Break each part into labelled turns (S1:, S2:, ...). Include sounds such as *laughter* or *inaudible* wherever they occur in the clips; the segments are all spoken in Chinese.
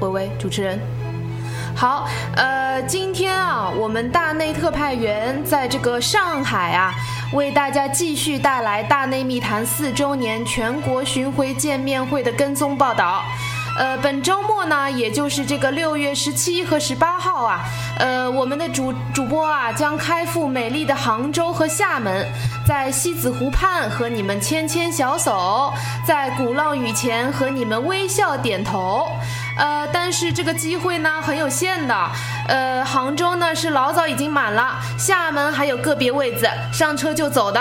S1: 何为，主持人。好，呃，今天啊，我们大内特派员在这个上海啊，为大家继续带来《大内密谈》四周年全国巡回见面会的跟踪报道。呃，本周末呢，也就是这个六月十七和十八号啊，呃，我们的主主播啊将开赴美丽的杭州和厦门，在西子湖畔和你们牵牵小手，在鼓浪屿前和你们微笑点头。呃，但是这个机会呢很有限的，呃，杭州呢是老早已经满了，厦门还有个别位子，上车就走的。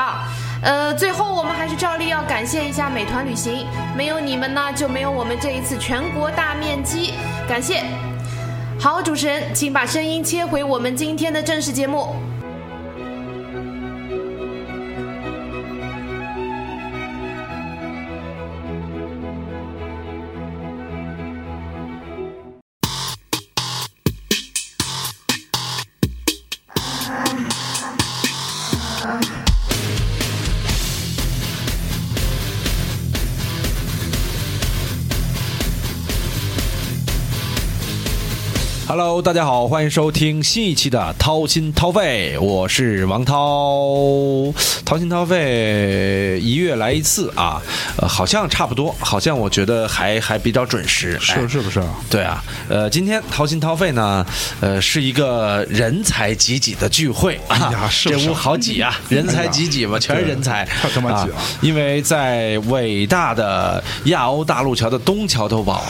S1: 呃，最后我们还是照例要感谢一下美团旅行，没有你们呢，就没有我们这一次全国大面积，感谢。好，主持人，请把声音切回我们今天的正式节目。 *laughs*
S2: Hello，大家好，欢迎收听新一期的《掏心掏肺》，我是王涛。掏心掏肺一月来一次啊，呃，好像差不多，好像我觉得还还比较准时，哎
S3: 是是不是？
S2: 对啊，呃，今天掏心掏肺呢，呃，是一个人才济济的聚会啊，
S3: 哎呀是不是
S2: 这屋好挤
S3: *laughs*
S2: 啊，人才济济嘛，全是
S3: 对
S2: 人才，
S3: 太他妈挤了
S2: 啊因为在伟大的亚欧大陆桥的东桥头
S3: *laughs*
S2: 堡，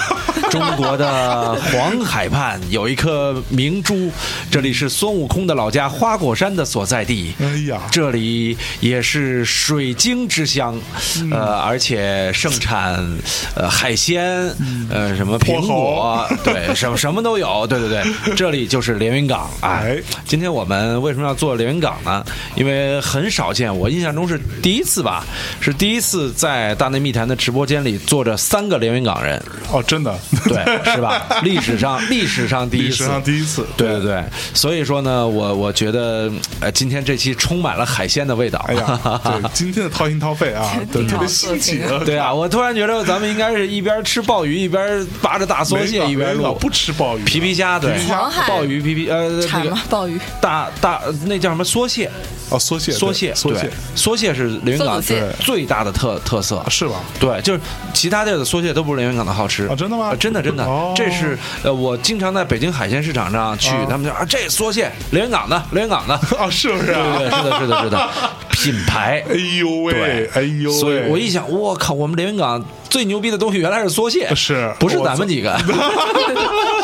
S2: 中国的黄海畔有一颗明珠，这里是孙悟空的老家花果山的所在地。
S3: 哎呀，
S2: 这里也是水晶之乡，
S3: 嗯
S2: 呃，而且盛产呃海鲜，
S3: 嗯
S2: 呃，什么苹果， *laughs* 对，什么什么都有，对对
S3: *laughs*
S2: 对，这里就是连云港啊
S3: 哎。
S2: 今天我们为什么要做连云港呢？因为很少见，我印象中是第一次吧，是第一次在大内密谈的直播间里坐着三个连云港人，
S3: 哦，真的， *laughs*
S2: 对，是吧？历史上历史上第一次，
S3: 历史上第一次，
S2: 对对对，所以说呢，我我觉得，呃，今天这期充满了海鲜的味道。
S3: 哎呀，对，今天的掏心掏肺啊，对，特别稀奇啊。
S2: *laughs* 对啊，我突然觉得咱们应该是一边吃鲍鱼，一边扒着大
S3: 没
S2: 梭蟹，一边
S3: 老
S2: 录
S3: 不吃鲍鱼，啊
S2: 皮皮虾，对
S3: 皮皮，
S4: 黄海
S2: 鲍鱼皮皮呃那
S4: 产
S2: 个
S4: 吗？鲍鱼？
S2: 大大那叫什么梭蟹，
S3: 哦，缩蟹，
S2: 梭
S3: 对
S2: 蟹，
S3: 缩蟹
S2: 对，梭蟹是连云港
S4: 梭子蟹
S2: 最最大的特特色
S3: 啊。是吧？
S2: 对，就是其他地儿的梭蟹都不如连云港的好吃
S3: 啊真的吗
S2: 呃真的真的
S3: 哦，
S2: 这是呃，我经常在北京海鲜市场上去
S3: 啊，
S2: 他们就啊，这梭蟹连云港的，连云
S3: *laughs*
S2: 港的，
S3: 啊，是不是啊？
S2: 对对，是的，是的，是的，品牌。
S3: *laughs* 哎呦喂
S2: 对，
S3: 哎呦喂，
S2: 所以我一想，我靠，我们连云港最牛逼的东西原来是梭蟹，
S3: 是
S2: 不是咱们几个？
S3: *laughs*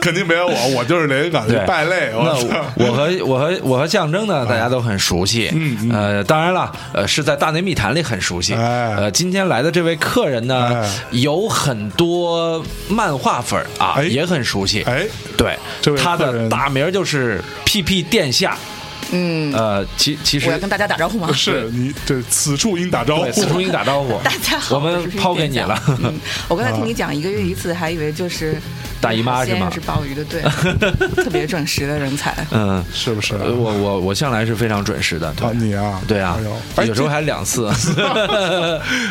S3: 肯定没
S2: *laughs*
S3: 有我，我就是连云港的
S2: 对，
S3: 败类，我
S2: 那
S3: 操啊
S2: 我和我和我和象征呢，大家都很熟悉。
S3: 嗯
S2: 呃，当然了，呃，是在大内密谈里很熟悉。
S3: 哎
S2: 呃，今天来的这位客人呢
S3: 哎，
S2: 有很多漫画粉儿啊，
S3: 哎
S2: 也很熟悉。
S3: *laughs* 哎，
S2: 对
S3: 这位，
S2: 他
S3: 客
S2: 的
S3: 人
S2: 大名就是屁屁殿下。
S4: 嗯，
S2: 呃，其其实
S4: 我要跟大家打招呼吗？
S3: 是你对此处应打招呼
S2: 对，，此处应打招呼。
S4: *laughs* 大家好，
S2: 我们
S4: 是皮皮
S2: 抛给你
S4: 店
S2: 了 *laughs* 啊
S4: 长。嗯，我刚才听你讲一个月一次，还以为就是
S2: 大姨妈是
S4: 先
S2: 吗
S4: 是鲍鱼
S2: *laughs*
S4: 的，对，特别准时的人才。
S2: 嗯，
S3: 是不是？
S2: 呃我我我向来是非常准时的，对、
S3: 啊，你啊，
S2: 对啊
S3: 哎呦，哎，
S2: 有时
S3: 这
S2: 候还两
S3: *laughs*
S2: 次。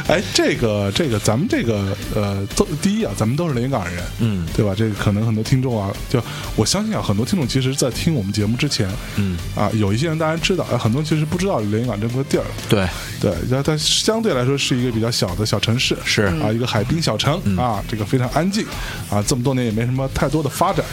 S3: 哎，这个这个，咱们这个呃，都第一啊，咱们都是连云港人，
S2: 嗯
S3: 对吧？这个可能很多听众啊，就我相信啊，很多听众其实，在听我们节目之前，
S2: 嗯，
S3: 啊，有一些人当然知道，哎很多人其实不知道连云港这么个地儿，
S2: 对，
S3: 对，然后但相对来说是一个比较小的小城市，
S2: 是嗯
S3: 啊，一个海滨小城、啊，这个非常安静啊，这么多年也没什么太多的发展，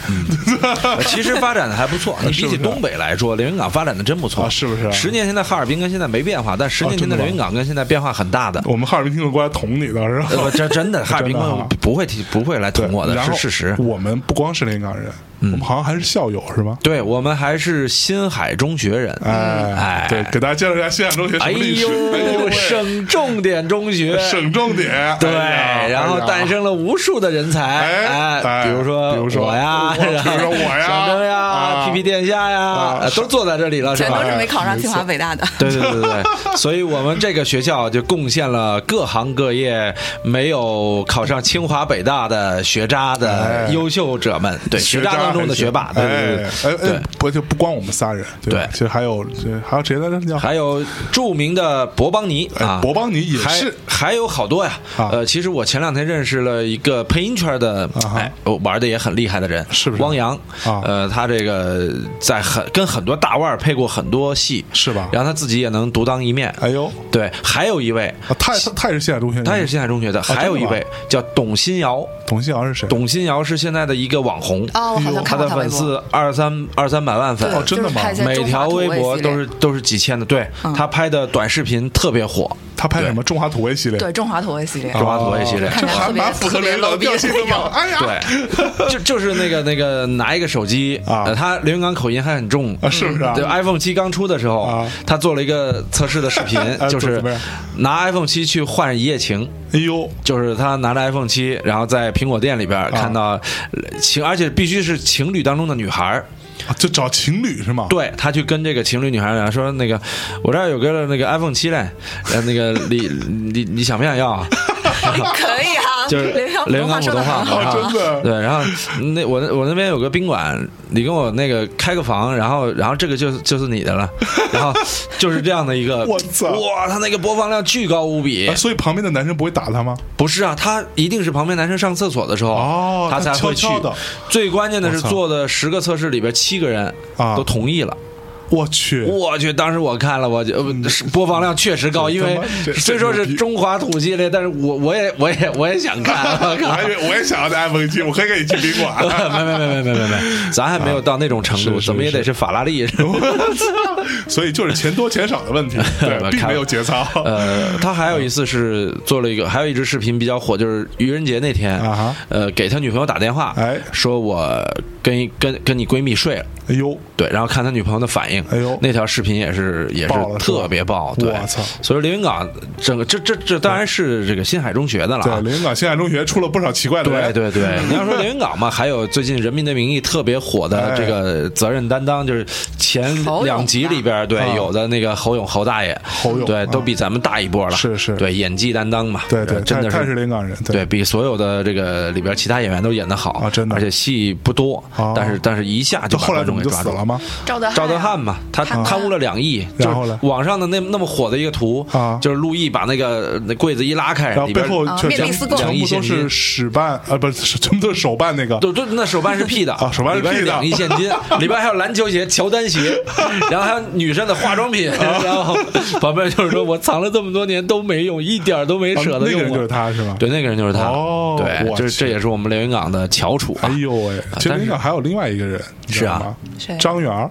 S2: 呃 *laughs* 其实发展的还不错。你比
S3: *laughs* 是不
S2: 起
S3: 是
S2: 东北来说，连云港发展的真不错，
S3: 啊是不是啊
S2: 十年前的哈尔滨跟现在没变化，但十年前
S3: 真
S2: 的
S3: 的吗
S2: 连云港跟现在变化很大的。
S3: *laughs* 我们哈尔滨听众过来捅你的是吧？
S2: 呃，这真的，哈尔滨
S3: *laughs* 真的啊
S2: 不会提，不会来
S3: 对
S2: 捅我的，
S3: 然
S2: 是
S3: 后
S2: 事实。嗯
S3: 我们不光是连云港人，我们好像还是校友是吧？
S2: 对我们还是新海中学人，
S3: 哎
S2: 哎，
S3: 对，给大家介绍一下新海中学什
S2: 哎
S3: 么历史。
S2: 呦，
S3: 喂
S2: 省重点中学，
S3: *laughs* 省重点，
S2: 对，
S3: 哎呀
S2: 然后诞。生了无数的人才，
S3: 哎哎
S2: 比如说
S3: 比如说
S2: 我呀，
S3: 我
S2: 然后
S3: 比如说我呀
S2: 象征呀，
S3: 啊
S2: 皮皮殿下呀
S3: 啊，
S2: 呃都坐在这里了，是
S4: 全
S2: 吧
S4: 都？是没考上清华北
S3: *laughs*
S4: 大的，
S2: 对对对对对，所以我们这个学校就贡献了各行各业没有考上清华北大的学渣的
S3: 哎
S2: 优秀者们，对
S3: 学
S2: 渣
S3: 渣
S2: 当中的学霸，对对对
S3: 哎哎
S2: 对
S3: 哎，不就不光我们仨人，吧
S2: 对
S3: 其实还有这还有谁来着？叫
S2: 还有著名的博邦尼
S3: 哎
S2: 啊，
S3: 博邦尼也
S2: 还
S3: 是
S2: 还有好多呀。
S3: 啊
S2: 呃，其实我前两天认识了一个配音圈的
S3: 啊，哈
S2: 哎，我玩的也很厉害的人，
S3: 是不是
S2: 汪洋
S3: 啊
S2: 呃，他这个在很跟很多大腕儿配过很多戏，
S3: 是吧
S2: 然后他自己也能独当一面。
S3: 哎呦，
S2: 对，还有一位，
S3: 啊他也他也是现代中学，
S2: 他也是现海中学的，还有一
S3: 哦真的
S2: 位叫董新瑶。
S3: 董信尧是谁？
S2: 董新瑶是现在的一个网红，哎
S1: 哦，我好像
S2: 他
S1: 看过
S2: 的
S1: 他微
S2: 粉
S1: 博。
S2: 丝二三二三百万粉，
S4: 对
S3: 哦真的
S4: 就是
S3: 吗
S4: 拍在
S2: 每
S4: 中华
S2: 条
S4: 土
S2: 微
S4: 味
S2: 博
S4: 系列
S2: 都是都是几千的，对、
S4: 嗯
S2: 他拍的短视频特别火，
S3: 他拍什么《中华土味》系列？哦
S4: 对中华土味系列
S2: 中，华土味系列
S3: 这
S4: 看着
S3: 还
S4: 特别
S3: 蛮符合人老调性的嘛。哎呀，
S2: 对，就就是那个那个拿一个手机
S3: 啊
S2: 呃他连云港口音还很重。
S3: 啊，是不是啊？
S2: 对 iPhone 七刚出的时候，
S3: 啊，
S2: 他做了一个测试的视频
S3: *laughs*
S2: 就
S3: 怎
S2: 是
S3: 怎么样
S2: 拿 iPhone 七去换一夜情，
S3: 哎呦，
S2: 就是他拿着 iPhone 七，然后在苹果店里
S3: 啊
S2: 边看到呃情，而且必须是情侣当中的女孩儿
S3: 啊就找情侣是吗？
S2: 对他去跟这个情侣女孩聊，说那个我这儿有个那个 iPhone 七嘞，呃，那个你你你想不想要
S3: *laughs*
S2: 啊？
S4: 可以
S2: *laughs*
S4: 啊，
S2: 就是
S4: 刘洋
S2: 连云港
S4: 说
S2: 普通
S4: 的
S2: 话
S4: 很
S2: 嘛，
S4: *laughs* 好，
S3: 啊真的
S2: 对，然后那我那我那边有个宾馆，你跟我那个开个房，然后然后这个就是就是你的了，然后就是这样的一个，
S3: *laughs* 我操
S2: 哇，他那个播放量巨高无比
S3: 啊，，所以旁边的男生不会打他吗？
S2: 不是啊，他一定是旁边男生上厕所的时候，
S3: 哦
S2: 他才
S3: 他悄
S2: 会去
S3: 悄地。
S2: 最关键的是
S3: 我操
S2: 做的十个测试里边七个人
S3: 啊
S2: 都同意了。
S3: 我去，
S2: 我去，当时我看了，我就
S3: 嗯
S2: 呃是播放量确实高，
S3: 这
S2: 因为
S3: 他妈这
S2: 虽说是中华土系列，但是我我也我也我也想看，啊
S3: *laughs*
S2: 我
S3: 我
S2: 靠
S3: 还以。为我也想要在 iPhone 七，我可以跟你去宾馆。
S2: *laughs* 没 *laughs* 没没没没没没，咱还没有到那种程
S3: 啊
S2: 度，
S3: 是是
S2: 怎么也得
S3: 是
S2: 是
S3: 哦
S2: 法拉利。是
S3: *laughs*
S2: 吧
S3: 所以就是钱多钱少的问
S2: *laughs*
S3: 题，对，并没有节操。
S2: 呃，他还有一次是做了一个，还有一支视频比较火，就是愚人节那天
S3: 啊哈，
S2: 呃，给他女朋友打电话
S3: 哎，
S2: 说我跟跟跟你闺蜜睡了。
S3: 哎呦，
S2: 对，然后看他女朋友的反应，
S3: 哎呦
S2: 那条视频也是也是
S3: 爆了是吧
S2: 特别爆，对，
S3: 我操
S2: 所以连云港整个这这这当然是这个新海中学的了
S3: 对，
S2: 啊。
S3: 连云港现代中学出了不少奇怪的
S2: 对
S3: 人。
S2: 对
S3: *laughs*
S2: 对，你要说连云港嘛，还有最近《人民的名义》特别火的
S3: 哎
S2: 这个责任担当，就是前
S4: 侯勇
S2: 两集里边对
S3: 啊
S2: 有的那个侯勇侯大爷，
S3: 侯勇
S2: 对
S3: 啊
S2: 都比咱们大一波了，
S3: 是是
S2: 对演技担当嘛，
S3: 对对，
S2: 真的
S3: 他他是
S2: 是
S3: 连云港人，
S2: 对比所有的这个里边其他演员都演得好
S3: 啊真的
S2: 而且戏不多
S3: 哦，
S2: 但是但是一下就
S3: 就
S2: 把
S3: 后来
S2: 观
S3: 怎
S2: 众
S3: 么
S2: 给
S3: 就
S2: 抓
S3: 死
S2: 住
S3: 了吗？
S4: 赵德
S2: 赵德
S4: 汉
S2: 汉
S4: 啊
S3: 哎
S2: 嘛，他
S4: 贪官
S2: 贪污了两亿，
S3: 然后呢
S2: 就是网上的那那么火的一个图
S3: 啊
S2: 就是陆毅把那个那柜子一拉开，
S3: 然后
S2: 哎里
S3: 背
S2: 边
S3: 后
S4: 啊
S3: 全
S4: 面壁思
S3: 全部
S4: 过
S2: 两亿
S3: 都
S2: 现
S3: 是
S2: 金
S3: 使办啊，不是全部都是手办那个
S2: 对对，那手办是 P 的
S3: *laughs* 啊手办
S2: 里
S3: 是
S2: 边
S3: P 的
S2: 两亿现
S3: *laughs*
S2: 金，里边还有篮球鞋、乔丹鞋，然后还有女生的化妆品，
S3: 啊
S2: *laughs* 然后旁边就是说我藏了这么多年都没用，一点儿都没
S3: 啊
S2: 舍得
S3: 那个
S2: 用
S3: 人
S2: 过。
S3: 就是他是吧？
S2: 对，那个人就是他。
S3: 哦
S2: 对，
S3: 我
S2: 这
S3: 去
S2: 这也是我们连云港的翘楚啊
S3: 哎。呦喂，其实
S2: 但
S3: 连
S2: 是啊
S3: 云港还有另外一个人，你知道吗
S4: 谁？
S3: 张元儿。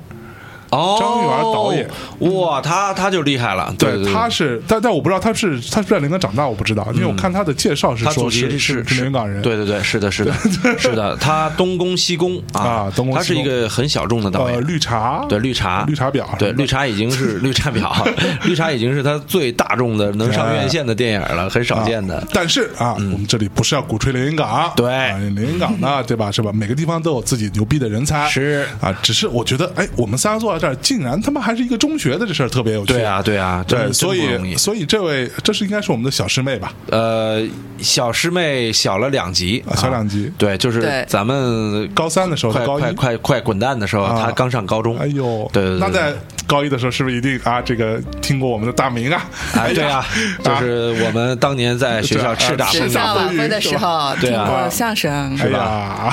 S2: 哦，
S3: 张元导演，
S2: 哇，他他就厉害了。对对，
S3: 他是，但但我不知道他是他是在连云港长大，我不知道，因为我看他的介绍是
S2: 嗯他祖
S3: 说
S2: 籍
S3: 是
S2: 是
S3: 连云港人，
S2: 对对对，是的，是的， *laughs* 是的，他东宫西宫啊
S3: 啊，东宫
S2: 他是
S3: 西宫
S2: 一个很小众的导
S3: 呃，
S2: 演。
S3: 绿茶，
S2: 对绿茶，
S3: 绿茶婊什么的
S2: 对绿茶已经
S3: *laughs*
S2: 是绿茶婊，绿茶已经是他最大众的能上院线的电影了，很少见的嗯
S3: 啊。但是啊，我们这里不是要鼓吹连云港，
S2: 对嗯
S3: 啊连云港呢，对吧？是吧？每个地方都有自己牛逼的人才，
S2: 是
S3: 啊。只是我觉得，哎，我们仨坐在这儿，竟然他妈还是一个中学的，这事儿特别有趣。
S2: 对啊，对啊，真
S3: 对，
S2: 真
S3: 所
S2: 不容易
S3: 以。所以这位，这是应该是我们的小师妹吧？
S2: 呃，小师妹小了两级，
S3: 啊小两级
S2: 啊对，就是
S4: 对
S2: 咱们
S3: 高三的时候，
S2: 快
S3: 高一
S2: 快，快快滚蛋的时候，
S3: 啊
S2: 她刚上高中。
S3: 哎呦，
S2: 对对对，
S3: 那
S2: 对
S3: 在高一的时候，是不是一定啊？这个听过我们的大名啊？
S2: 啊，对
S3: 呀
S2: 啊，就是我们当年在学校
S3: 对啊
S2: 叱咤
S3: 是
S2: 风
S4: 学
S2: 云
S4: 校晚会的时候
S2: 对
S4: 听
S2: 啊
S4: 过相声，
S3: *laughs* 哎
S2: 是吧
S3: 呀？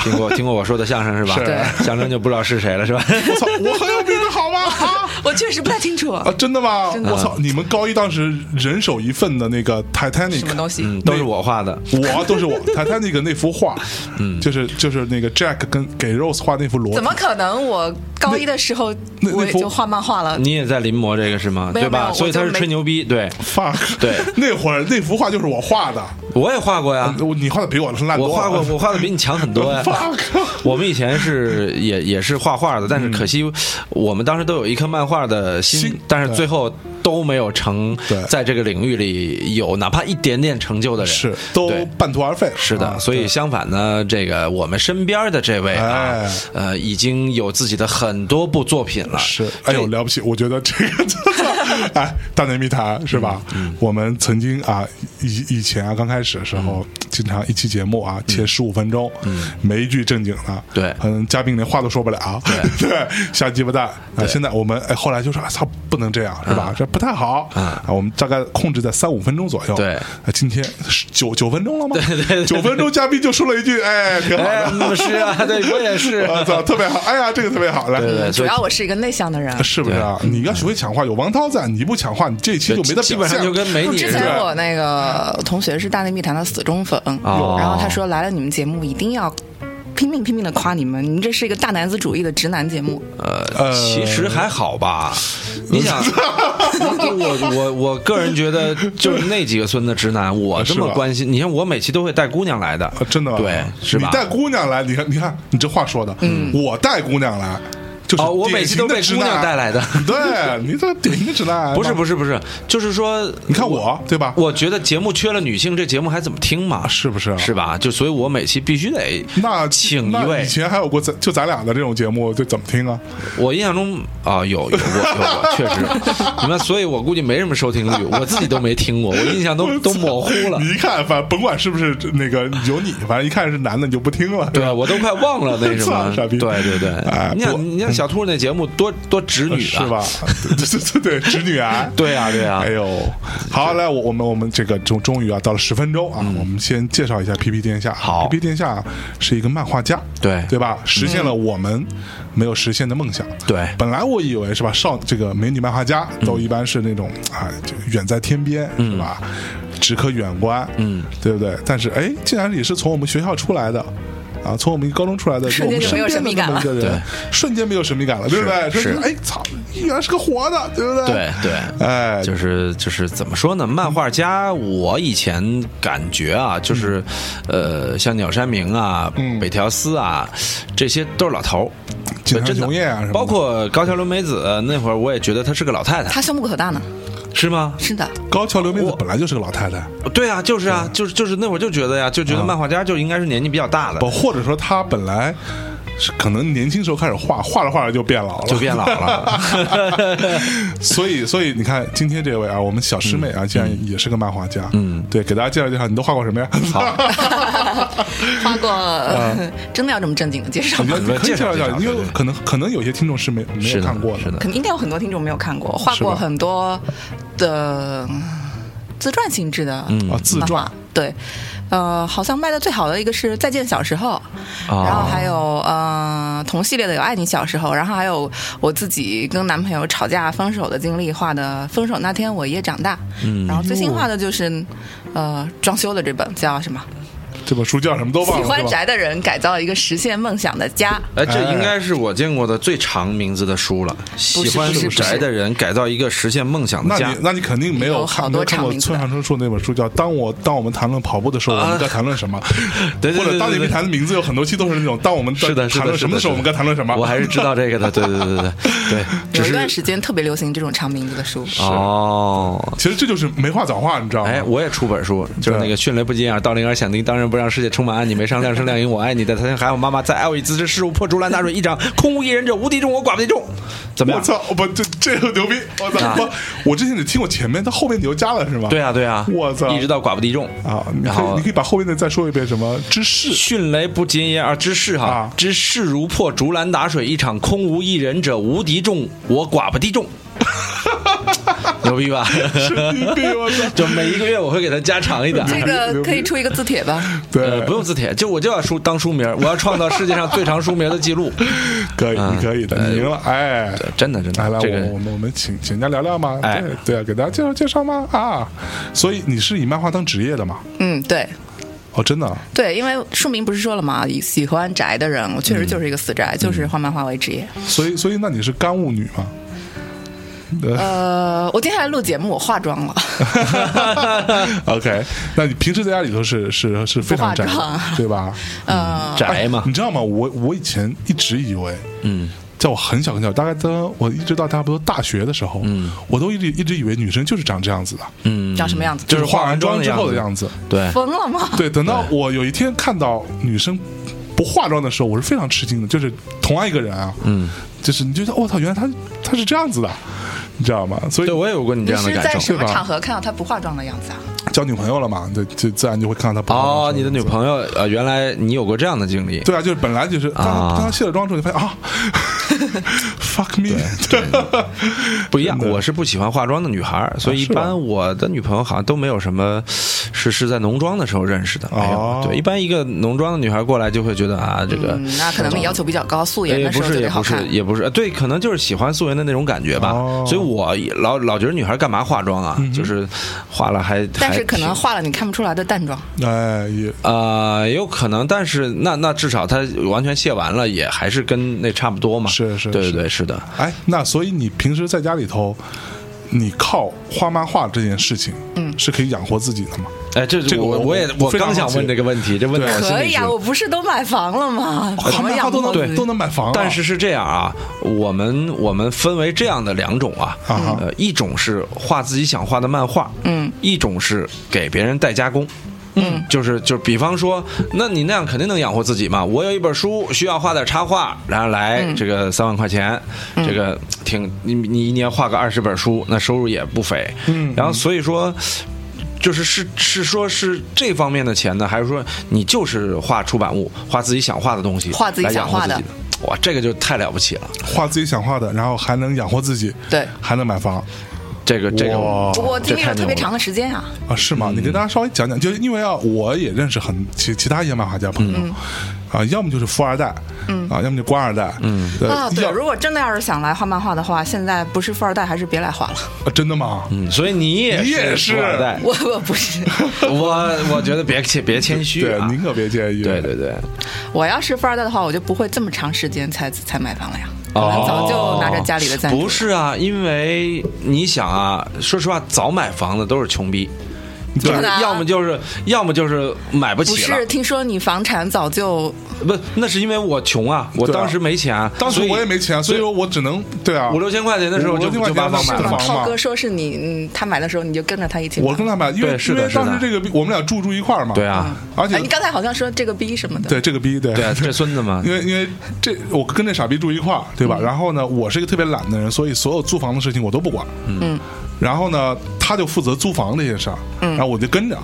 S2: *laughs* 听过听过我说的相声是吧？
S3: 是对
S2: 相声就不知道是谁了是吧？ *laughs*
S3: 我操，我很有名的好吗？啊！
S4: 我确实不太清楚
S2: 哦
S3: 啊，真的吗？
S4: 真的
S3: 我操！你们高一当时人手一份的那个 Titanic
S4: 什么东西。
S2: 嗯，都是我画的。
S3: 我啊都是我 Titanic 那幅画，嗯，
S4: *laughs*
S3: 就是就是那个 Jack 跟给 Rose 画那幅裸体，
S4: 怎么可能？我高一的时候
S3: 那那
S4: 我
S3: 那
S4: 也
S3: 幅
S4: 就画漫画了。
S2: 你也在临摹这个是吗？
S4: 没有
S2: 对
S4: 没
S2: 吧？
S4: 有
S2: 所以
S4: 我就
S2: 他是
S4: 没
S2: 吹牛逼。对，
S3: fuck？
S2: 对
S3: *laughs* 那会儿那幅画就是我画的，
S2: 我也画过
S4: *laughs*
S2: 呀，
S3: 我你画的比我烂多
S2: 我
S3: 了。。
S2: 画过，我画的比你强很多呀
S3: fuck，
S2: 我们以前是也也是画画的，但
S4: 嗯
S2: 是可惜我们当时都有一颗漫画的心
S3: 心，
S2: 但是最后都没有成
S3: 对，
S2: 在这个领域里有哪怕一点点成就的人。
S3: 是都
S2: 对
S3: 半途而废。
S2: 是的，
S3: 啊
S2: 所以相反呢，这个我们身边的这位啊
S3: 哎，
S2: 呃，已经有自己的很多部作品了。
S3: 是，哎呦，了不起！我觉得这个真
S2: *laughs*
S3: 的，
S2: 嗯嗯
S3: 哎，大内密谈是吧？我们曾经啊，以以前啊，刚开始的时候，经常一期节目啊，且十五分钟，没一句正经的，
S2: 对
S3: 嗯，嘉宾连话都说不了， *laughs* 对，瞎鸡巴蛋啊！现在我们哎，后来就说啊，操，不能这样是
S2: 嗯
S3: 吧？这不太好啊，我们大概控制在三五分钟左右，
S2: 对
S3: 啊，今天是九九分钟了吗？对对，九分钟嘉宾就说了一句，哎，挺好
S2: 哎，
S3: 的，
S2: 嗯是啊，对我也
S3: *laughs*
S2: 是。
S3: 我操，特别好，哎呀，这个特别好，来，
S2: 对对，
S4: 嗯主
S2: 所以
S4: 要我是一个内向的人。
S3: 是不是啊？你要学会抢话，有王涛在，你不抢话，你这一期就没得
S2: 基
S3: 表
S2: 本上
S3: 现
S2: 就
S3: 了。
S2: 跟没你
S4: 之
S2: 似
S4: 前
S2: 的。
S4: 我那个同学是《大内密谈》的死忠粉，
S2: 哦
S4: 然后他说来了你们节目一定要拼命拼命的夸你们，你们这是一个大男子主义的直男节目。
S2: 呃，
S3: 呃
S2: 其实还好吧。你
S3: *laughs*
S2: 想，我我我个人觉得，就是那几个孙子直男，我这
S3: 是
S2: 么
S3: 吧
S2: 关心。你看，我每期都会带姑娘来的
S3: 啊，真的吗？
S2: 对，是吧
S3: 你？带姑娘来，你看，你看，你这话说的，我带姑娘来，就是
S2: 哦我每期都被
S3: 典型
S2: 姑
S3: 的直
S2: 娘
S3: 男
S2: 带来的
S3: *laughs* 对你这典型的直男，
S2: 不是
S3: 是，
S2: 不是不是，就是说，
S3: 你看我对吧？
S2: 我觉得节目缺了女性，这节目还怎么听嘛？
S3: 是不是啊
S2: 是吧？就所以，我每期必须得
S3: 那
S2: 请一
S3: 那
S2: 位
S3: 以。前还有过咱就咱俩的这种节目，就怎么听啊？
S2: 我印象中啊，有有过有过，确实。你们，所以我估计没什么收听率，我自己都没听过，我印象都都模糊了。
S3: 你一看，反正甭管是不是那个有你，反正一看是男的，你就不听了。是吧
S2: 对，我都快忘了那什么，
S3: 操傻逼
S2: 对对对，
S3: 哎
S2: 你
S3: 不
S2: 想你想小兔那节目多多直女
S3: 是
S2: 啊，
S3: 吧？ *laughs* 对对对，对直女癌。
S2: 对啊对啊
S3: 哎呦，好，来，我我们我们这个终终于啊，到了十分钟啊，我们先介绍一下 PP 殿下。
S2: 嗯
S3: 啊
S2: 好
S3: ，PP 殿下是一个漫画家，
S2: 对嗯
S3: 对吧？实现了我们没有实现的梦想。
S2: 对嗯
S3: 本来我以为是吧，少这个美女漫画家都一般是那种啊，就远在天边是吧？只可远观，嗯，对不对？但是哎，竟然也是从我们学校出来的。啊，从我们一高中出来的，
S4: 瞬间
S3: 我们
S4: 就没有
S3: 身边的
S4: 神秘感
S3: 这么一个人
S2: 了，
S3: 瞬间没有神秘感了，对不对？
S2: 是
S3: 说哎，操，原来是个活的，对不对？
S2: 对对，
S3: 哎，
S2: 就是就是怎么说呢？漫画家，我以前感觉啊，就是
S3: 嗯
S2: 呃，像鸟山明啊、北条司啊，这些都是老头儿，对
S3: 井上
S2: 真
S3: 雄彦啊什
S2: 的，
S3: 么
S2: 包
S3: 的
S2: 括高桥留美子那会儿，我也觉得她是个老太太，
S4: 他胸部可大呢，
S2: 是吗？
S4: 是的，
S3: 高桥留美子
S2: 我
S3: 本来就是个老太太，
S2: 对啊，就是啊，就是就是那会儿就觉得呀，就觉得漫画家就应该是年纪比较大的
S3: 啊不，，或者说她本来是可能年轻时候开始画，画着画着就变老了，
S2: 就变老了。
S3: *laughs* 所以，所以你看，今天这位啊，我们小师妹啊，
S2: 嗯
S3: 竟然也是个漫画家。嗯，对，给大家介绍介绍，你都画过什么呀？
S4: 花过、
S2: 嗯
S4: *laughs* 真的要这么正经的介绍吗？
S3: *laughs* 你可以介绍一
S2: 介
S3: 下
S2: 绍，
S3: 因
S2: 对
S3: 为
S2: 对
S3: 可能可能有些听众是没没
S2: 是
S3: 有
S2: 的
S3: 看过
S2: 是的
S4: 肯定应该有很多听众没有看过，画
S3: 是吧
S4: 过很多的嗯自传性质的
S2: 嗯
S4: 漫画
S3: 啊自传
S4: 对，呃，好像卖的最好的一个是《再见小时候》，
S3: 啊
S4: 然后还有呃同系列的有《爱你小时候》，然后还有我自己跟男朋友吵架分手的经历画的《分手那天我也长大》，
S3: 嗯
S4: 然后最新画的就是呃装修的这本叫什么？
S3: 这本书叫什么都哦忘
S4: 喜
S3: 了，
S4: 欢
S3: 是吧
S4: 宅的人改造一个实现梦想的家。
S2: *laughs* 哎，这应该是我见过的最长名字的书了。
S4: 不
S2: 喜
S4: 是
S2: 欢
S4: 不是不是
S2: 宅的人改造一个实现梦想的
S3: 那
S2: 家
S3: 你。那你肯定没有
S4: 有
S3: 看
S4: 好
S3: 没有
S4: 多
S3: 看
S4: 长
S3: 过
S4: 名字
S3: 村
S4: 的
S3: 上春树那本书叫《当我当我们谈论跑步的时候，我们该谈论
S2: *laughs*
S3: 什么》
S2: 啊对对对
S3: 或者当你
S2: 对对
S3: 们谈的名字有很多期都是那种当我们在
S2: 是的，是
S3: 谈
S2: 的，
S3: 论
S2: 是
S3: 什么
S2: 的，
S3: 时候，我们该谈论什么。
S2: 我还是知道这个的，对对对对对对，只
S4: 有一段
S2: 是
S4: 时间特别流行这种长名字的书，
S3: 啊
S2: 哦。
S3: *laughs* 其实这就是没话找话，你知道吗？
S2: 哎，我也出本书，就是
S3: 哦对
S2: 那个迅雷不及掩耳盗铃而响叮，当仁不让世界充满爱啊你，没上亮声亮音，我爱你的，他还有妈妈在，爱我以自知世无破，竹篮打水一掌，空无一人者，无敌众我寡不敌众，怎么
S3: 我
S2: 样？
S3: 操！不，这这个牛逼！我操！不，我之前只听过前面，它后面你又加了是吗？
S2: 啊对啊，对啊，
S3: 我操
S2: 一直到寡不敌众
S3: 啊，你
S2: 然
S3: 可以
S2: 后
S3: 你可以把后面的再说一遍，什么
S2: *laughs*
S3: 之事？
S2: 迅雷不及掩耳之势哈
S3: 啊，
S2: 之势如破竹篮打水一场，空无一人者，无敌众我寡不敌 *laughs* 众，牛逼 *laughs* 吧？
S3: 神经病！我操！
S2: 就每一个月我会给他加长一点。
S4: 这个可以出一个字帖吧？
S3: *laughs*
S2: 呃，
S3: 对，
S2: *laughs* 不用字帖，就我就要书当书名，我要创造世界上最长书名的记 *laughs* 录。
S3: 可以，你可以的，你赢了！哎，
S2: 对真的，真
S3: 来
S2: 的，
S3: 来，
S2: 这
S3: 我我
S2: 个
S3: 们我们请请人家聊聊嘛，
S2: 哎
S3: 对对啊，给大家介绍介绍嘛啊！所以你是以漫画当职业的嘛？
S4: 嗯，对。
S3: 哦，真的啊，
S4: 对，因为书明不是说了嘛，喜欢宅的人，我确实就是一个死宅，
S2: 嗯
S4: 就是画漫画为职业。
S3: 所以所以那你是干物女吗？呃
S4: 呃，我今天来录节目，我化妆了，
S2: *laughs*
S3: ，OK，那你平时在家里头是是是非常宅
S4: 不化啊
S3: 的，对吧？
S4: 呃，
S2: 宅 *laughs* 嘛
S3: 你，知道吗？我我以前一直以为，
S2: 嗯，
S3: 在我很小很小，大概当我一直到差不多大学的时候，嗯，我都一直一直以为女生就是长这样子的，
S2: 嗯，
S4: 长什么样子？
S2: 就是
S3: 化完
S2: 妆
S3: 之后的
S2: 子。
S3: 样子。
S2: 对，
S4: 疯了吗？
S3: *laughs* 对，等到我有一天看到女生不化妆的时候，我是非常吃惊的。就是同样一个人啊，嗯，就是你就觉得我操，原来她她是这样子的，你知道吗？所以
S2: 对我也有过你这
S4: 你
S2: 样的
S4: 是
S2: 感
S4: 在
S2: 受。
S4: 什么
S3: 对吧
S4: 场合看到她不化妆的样子啊？
S3: 交女朋友了嘛，对，就自然就会看到她不同
S2: 哦，你的女
S3: 友。
S2: 朋友呃，原来你有过这样的经历。
S3: 对啊，就是本来就是刚
S2: 啊
S3: 刚卸了妆之后，你发
S2: *laughs*
S3: 现啊，fuck me，对， *laughs*
S2: 不一样，
S3: 真的啊
S2: 我是不喜欢化妆的女孩儿，所以一
S3: 是吧
S2: 般我的女朋友好像都没有什么是是在浓妆的时候认识的。没
S3: 哦
S2: 有，对，一般一个浓妆的女孩过来就会觉得啊，这个
S4: 嗯，那可能你要求比较高，素颜
S2: 也
S4: 的时
S2: 哎不
S4: 候
S2: 是
S4: 就
S2: 也
S4: 得好
S2: 不是
S4: 看。
S2: 也不是，呃对，可能就是喜欢素颜的那种感觉吧。
S3: 哦嗯
S2: 所以我老老觉得女孩干嘛化妆啊，就是化了还
S4: 但是
S2: 还
S4: 可能
S2: 挺
S4: 化了你看不出来的淡妆，
S3: 哎，也
S2: 呃，也有可能，但是那那至少她完全卸完了，也还是跟那差不多嘛。
S3: 是是
S2: 对对
S3: 是
S2: 对，是的。
S3: 哎，那所以你平时在家里头，你靠画漫画这件事情，嗯，是可以养活自己的吗？
S2: 哎，这
S3: 这个
S2: 我
S3: 我
S2: 也
S3: 我
S2: 我
S3: 非常
S2: 刚想
S3: 好奇
S2: 问这个问题，这问的
S3: 对
S2: 我心
S4: 可
S2: 里
S4: 以啊，
S2: 是哦
S4: 我不是都买房了吗？
S3: 画
S4: 怎么
S3: 漫画
S4: 养
S3: 都
S4: 活自
S3: 能
S4: 己
S3: 都能买房啊，
S2: 但是是这样啊，我们我们分为这样的两种啊，
S3: 啊哈
S2: 呃，一种是画自己想画的漫画，
S4: 嗯，
S2: 一种是给别人代加工。嗯，就是就是，比方说，那你那样肯定能养活自己嘛。我有一本书需要画点插画，然后来这个三万块钱，这个挺你你一年画个二十本书，那收入也不菲。嗯，然后所以说，就是是是说是这方面的钱呢，还是说你就是画出版物，画自己想画的东西，
S4: 画自己
S2: 来
S4: 想
S2: 养活
S4: 画
S2: 自
S4: 的
S2: 己哇，这个就太了不起了，
S3: 画自己想画的，然后还能养活自己，
S4: 对
S3: 还能买房
S2: 这个这个
S3: 哇
S4: 不过
S2: 哦这
S4: 经历
S2: 太
S4: 了
S2: 牛
S4: 特别
S2: 了
S4: 长的时间啊，
S3: 啊？是
S2: 嗯
S3: 吗？你跟大家稍微讲讲，就是因为啊，我也认识很其其他一些漫画家朋
S2: 嗯
S3: 友。啊，要么就是富二代，嗯啊，要么就官二代，嗯，
S2: 呃
S4: 啊，对，
S3: 要
S4: 如果真的要是想来画漫画的话，现在不是富二代还是别来画了。
S3: 啊真的吗？
S2: 嗯所以你也
S3: 你也
S2: 是
S3: 是
S2: 富二代，
S4: 我我不是，
S2: 我我觉得别谦别谦虚
S3: 对
S2: 啊，，
S3: 您可别介意，
S2: 对对对，
S4: 我要是富二代的话，我就不会这么长时间才才买房了呀。可
S2: 哦
S4: 能早就拿着家里的赞助。
S2: 不是啊，因为你想啊，说实话，早买房的都是穷逼，就
S3: 对
S2: 是
S4: 真的啊
S2: 要么就是要么就是买不
S4: 不
S2: 起了
S4: 是，，听说你房产早就
S2: 不，那是因为我穷啊，我
S3: 对啊
S2: 当时没钱啊，
S3: 当时
S2: 所以
S3: 我也没钱，所以说我只能对啊，
S2: 五六千块钱的时候
S3: 五
S2: 就
S3: 六千块
S2: 就把
S3: 钱
S2: 房
S3: 是
S2: 买
S3: 的
S2: 了
S3: 房。
S4: 涛
S3: 嘛
S4: 哥说是你，嗯，他买的时候你就跟着他一起买。
S3: 我跟他买，因为
S2: 对是
S3: 因
S2: 的
S3: 为当时
S2: 是的
S3: 这个逼我们俩住住一块儿嘛，
S2: 对啊，
S3: 而且
S4: 哎，你刚才好像说这个逼什么的。
S3: 对这个逼对
S2: 对啊，这孙子嘛
S3: 因，为因为这我跟这傻逼住一块儿，对吧？然后呢，我是一个特别懒的人，所以所有租房的事情我都不管。嗯，然后呢，他就负责租房这些事儿，然后我就跟着，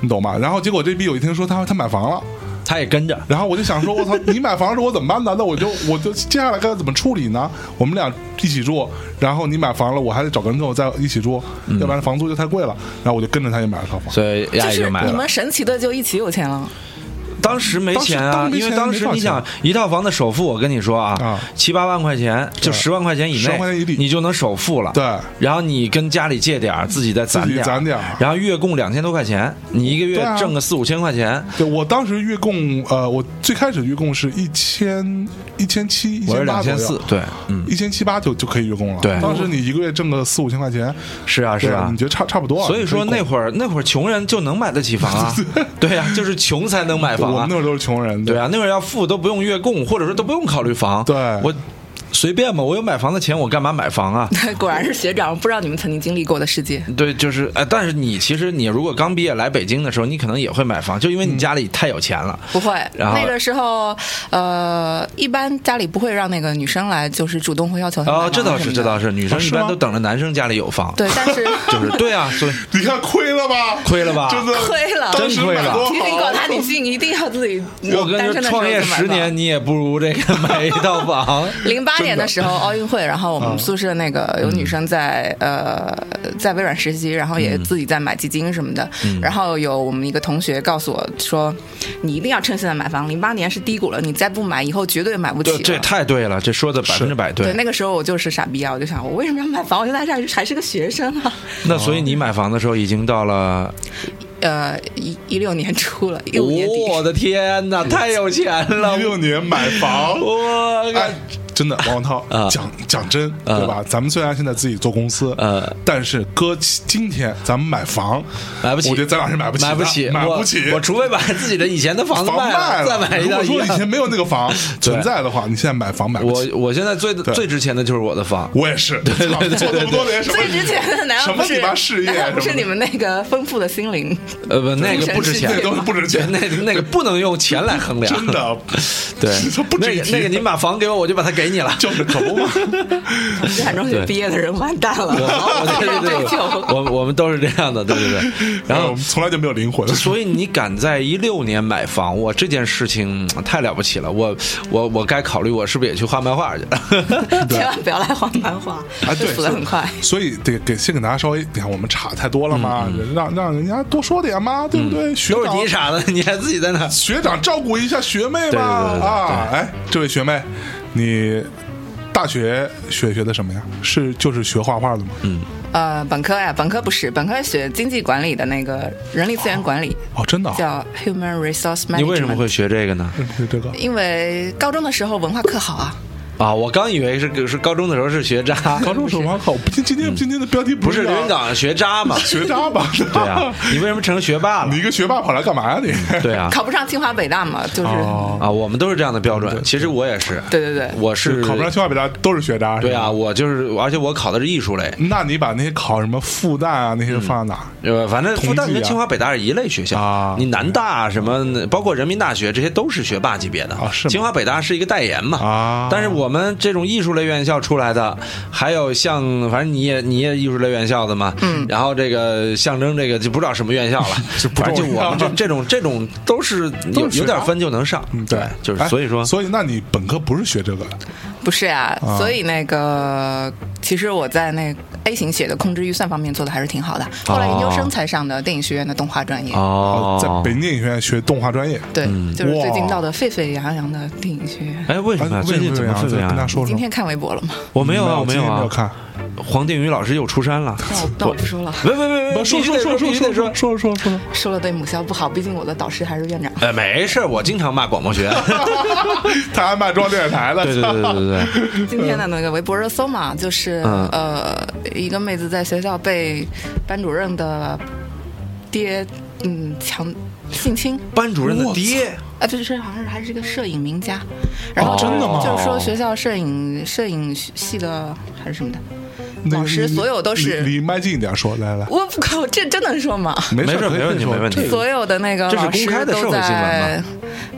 S3: 你懂吗？然后结果这逼有一天说他他买房了。
S2: 他也跟着。
S3: 然后我就想说，我 *laughs* 操，你买房的时候我怎么办呢？那我就我就接下来该怎么处理呢？我们俩一起住，然后你买房了，我还得找个人跟我在一起住，要不然房租就太贵了。然后我就跟着他也买了套房。
S2: 所以
S4: 就
S2: 亚也
S4: 是
S2: 就买
S4: 你
S2: 了
S4: 们，神奇的就一起有钱了， *laughs*
S2: 当时没钱啊
S3: 当时当时，没
S2: 因
S3: 钱
S2: 为当时你想一套房的首付，我跟你说啊
S3: 啊，
S2: 七八万块钱，就十万块钱以
S3: 10万块钱
S2: 内
S3: 以，里
S2: 你就能首付了。
S3: 对
S2: 然后你跟家里借点儿，自己再攒点儿，
S3: 自己攒点儿
S2: 然后月供两千多块钱，你一个月
S3: 对啊
S2: 挣个四五千块钱，
S3: *laughs* 对我当时月供，呃，我最开始月供是一千一千七一
S2: 我是
S3: 千
S2: 两
S3: 八左
S2: 千
S3: 右
S2: 四，，对，嗯，
S3: 一千七八就就可以月供了。
S2: 对
S3: 当时你一个月挣个四五千块钱，
S2: 是啊，是
S3: 对
S2: 啊
S3: 你。觉得差差不多啊？
S2: 所以说
S3: 你可
S2: 那会儿那会儿穷人就能买得起房
S3: *laughs*
S2: 啊，对呀，就是穷才能买房
S3: 供我
S2: 啊
S3: 们那。会儿都是穷人，
S2: 对啊，那会儿要付都不用月供，或者说都不用考虑房。
S3: 对
S2: 我随便嘛，我有买房的钱，我干嘛买房啊？
S4: 果然是学长，不知道你们曾经经历过的世界。
S2: 对，就是哎，但是你其实你如果刚毕业来北京的时候，你可能也会买房，就因为
S4: 嗯
S2: 你家里太有钱了。
S4: 不会，
S2: 然后
S4: 那个时候，呃，一般家里不会让那个女生来，就是主动会要求她买
S2: 哦，
S4: 房
S2: 这倒
S4: 什
S2: 是，
S4: 么
S2: 这
S4: 的哦
S2: 倒是，女生
S3: 啊
S2: 一
S3: 是
S2: 般
S3: 吗
S2: 都等着男生家里有房。，
S4: 对，但是
S2: *laughs* 就是对啊，
S4: *laughs*
S2: 所以
S3: 你看亏了吧？
S2: 亏了吧？
S3: 真的
S4: 亏了，
S3: 当时
S2: 真亏了
S3: 买
S4: *laughs*
S3: 多好
S4: 其实你广大女性一定要自己，
S2: 我跟你说，创业十年，。你也不如这
S4: *laughs*
S2: 个买一套房。
S4: 零八年的时候，奥运会，然后我们宿舍那个有女生在、呃在微软实习，然后也自己在买基金什么的。
S3: 嗯
S4: 然后有我们一个同学告诉我说：“你一定要趁现在买房，零八年是低谷了，你再不买，以后绝对买不起
S2: 对，
S4: 了。”
S2: 这太对了，这说的百分之百
S4: 对
S2: 对。
S4: 那个时候我就是傻逼啊！我就想，我为什么要买房？我现在还是还是个学生啊。 *laughs*
S2: 那所以你买房的时候已经到了，
S4: 呃，一一 *laughs* 六年初
S3: 哦
S4: 了，一五年底。
S2: 哦我的天哪，太有钱了。
S4: *laughs*
S3: 一！六年买
S2: *laughs*
S3: 房
S2: 我
S3: 哎，真的，王涛
S2: 啊
S3: 讲讲真，
S2: 嗯
S3: 对吧？咱们虽然现在自己做公司，
S2: 呃，
S3: 但是搁今天咱们买房，
S2: 买不起，
S3: 我觉得咱俩是买不起
S2: 买
S3: 的，
S2: 不起，
S3: 买
S2: 我
S3: 不起。
S2: 我除非把自己的以前的房子
S3: 房
S2: 卖
S3: 了，
S2: 再买一套
S3: 如
S2: 一
S3: 果
S2: 样
S3: 说以前没有那个房存
S2: 对
S3: 在的话，你现在买房买不起。
S2: 我我现在最最值钱的就是我的房。
S3: 我也是，操做这么多年什么
S4: 最值钱的难道不
S3: 什
S4: 是
S3: 么你妈事业
S4: 难道不
S3: 什
S4: 是
S3: 么的
S4: 你们那个丰富的心灵？ *laughs*
S2: 呃不，那个不值钱
S3: *laughs* 那，都是不值钱，
S2: 那那个不能用钱来衡量，
S3: 真的，
S2: 对
S3: *laughs* 这不，值
S2: 那个
S3: 钱
S2: 那个，您把房给我，我就把它给给你了。
S3: 就是可不嘛，
S4: 遗产中学毕业的人完蛋
S2: 我
S4: 了，
S2: 我对
S4: *laughs*
S3: *laughs*
S2: 对对，我我们都是这样的，对对对。 *laughs* 然
S3: 我
S2: 后
S3: 们，从来就没有灵魂。
S2: 所以你敢在一六年买房，我这件事情嗯太了不起了。我我我该考虑我是不是也去画漫画去
S4: *laughs*
S2: 了。
S4: 千万不要来画漫画，
S3: 啊，
S4: 会
S3: 对，
S4: 死的很快。
S3: 所以得给先给大家稍微，你看我们差太多了嘛，让让人家多说点嘛，对不对？学
S2: 嗯 *laughs* 都是
S3: 长
S2: 你傻的，你还自己在那。
S3: 学长照顾一下学
S2: 对对
S3: 妹嘛
S2: 对对
S3: 啊！哎，这位学妹，你大学学学的什么呀？是就是学画画的吗？嗯，
S4: 呃，本科呀，本科不是，本科学经济管理的那个人力资源管理，
S3: 哦，真的、啊，
S4: 叫 Human Resource Management。
S2: 你为什么会？学这个呢？
S3: 是这个
S4: 因为高中的时候文化课好啊，
S2: 啊，我刚以为是是高中的时候是学渣，
S3: 高中时候还好，不今今天今天的标题
S2: 不
S3: 不
S2: 是
S3: 是
S2: 刘云
S3: 啊
S2: 港学渣
S3: *laughs*
S2: 嘛？
S3: 学渣吧？
S2: *laughs* 对啊，你为什么成了学霸了
S3: 你？一个学霸跑来干嘛呀你？
S2: 对啊，
S4: 考不上清华北大嘛，就是、
S3: *laughs* 哦，
S2: 啊，我们都是这样的标准。其实我也是，
S4: 对对对
S2: 我是
S3: 考不上清华北大都是学渣，
S2: 对
S3: 是吧
S2: 啊，。我就是，而且我考的是艺术类，
S3: 那你把那些考什么复旦啊那些放在哪儿？
S2: 呃，反正复
S3: 同济
S2: 旦
S3: 啊
S2: 跟清华北大是一类学校
S3: 啊嗯
S2: 你南大什么，包括人民大学，这些都是学霸级别的。
S3: 啊是吗
S2: 清华北大是一个代言嘛。
S3: 啊
S2: 但是我们这种艺术类院校出来的，还有像反正你也你也艺术类院校的嘛，嗯，然后这个象征这个就不知道什么院校
S3: *laughs*
S2: 了，
S3: 这不
S2: 反正就
S3: 重要
S2: 我们这这种这种都是有
S3: 都是学
S2: 有
S3: 渣
S2: 点分就能上，
S3: 嗯，对，
S2: 就是
S3: 哎
S2: 所以说
S3: 所以那你本科不是学这个的
S4: 不是呀、
S3: 啊
S4: 所以那个其实我在那 A 型血的控制预算方面做的还是挺好的，后来研究生才上的电影学院的动画专业，
S2: 哦，
S3: 呃在北京电影学院学动画专业。
S4: 对、就是最近
S3: 哇
S4: 闹得沸沸扬扬的电影学院。
S2: 哎，为什么
S3: 哎
S2: 呀最近怎么
S3: 为什
S2: 沸沸
S3: 这样
S2: 扬扬
S3: 跟大家？说
S4: 今
S3: 说。
S4: 天看微博了吗？
S2: 我没有啊，我
S3: 今
S2: 有
S3: 天没有
S2: 啊。
S3: 看。 *laughs*
S2: 黄定宇老师又出山了，
S4: 那我那我不哦说了，
S2: 喂喂喂喂，
S3: 说
S2: 必须
S3: 说
S2: 得必
S3: 说说
S2: 须得
S3: 说
S2: 说
S3: 说。说说说，
S4: 说了对母校不好，毕竟我的导师还是院长。
S2: 呃，没事儿，我经常骂广播
S3: *laughs*
S2: 学。
S3: 他还卖中央电视台的。
S2: 对对对对对对，
S4: 今天的那个微博热搜嘛，就是、
S2: 嗯
S4: 呃，一个妹子在学校被班主任的爹嗯强性侵，
S2: 班主任的爹
S4: 啊，不是，好像是还是个摄影名家，然后
S2: 哦
S4: 就是
S2: 真的吗
S4: 就是说学校摄影摄影系的还是什么的，
S3: *laughs* 那
S4: 老师
S3: 你
S4: 所有都是
S3: 离离麦近一点说，来来，
S4: 我不靠，这真能说吗？
S3: 没
S2: 没事
S3: 可以
S2: 没问题
S3: 可以说
S2: 没问题
S3: 这个
S4: 所有的那个
S2: 这是
S4: 老师
S2: 公开的社
S4: 都
S2: 会新闻
S4: 在
S2: 吗，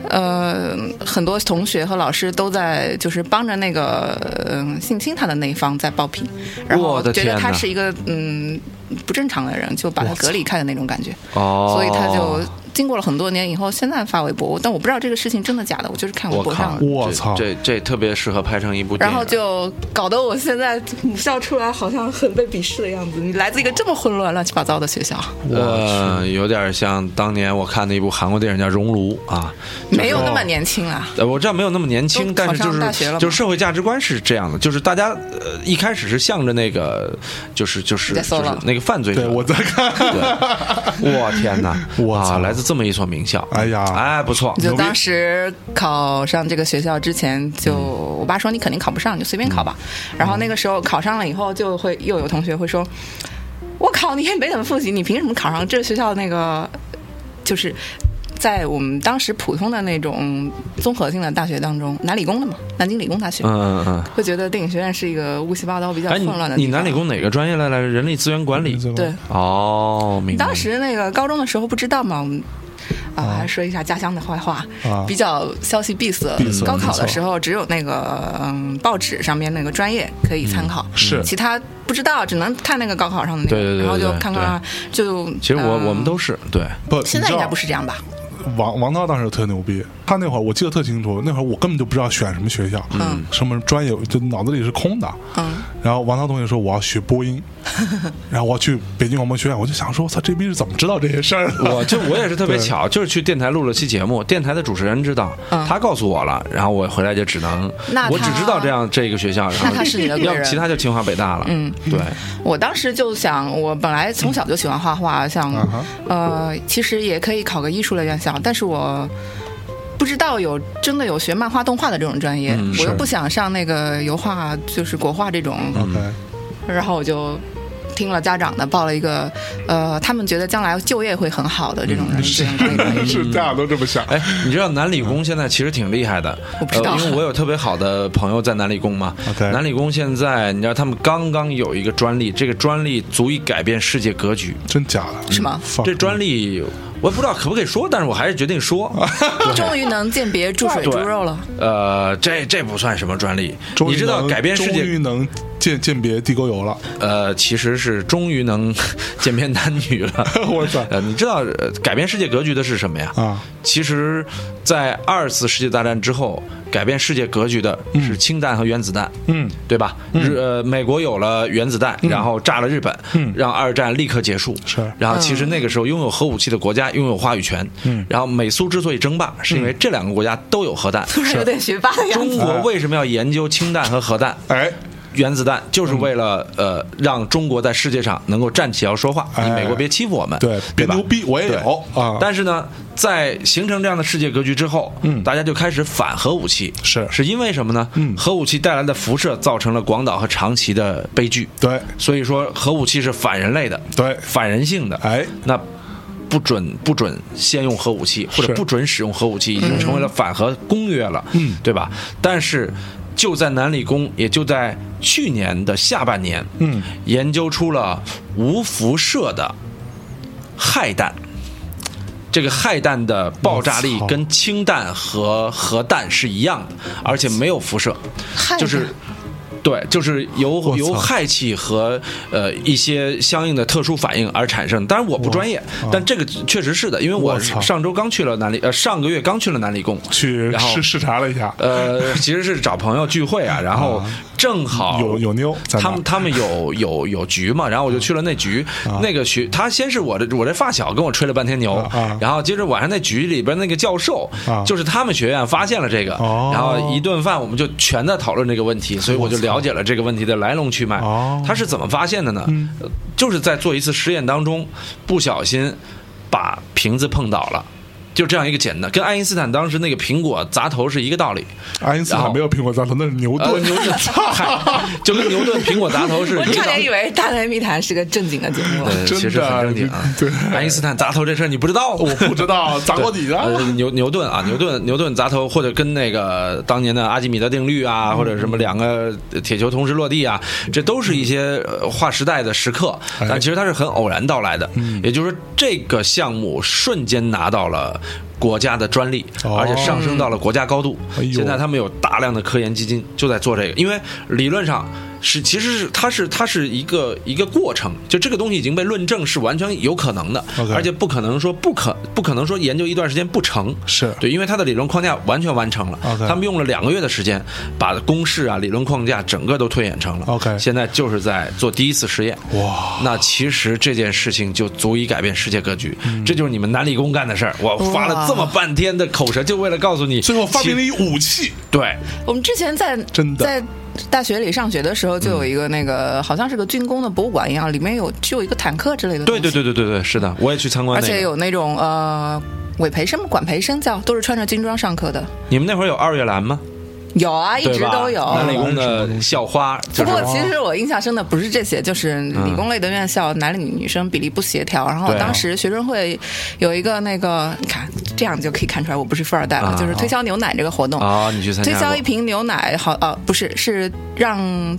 S4: 呃，很多同学和老师都在就是帮着那个嗯、性侵他的那一方在报平，然后
S2: 我的
S4: 觉得
S2: 天
S4: 他
S2: 哪
S4: 是一个嗯不正常的人，就把他隔离开的那种感觉，
S2: 哦，
S4: 所以他就经过了很多年以后，现在发微博，但我不知道这个事情真的假的，我就是看微
S2: 我
S4: 博
S2: 靠
S4: 上，
S3: 我操
S2: 这这这特别适合拍成一部电
S4: 然
S2: 影。
S4: 后就搞得我现在母校出来好像很被鄙视的样子。你来自一个这么混乱、乱七八糟的学校，
S2: 呃，有点像当年我看的一部韩国电影叫《熔炉》啊，
S4: 没有那么年轻啊啦。
S2: 呃，我知道没有那么年轻，
S4: 都
S2: 但
S4: 考
S2: 是就
S4: 上大
S2: 是
S4: 学了嘛
S2: 就是社会价值观是这样的，就是大家呃一开始是向着那个就是就是
S4: 你在
S2: 就
S4: 搜
S2: 是
S4: 了
S2: 那个犯罪者
S3: 对，我在看。
S2: 对，我天哪！
S3: 我
S2: 哇，
S3: 操
S2: 来自这么一所名校，
S3: 哎呀
S2: 哎，不错，
S4: 就
S3: 牛逼
S4: 当时考上这个学校之前就，
S2: 嗯
S4: 我爸说你肯定考不上，你就随便考吧。然后那个时候考上了以后，就会又有同学会说：“我靠，你也没怎么复习，你凭什么考上这个学校？”那个就是在我们当时普通的那种综合性的大学当中，南理工的嘛，南京理工大学，
S2: 嗯嗯嗯。
S4: 会觉得电影学院是一个乌七八糟、比较
S2: 哎，
S4: 混
S2: 你
S4: 乱的地
S2: 你
S4: 方。
S2: 南理工哪个专业来来着？人力资源管理。
S4: 对，
S2: 哦，明白。
S4: 当时那个高中的时候不知道嘛，我们啊，还说一下家乡的坏话，
S3: 啊
S4: 比较消息闭塞。
S3: 闭塞
S4: 高考
S3: 没错
S4: 的时候只有那个嗯报纸上面那个专业可以参考，
S3: 是
S4: 其他不知道，只能看那个高考上的那个，
S2: 嗯对对对
S4: 然后
S2: 对
S4: 就
S2: 对
S4: 看看就。
S2: 其实我
S4: 嗯
S2: 我们都是对，
S3: 不，
S4: 现在
S3: 你
S4: 应
S3: 知
S4: 该
S3: 道
S4: 不是这样吧？
S3: 王王涛当时特牛逼，他那会儿我记得特清楚，那会儿我根本就不知道选什么学校，
S4: 嗯，
S3: 什么专业，就脑子里是空的。
S4: 嗯，
S3: 然后王涛同学说我要学播
S4: *laughs*
S3: 音，然后我要去北京广播学院，我就想说，我操，这逼是怎么知道这些事儿的？
S2: *laughs* 我就我也是特别
S3: 对
S2: 巧，就是去电台录了期节目，电台的主持人知道，他告诉我了，然后我回来就只能
S4: 嗯那，他
S2: 我只知道这样这个学校，然后
S4: 那他是你的贵
S2: 要
S4: 人
S2: 不其他就清华北大了。嗯，对，
S4: 我当时就想，我本来从小就喜欢画画，想
S2: 嗯
S3: 啊哈
S4: 呃，其实也可以考个艺术类院校，但是我不知道有真的有学漫画动画的这种专业，我又
S3: 是
S4: 不想上那个油画，就是国画这种，
S2: 嗯
S3: OK，
S4: 然后我就。听了家长的，报了一个，呃，他们觉得将来就业会很好的这
S2: 嗯
S4: 种人这种专业
S2: *laughs*
S4: 专
S3: *laughs*
S4: 业
S3: 是大家都这么
S4: 嗯
S3: 想。
S2: 哎，你知道南理
S3: 嗯
S2: 工现在其实挺厉害的，
S4: 我不知道
S2: 呃，因为我有特别好的朋友在南理工嘛。
S3: OK
S2: 南理工现在你知道他们刚刚有一个专利，这个专利足以改变世界格局。
S3: 真假的？
S4: 是吗
S3: 放
S2: 这专利我也不知道可不可以说，但是我还是决定
S3: *laughs*
S2: 说。
S4: 终于能鉴别注水猪肉了。
S2: 呃，这这不算什么专利，
S3: 终于
S2: 你知道
S3: 能
S2: 改变世
S3: 终于
S2: 界，
S3: 能鉴鉴别地沟油了。
S2: 呃，其实是终于能 *laughs* 见面男女了。
S3: *laughs* 我操
S2: 呃，你知道、呃改变世界格局的是什么呀？
S3: 啊！
S2: 其实，在二次世界大战之后，改变世界格局的是氢弹和原子弹，
S3: 嗯，
S2: 对吧？日呃，美国有了原子弹，然后炸了日本，
S3: 嗯
S2: 让二战立刻结束。
S3: 是
S2: 然后其实那个时候拥有核武器的国家拥有话语权，嗯，然后美苏之所以争霸，是因为这两个国家都有核弹。
S4: 突然有点学霸的样
S2: 中
S4: 子。
S2: 国为什么要研究氢弹和核弹？
S3: 哎，
S2: 原子弹就是为了、呃，让中国在世界上能够站起来说话。
S3: 嗯哎
S2: 你美国别欺负我们，
S3: 对别
S2: 对吧？
S3: 牛逼我也
S2: 对
S3: 有啊
S2: 但是呢，在形成这样的世界格局之后，嗯，大家就开始反核武器，
S3: 是
S2: 是因为什么呢？
S3: 嗯
S2: 核武器带来的辐射造成了广岛和长崎的悲剧。
S3: 对
S2: 所以说核武器是反人类的，
S3: 对
S2: 反人性的。
S3: 哎
S2: 那不准不准先用核武器，或者
S3: 是
S2: 不准使用核武器，已经成为了反核公约了，嗯，对吧？但是就在南理工，也就在去年的下半年，
S3: 嗯，
S2: 研究出了无辐射的氦弹。这个氦弹的爆炸力
S3: 我操
S2: 跟氢弹和核弹是一样的，而且没有辐射，就是对，就是由
S3: 我
S2: 由
S3: 操
S2: 氦气和呃一些相应的特殊反应而产生。当然我不专业，但这个确实是的，因为我
S3: 我操
S2: 上周刚去了南理，呃，上个月刚去了南理工
S3: 去
S2: 然后
S3: 视视察了一下，
S2: 呃，其实是找朋友聚会啊，然后正好
S3: 有有妞在那
S2: 哦他们他们有有有局嘛，然后我就去了那局，那个局他先是我的我这发小跟我吹了半天牛，
S3: 啊
S2: 然后接着晚上那局里边那个教授、
S3: 啊
S2: 就是他们学院发现了这个，
S3: 哦
S2: 然后一顿饭我们就全在讨论这个问题，所以我就了解了这个问题的来龙去脉。
S3: 啊哦嗯
S2: 他是怎么发现的呢？呃就是在做一次实验当中不小心把瓶子碰倒了。就这样一个简单，跟爱因斯坦当时那个苹果砸头是一个道理。
S3: 爱因斯坦没有苹果砸头，那是牛
S2: 呃，
S3: 顿。
S2: 牛顿，嗨就跟牛顿苹果砸头是
S4: 我
S2: 一个
S4: 差
S2: 道
S4: 点
S2: 理
S4: 以。为《大内密谈》是个正经的节目了。
S2: 呃，其实
S3: *laughs* 真的
S2: 很正经啊。
S3: 对
S2: 爱因斯坦砸头这事儿你不知道？
S3: 我 *laughs* 不知道砸过你
S2: 呃
S3: 的，
S2: 牛牛顿
S3: *laughs*
S2: 啊，牛顿牛顿砸头，或者跟那个当年的阿基米德定律
S3: 嗯
S2: 啊，或者什么两个铁球同时落地啊，这都是一些呃划时代的时刻，
S3: 哎
S2: 但其实它是很偶然到来的。
S3: 嗯
S2: 也就是说，这个项目瞬间拿到了。国家的专利，
S3: 哦
S2: 而且上升到了国家高度。
S3: 哎呦
S2: 现在他们有大量的科研基金就在做这个，因为理论上是其实是它是它是一个一个过程，就这个东西已经被论证是完全有可能的
S3: OK
S2: 而且不可能说不可不可能说研究一段时间不成，
S3: 是
S2: 对，因为它的理论框架完全完成了
S3: OK
S2: 他们用了两个月的时间把公式啊、理论框架整个都推演成了。
S3: OK
S2: 现在就是在做第一次实验。
S3: 哇！
S2: 那其实这件事情就足以改变世界格局，
S3: 嗯
S2: 这就是你们南理工干的事儿。我发了这么半天的口舌，就为了告诉你，
S3: 最后发明了
S2: 其
S3: 一武器，
S2: 对
S4: 我们之前在
S3: 真的
S4: 在大学里上学的时候，就有一个那
S2: 嗯
S4: 个、好像是个军工的博物馆一样，里面有就有一个坦克之类的
S2: 对
S4: 东西。
S2: 对对对对对，是的，我也去参观、
S4: 而
S2: 那个。
S4: 且有那种呃委培生、管培生叫，都是穿着军装上课的。
S2: 你们那会儿有二月兰吗？
S4: 有啊，一
S2: 对
S4: 直
S2: 吧
S4: 都有。
S2: 南理工
S3: 嗯
S2: 的校花就
S4: 不
S2: 是嗯
S4: 过其实我印象深的不是这些，就是理工类的院校男女女生比例不协调。然后
S2: 对啊
S4: 当时学生会有一个那个，你看这样就可以看出来我不是富二代了，
S2: 啊
S4: 就是推销牛奶这个活动。
S2: 啊，你去参加
S4: 推
S2: 过
S4: 销一瓶牛奶，好呃，不是，是让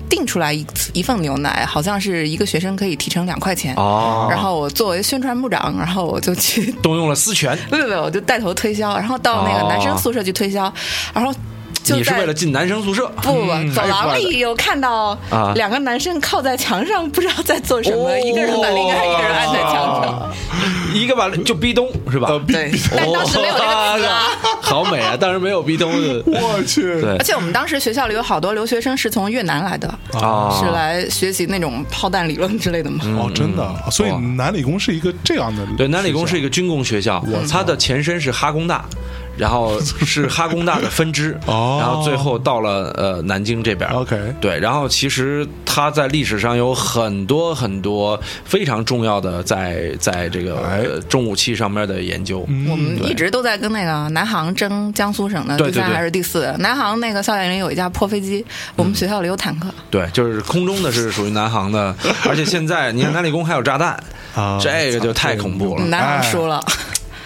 S4: 定出来一一份牛奶，好像是一个学生可以提成两块钱。
S2: 哦，
S4: 然后我作为宣传部长，然后我就去
S2: 动用了私权。
S4: 不不不，我就带头推销，然后到那个男生宿舍去推销，然后就
S2: 哦你是
S4: 在
S2: 为了进男生宿舍？嗯
S4: 不不不，走廊
S2: 还是
S4: 里有看到
S2: 啊
S4: 两个男生靠在墙上，不知道在做什么，
S2: 哦
S4: 一个人把另外一个人按在墙上，
S2: 一个把就壁咚是吧？
S3: 呃
S2: 哦
S4: 对， *laughs* 但当时没有这个词啊。
S2: *laughs* 好美啊！当时没有壁咚的
S3: 我去， *laughs*
S2: 对
S4: *laughs* 而且我们当时学校里有好多留学生是从越南来的，
S2: 啊嗯
S4: 是来学习那种炮弹理论之类的嘛。
S3: 哦，真的，所以南理工是一个这样的学校，
S2: 对，南理工是一个军工学校，
S3: 啊
S2: 它的前身是哈工大，然后是哈工大的分支，
S3: *laughs* 哦
S2: 然后最后到了呃南京这边。
S3: OK
S2: 对，然后其实它在历史上有很多很多非常重要的在在这个
S3: 哎嗯
S2: 呃重武器上面的研究。
S4: *laughs* 我们一直都在跟那个南航争江苏省的
S2: 对
S4: 第
S2: 对
S4: 三
S2: 对嗯
S4: 还是第四。南航那个校园里有一架破飞机，我们学校里有坦克。
S2: 对，就是空中的是属于南航
S3: *laughs*
S2: 的，而且现在你看南理工还有炸弹，
S3: 啊嗯
S2: 这个就太恐怖了。
S4: 南航输了，
S2: 哎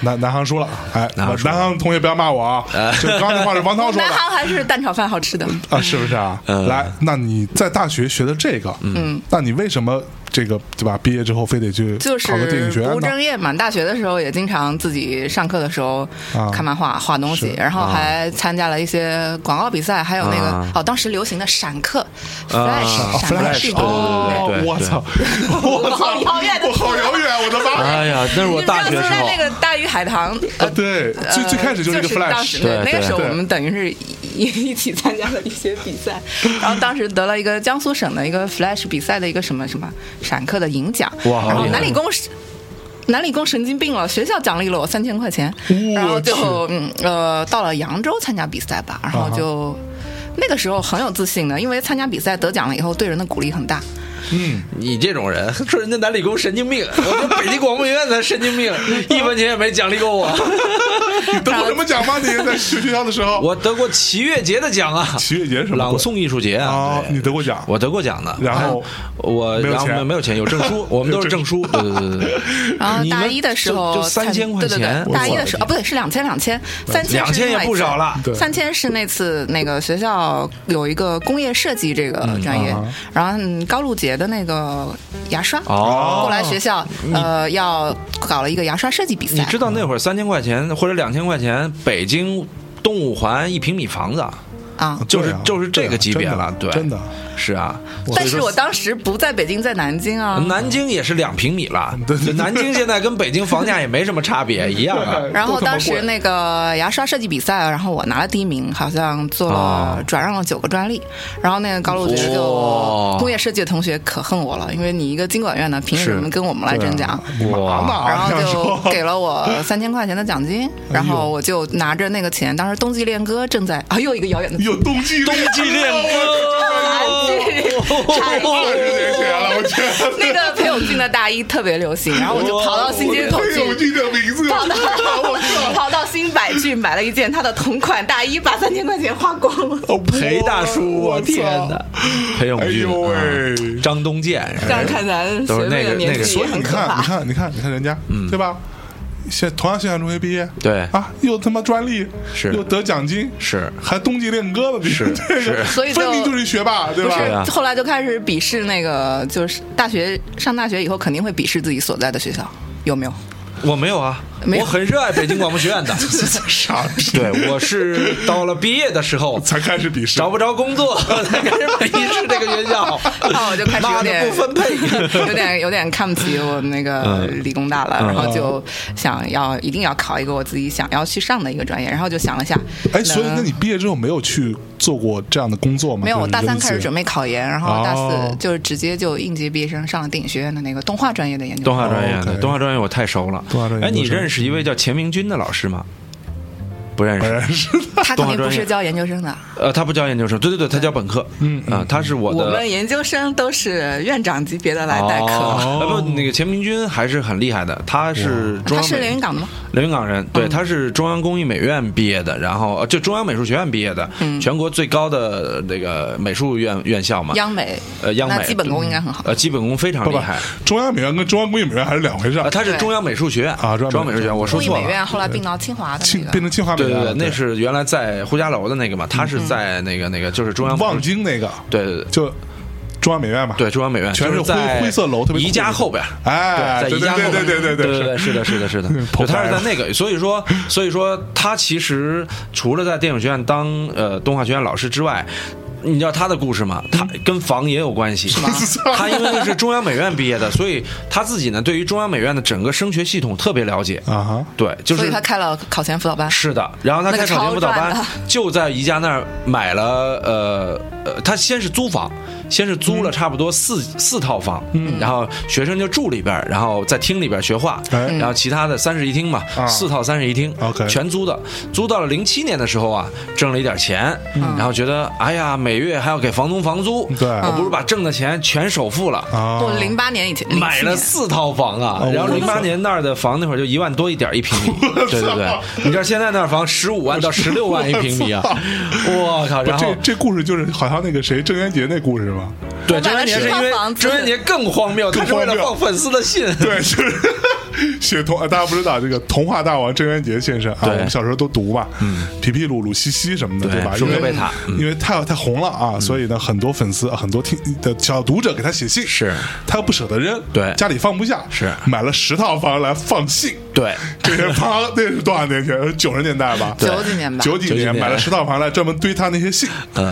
S3: 南南航输了，哎，
S2: 南
S3: 南
S2: 航输了哎
S3: 航同学不要骂我啊，就刚才话是王涛说
S4: *laughs* 南
S3: 的
S4: 航还是蛋炒饭
S2: 嗯
S4: 好吃的。
S2: 嗯
S3: 啊，是不是啊？来，那你在大学学的这个，嗯，那你为什么这个对吧？毕业之后非得去
S4: 嗯就是
S3: 考个电影学
S4: 不
S3: 院
S4: 务
S3: 呢？啊
S4: 正业嘛，大学的时候也经常自己上课的时候
S3: 啊
S4: 看漫画、画东西，
S3: 是
S4: 然后还参加了一些广告比赛，还有那个、
S2: 啊
S4: 哦，当时流行的闪客
S2: 啊
S3: 哦
S4: Flash 闪客
S3: Flash，
S4: 视频，
S3: 哦
S2: 对对对
S3: 我
S4: *laughs*
S3: 操，我操，
S4: 好遥远的
S3: 我好遥远，我的妈！
S2: 哎呀，那是我大学
S4: 就
S2: 时
S4: 是
S2: 候
S4: 那。个大鱼海棠。呃
S3: 啊，对，最最开始就是一个
S4: 呃当时
S3: Flash，
S4: 对，
S2: 对
S4: 那个时候
S3: 对
S4: 我们等于是一一起参加了一些比赛，然后当时得了一个江苏省的一个 Flash 比赛的一个什么什么闪客的银奖，
S2: 哇好
S4: 然后
S2: 厉害
S4: 南理工是。南理工神经病了，学校奖励了我三千块钱，然后就嗯呃到了扬州参加比赛吧，然
S3: 啊
S4: 后就、那个时候很有自信的，因为参加比赛得奖了以后对人的鼓励很大，
S2: 你这种人说人家南理工神经病， *laughs* 我这北京广播学院才神经病，一分钱也没奖励过
S3: *laughs*
S2: 我。
S3: 你得过什么奖吗？你在学学校的
S2: *laughs*
S3: 时候，
S2: 我得过齐越节的奖啊，
S3: 齐越节是什么鬼
S2: 朗诵艺术节啊
S3: 啊，，
S2: 对
S3: 你得过奖，
S2: 我得啊过奖的。
S3: 然后
S2: 我
S3: 没有
S2: 然后
S3: 钱
S2: 没有钱，有证书，我们
S3: *laughs*
S2: 都是证书。对对对对。
S4: 然后
S2: 你们
S4: 啊大一的时候
S2: 就就
S4: 参
S2: 三千块
S4: 对对
S2: 钱嗯
S4: 对，，大一的时候啊，不对，是两千两千，三千
S2: 两千也不少了。
S3: 对
S4: 三千是那次那个学校有一个工业设计这个
S2: 嗯
S4: 专业，
S3: 啊
S4: 然后嗯高露洁的那个牙刷，
S2: 哦
S4: 后来学校呃要搞了一个牙刷设计比
S2: 你
S4: 赛
S2: 知，道那会儿三千块钱或者两千块钱，北京动物环一平米房子，
S4: 啊。
S2: 就是、
S3: 对啊
S2: 就是这个级别
S3: 对啊
S2: 了，对，
S3: 真的
S2: 是啊。
S4: 但是我当时不在北京，在南京啊。
S2: 南京也是两平米了
S3: 对对，对
S2: 南京现在跟北京房价也没什么差别，一样啊。
S4: 然后
S3: 都他妈
S4: 当时
S3: 贵
S4: 那个牙刷设计比赛，然后我拿了第一名，好像做了
S3: 啊
S2: 哦
S4: 转让了九个专利。然后那个高露洁
S2: 哇
S4: 就工业设计的同学可恨我了，因为你一个经管院的，凭什么
S2: 是
S4: 跟我们来争奖？
S3: 你妈妈，
S4: 然后
S3: 我想啊说哎
S4: 就给了我三千块钱的奖金，然后我就拿着那个钱，当时冬季恋歌正在啊，又一个遥远的
S3: 有冬季冬
S2: 季恋哦歌，
S3: *laughs* 二十年前了，我天，
S4: 那个裴勇俊的大衣特别流行，然后我就跑到新街口
S3: 我有
S4: 去。
S3: 这个名字，
S4: 跑到
S3: 我
S4: 跑到新百去买了一件他的同款大衣，把三千块钱花光了。
S3: 靠，
S2: 裴大叔，
S3: 啊我
S2: 我
S3: 操
S2: 天哪！！裴勇
S3: 哎
S2: 俊
S3: 呦喂
S2: 啊，张东健，
S4: 这样看咱学
S2: 哎都是那
S4: 妹
S2: 个
S4: 的年
S2: 那个
S4: 纪
S2: 所
S4: 也
S2: 以
S4: 很
S3: 你
S4: 可
S3: 看，你
S4: 怕。
S3: 看，你看，你看人家，对吧？现同样现象中学毕业，
S2: 嗯对
S3: 啊，又他妈专利，
S2: 是
S3: 又得奖金，
S2: 是
S3: 还冬季恋歌了，你
S2: 是
S3: 这个
S2: 是
S4: 所以就
S3: 分明就是一学霸，对
S4: 不
S3: 吧？
S2: 对啊
S4: 是，后来就开始鄙视那个，就是大学上大学以后肯定会鄙视自己所在的学校，有 *laughs* 没有？
S2: 我没有啊，
S4: 没有
S2: 我很热爱北京广播学院的。
S3: *laughs* 傻逼，
S2: 对，我是到了毕业的时候
S3: 才开始鄙视
S2: 找，不着工
S4: *laughs*
S2: 作，才开始鄙视这个学校。
S4: 那我就开始有
S2: 妈的
S4: 点
S2: 不分配。
S4: 有点有点看不起我那个
S2: 嗯
S4: 理工大了，然后就想要一定要考一个我自己想要去上的一个专业，然后就想了一下，
S3: 哎，所以
S4: 能
S3: 那你毕业之后没有去做过这样的工作吗？
S4: 没有，
S3: 就是
S4: 我大三开始
S3: 类似
S4: 准备考研，然后大
S3: 哦
S4: 四就是直接就应届毕业生上了电影学院的那个动画专业的研究
S2: *laughs* 动
S4: 生。
S2: 画专业
S3: 哦
S2: 的，
S3: ，OK
S2: 动画专业我太熟了。
S3: 动画专业
S2: 哎，你
S3: 多熟
S2: 认识一位叫钱明君的老师吗？不认
S3: 不
S2: 识。
S3: 认识，
S4: 他肯定不
S2: 动画专业
S4: 是教研究生的，
S2: 呃，他不教研究生，对对对，他教本科。嗯啊，他是我
S4: 我
S2: 的。
S4: 们研究生都是院长级别的来代课。
S2: 哦呃不，那个钱明君还是很厉害的，他是中
S4: 他
S2: 央
S4: 是
S2: 美
S4: 连云港的吗？嗯
S2: 连云港人，对，他是中央工艺美院毕业的，然后呃就中央美术学院毕业的，
S4: 嗯
S2: 全国最高的那个美术院院校嘛，
S4: 央美，
S2: 呃央美
S4: 那基本功应该很好。
S2: 呃基本功非常
S3: 不
S2: 厉
S3: 不
S2: 害，，
S3: 中央美院跟中央工艺美院还是两回事
S2: 啊，
S3: 儿。
S2: 他是
S4: 对
S2: 中央美术学院
S3: 啊中
S2: 中央
S3: 央美
S2: 美术
S3: 术学
S2: 学
S3: 院
S2: 院，我说
S4: 工艺
S2: 错
S4: 美
S2: 了。嗯
S4: 院后来并到清华的
S3: 清
S4: 那
S3: 变
S4: 个
S3: 成清华美
S2: 对
S3: 院
S2: 对对
S3: 了，，
S2: 那是原来在呼家楼的那个嘛，他是
S4: 嗯
S2: 在那个那个就是中央美术
S3: 望京那个，
S2: 对对对
S3: 就中央美院嘛，
S2: 对中央美院，
S3: 全是
S2: 就在
S3: 灰灰色楼特别
S2: 宜家
S3: 酷
S2: 后边儿，
S3: 哎，
S2: 对，在
S3: 对
S2: 宜家后
S3: 对
S2: 面
S3: 对对对
S2: 对
S3: 对，，
S2: 是的，是的，是的
S3: *laughs*
S2: 对，
S3: 跑
S2: 他
S3: 白
S2: 是
S3: 了
S2: 在那个，所以说，所以说他其实除了在电影学院当呃动画学院老师之外。你知道他的故事吗？他
S3: 嗯
S2: 跟房也有关系，
S3: *laughs* 啊
S2: 他因为是中央美院毕业的，所以他自己呢对于中央美院的整个升学系统特别了解。
S3: 啊哈，
S2: 对，就
S4: 所
S2: 是
S4: 以他开了考前辅导班。
S2: 是的，然后他
S4: 那
S2: 开考
S4: 个
S2: 前
S4: 超
S2: 辅导
S4: 赚
S2: 班
S4: 的，
S2: 就在宜家那儿买了呃呃，他先是租房，先是
S4: 嗯
S2: 租了差不多四、四套房，
S3: 嗯
S2: 然后学生就住里边儿，然后在厅里边儿学画，
S3: 哎
S2: 然后其他的三室一厅嘛，
S3: 啊
S2: 四套三室一厅
S3: OK
S2: 全租的，租到了零七年的时候啊，挣了一点钱，然后觉得哎呀，每月还要给房东房租，
S3: 嗯对
S2: 我不如把挣的钱全首付了。
S3: 啊，
S4: 我零八年以前
S2: 买了
S4: 07年
S2: 四套房啊
S3: 哦，
S2: 然后
S3: 我
S2: 零
S3: 操
S2: 八年那儿的房那会儿就一万多一点儿一平米，对对对，你知道现在那儿房十五万到十六万一平米啊，我靠！
S3: 不
S2: 然后
S3: 这这故事就是好像那个谁郑渊洁那故事嘛，
S2: 对
S4: 我买
S2: 郑
S4: 了
S2: 渊洁是
S4: 10
S2: 因
S4: 套
S2: 为
S4: 房子
S2: 郑渊洁更荒谬，他是为了
S3: 更荒
S2: 放
S3: 谬
S2: 粉丝的信，
S3: 对，就是 *laughs* 写童，呃大家不知道这个童话大王郑渊洁先生啊，我
S2: 对嗯
S3: 们小时候都读吧，皮皮鲁鲁西西什么的，
S2: 对
S3: 吧？
S2: 舒
S3: 因
S2: 克
S3: 为
S2: 贝塔嗯
S3: 因为太太红了啊，所以呢，很多粉丝、很多听的小读者给他写信，
S2: 是
S3: 他又不舍得扔，
S2: 对
S3: 家里放不下，
S2: 是
S3: 买了十套房来放信，
S2: 对，
S3: *laughs* 这些房那是多少年前？九十年代吧，
S4: 九几年吧，
S3: 九几
S2: 九几
S3: 年
S2: 年
S3: 买了十套房来专门堆他那些信，
S2: 嗯，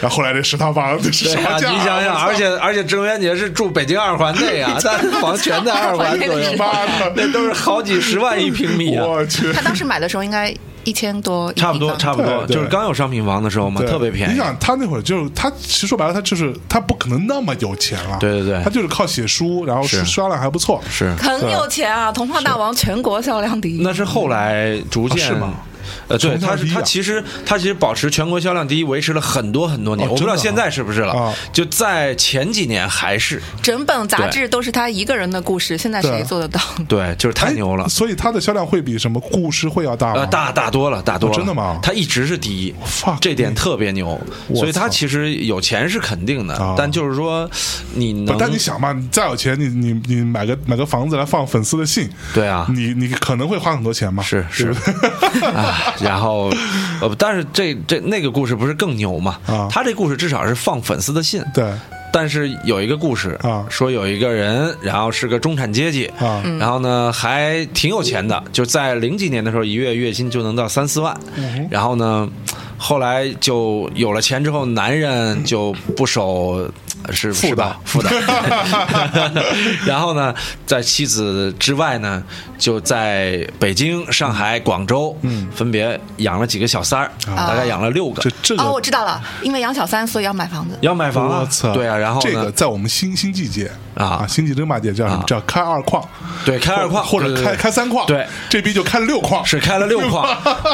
S3: 然后后来这十套房是
S2: 对
S3: 什
S2: 啊，
S3: 么
S2: 你
S3: 价啊？
S2: 想想，
S3: 我操，
S2: 而且而且郑渊洁是住北京二环内
S4: *laughs*
S2: 啊，但房全在二环左右
S3: 妈
S2: *laughs*
S3: 的，
S2: 那都是好几十万一平米啊。
S3: 我去，
S4: 他当时买的时候应该一
S2: *laughs*
S4: 千多，
S2: 差不
S4: *laughs*
S2: 多，差不多，
S3: 对对
S2: 就是刚有商品房的时候嘛，
S3: 对
S2: *laughs* 特别便
S3: 你
S2: 宜。
S3: 想他那会儿就是他，其实说白了，他就是他不可能那么有钱了，
S2: 对对对
S3: 他就是靠写书，然后
S2: 是
S3: 销量还不错，
S2: 是，
S4: 很有钱啊！童话大王全国销量第一，
S2: 那是后来逐渐、
S3: 啊是吗
S2: 呃，对，
S3: 从小
S2: 它是
S3: 第一啊
S2: 它其实它其实保持全国销量第一，维持了很多很多年。
S3: 哦
S2: 我不知道
S3: 真的啊
S2: 现在是不是了，
S3: 啊
S2: 就在前几年还是
S4: 整本杂志都是他一个人的故事，现在
S3: 对
S4: 谁做得到？
S2: 对，啊就是太
S3: 哎
S2: 牛了，
S3: 所以他的销量会比什么故事会要大吗？
S2: 呃，大大多了，大多了，
S3: 哦真的吗
S2: 它一直是第一
S3: Fuck，
S2: 这点特别牛，
S3: 我
S2: 所以它
S3: 操
S2: 其实有钱是肯定的，
S3: 啊
S2: 但就是说你
S3: 不
S2: 能，
S3: 但你想嘛，你再有钱，你你你买个买个房子来放粉丝的信，
S2: 对啊，
S3: 你你可能会花很多钱嘛，
S2: 是是， *laughs* 啊，然后呃，但是这这那个故事不是更牛吗？
S3: 啊
S2: 他这故事至少是放粉丝的信，
S3: 对
S2: 但是有一个故事
S3: 啊
S2: 说有一个人，然后是个中产阶级
S3: 啊
S2: 然后呢还挺有钱的，就在零几年的时候，一月月薪就能到三四万，
S3: 嗯
S2: 然后呢，后来就有了钱之后，男人就不守。是
S3: 妇
S2: 是吧
S3: 道
S2: 妇道，
S3: *laughs*
S2: 然后呢，在妻子之外呢，就在北京、上海、广州，嗯，分别养了几个小三儿，大概养了六个
S3: 啊这，这
S4: 哦，我
S3: 个
S4: 知道了，因为养小三，所以要买房子。
S2: 要买房
S3: 我
S2: 啊，
S3: 操，
S2: 对啊，然后
S3: 这
S2: 呢
S3: 个，在我们新新季节
S2: 啊
S3: 新季争霸节叫什么
S2: 啊？
S3: 叫开二矿，
S2: *laughs* 对，开二矿
S3: 或
S2: 对
S3: 者
S2: 对
S3: 开
S2: 对
S3: 开三矿，
S2: 对，
S3: 这逼就开了六矿，
S2: 是开了六
S3: *laughs*
S2: 矿，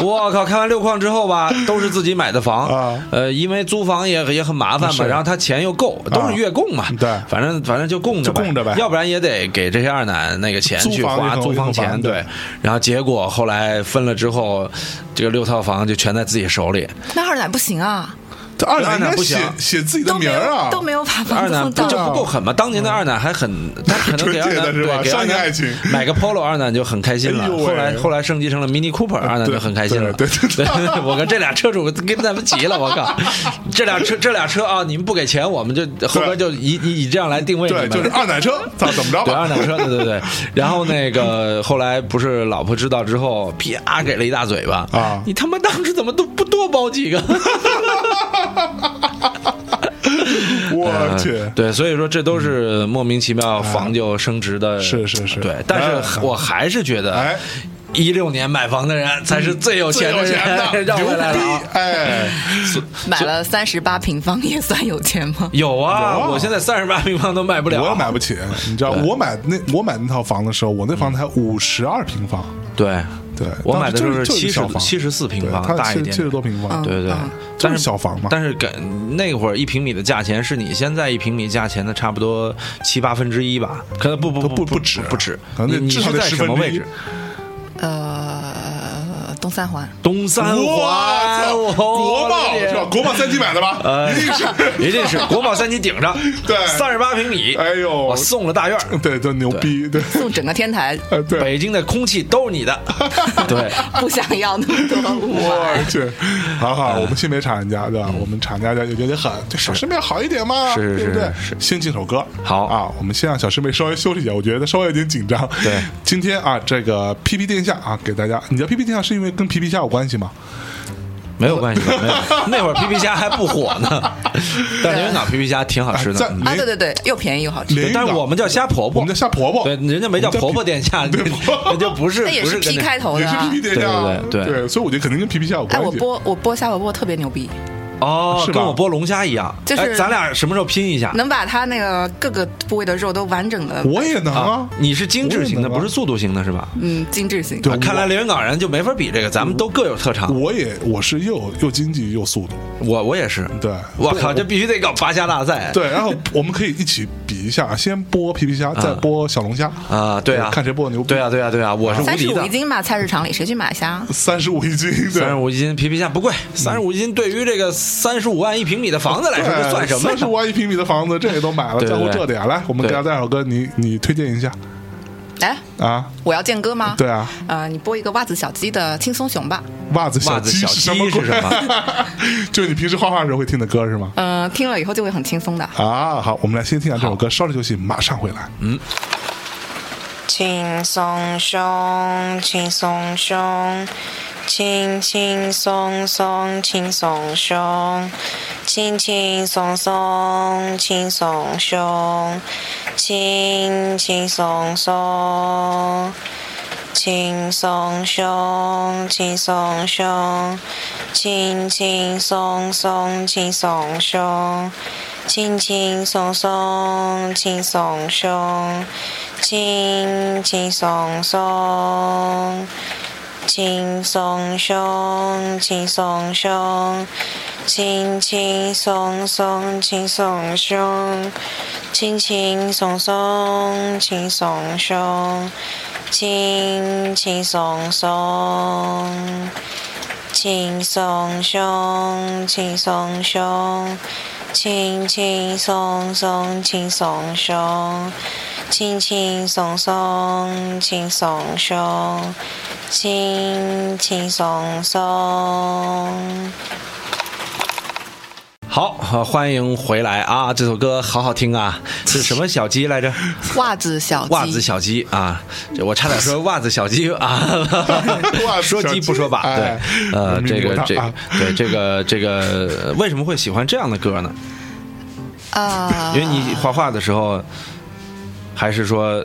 S2: 我靠！开完六矿之后吧，都是自己买的房，
S3: 啊
S2: 呃，因为租房也也很麻烦嘛，
S3: 是啊
S2: 然后他钱又够，都是月供嘛，
S3: 对
S2: 反正反正就供着
S3: 就供着呗
S2: 要不然也得给这些二奶那个钱
S3: 租
S2: 去
S3: 房也
S2: 花
S3: 很
S2: 租房
S3: 也很
S2: 钱，
S3: 烦
S2: 对
S3: 对。
S2: 然后结果后来分了之后，这个六套房就全在自己手里，
S4: 那二奶不行啊，
S3: 这二奶应
S2: 二奶
S3: 该
S2: 不
S3: 写
S2: 行
S3: 写自己的
S4: 都没
S3: 名儿啊
S4: 有，都没有把
S2: *laughs*
S4: 房
S2: 二
S4: 子
S2: 奶
S4: 放
S2: 不
S4: 到
S2: 这不够狠嘛？当年的二奶还很，他可能给二
S3: 嗯纯洁
S2: 奶
S3: 的是吧
S2: 对给二
S3: 商业
S2: 奶
S3: 爱情
S2: 买个 Polo，二奶就很开心了。
S3: 哎呦喂
S2: 后来后来升级成了 Mini Cooper，二奶就很开心了。
S3: 对对对
S2: 我跟这俩车主跟他们急了，我靠！这俩车这俩车啊，你们不给钱，我们就后边就以以以这样来定位你
S3: 对，
S2: 们。
S3: 就是二奶车，咋怎么着
S2: 对
S3: 吧
S2: 二？奶车，对对对。然后那个后来不是老婆知道之后，啪给了一大嘴巴
S3: 啊
S2: 你他妈当时怎么都不多包几个？
S3: *laughs* 我去，
S2: 对，所以说这都是莫名其妙房就升值的，
S3: 嗯哎是是是
S2: 对。但是
S3: 哎
S2: 我还是觉得
S3: 哎，
S2: 一六年买房的人才是最有
S3: 嗯最
S2: 钱的
S3: 有
S2: 人，
S3: 钱的
S2: *laughs* 让
S3: 牛
S2: 回来了啊
S3: 逼，。哎，
S4: 买了三十八平方也算有钱吗？
S2: 有啊，
S3: 有啊
S2: 我现在三十八平方都买不了，啊
S3: 我也买不起，你知道，我买那我买那套房的时候，我那房才五十二平方，
S2: 对
S3: 对，
S2: 我买的
S3: 当时
S2: 是
S3: 就
S2: 七
S3: 是
S2: 十
S3: 小房
S2: 七十四平
S3: 对
S2: 方，
S3: 它
S2: 大一
S3: 七
S2: 点
S3: 七十
S2: 点。
S3: 多平方，
S4: 嗯
S2: 对对
S4: 嗯，
S2: 但
S3: 就是小房嘛
S2: 但是感那会儿一平米的价钱是你现在一平米价钱的差不多七八分之一吧？可能不不
S3: 都
S2: 不
S3: 不
S2: 不
S3: 不止
S2: 不止，
S3: 可能
S2: 你
S3: 得
S2: 你
S3: 至少
S2: 是
S3: 得
S2: 在
S3: 10
S2: 什么
S3: 分之
S2: 位
S3: 一
S2: 置？
S4: 呃，东三环，
S2: 东三环，
S3: 哇操
S2: 我
S3: 国贸
S2: 的天
S3: 是吧？国贸三期买的吧？
S2: 呃
S3: 一定是，
S2: 一定是国贸三期顶上，
S3: 对
S2: 三十八平米，
S3: 哎呦
S2: 我送了大院儿，
S3: *laughs* 对，都牛逼， *laughs* 对，
S4: 送整个天台，
S3: 呃，对，
S2: 北京的空气都是你
S3: *laughs*
S2: 的，对，
S4: *laughs* 不想要那么多啊雾霾
S3: 我。去，好
S2: 呃
S3: 好，我们先别查人家，对吧？我们查人家有点狠，对小师妹好一点嘛，
S2: 嗯是是
S3: 对不对
S2: 是？
S3: 先进首歌，
S2: 好
S3: 啊，我们先让小师妹稍微休息一下，我觉得稍微有点紧张。
S2: 对，
S3: 今天啊，这个 P P 殿下啊，给大家，你知道 P P 殿下是因为跟皮皮虾有关系吗？
S2: 没有关系，没有。那会儿皮皮虾还不火
S3: *laughs*
S2: 呢，但连云港皮皮虾挺好吃
S3: 哎在
S2: 的，
S4: 啊，对对对，又便宜又好吃。
S3: 连云
S2: 但
S3: 港
S2: 是我们叫虾婆
S3: 我
S2: 婆
S3: 们叫，虾婆婆，
S2: 对，人家没叫
S3: 我们叫
S2: 婆婆殿下，
S3: *laughs* 对婆婆
S2: 那就不是
S4: 那也
S2: 不
S4: 是
S2: 是跟
S4: P
S2: 那
S4: 开头
S3: 也
S4: 的
S3: 是
S4: 啊、
S3: 皮皮殿下啊，
S2: 对对对对
S3: 所以我觉得肯定跟皮皮虾有
S4: 哎，
S3: 关系。
S4: 我剥我剥虾尾剥特别牛逼，
S2: 哦，
S3: 是吧
S2: 跟我剥龙虾一样，
S4: 就是
S2: 哎咱俩什么时候拼一下？
S4: 能把它那个各个部位的肉都完整的，
S3: 我也能啊，
S2: 你是精致型的，
S3: 我也能啊
S2: 不是速度型的，是吧？
S4: 嗯，精致型。
S3: 对
S2: 啊看来连云港人就没法比这个，咱们都各有特长。
S3: 我也我是又又经济又速度，
S2: 我我也是，
S3: 对
S2: 我靠，这必须得搞拔虾大赛。
S3: 对，然后我们可以一起比一下，先播皮皮虾，再播小龙虾
S2: 啊，对啊，
S3: 看谁播牛逼。
S2: 对啊，对啊，对啊，我是无
S4: 三十
S2: 敌
S4: 五
S2: 的
S4: 一。斤吧，菜市场里谁去买虾？
S3: 三十五一斤，对
S2: 三十五一斤皮皮虾不贵，三十五一斤对于这个三十五万一平米的房子来说，这算什么
S3: 三十
S2: 呀？
S3: 五万一平米的房子，这也都买了，
S2: 对对
S3: 在乎
S2: 对
S3: 这点。来，我们给
S2: 对
S3: 大家带首歌，你你推荐一下
S4: 哎，
S3: 啊，
S4: 我要健哥吗？
S3: 对啊，
S4: 呃，你播一个袜子小鸡的《轻松熊》吧。
S3: 袜子小
S2: 袜子
S3: 鸡
S2: 小
S3: 是什
S2: 鸡
S3: 么
S2: 是
S3: 鬼？
S2: 什么？
S3: *laughs* 就是你平时画画的时候会听的歌是吗？
S4: 嗯、听了以后就会很轻
S2: *laughs*
S4: 松的。
S3: 啊，好，我们来先听一下这首歌，稍事休息，马上回来。
S2: 嗯
S5: 轻松胸，轻松胸，轻轻松松，轻松胸，轻轻松松，轻松胸，轻轻松松。轻松胸，轻松胸，轻轻松松，轻松胸，轻轻松松，轻松胸，轻轻松松，轻松胸，轻松胸，轻轻松松，轻松胸，轻轻松松，轻松胸。轻轻松松，轻松胸，轻松胸，轻轻松松，轻松胸，轻轻松松，轻松胸，轻轻松松。
S2: 好，呃欢迎回来啊！这首歌好好听啊，是什么小鸡来着？
S4: 袜子小鸡，
S2: 袜子小鸡啊，这我差点说袜子小鸡
S3: *laughs*
S2: 啊
S3: 袜，子小
S2: 说
S3: 鸡
S2: 鸡不说吧？
S3: 哎
S2: 对，呃，
S3: 明
S2: 这
S3: 明
S2: 个
S3: 白
S2: 这个
S3: 啊
S2: 对这个这个为什么会喜欢这样的歌呢？
S4: 啊、
S2: 因为你画画的时候，还是说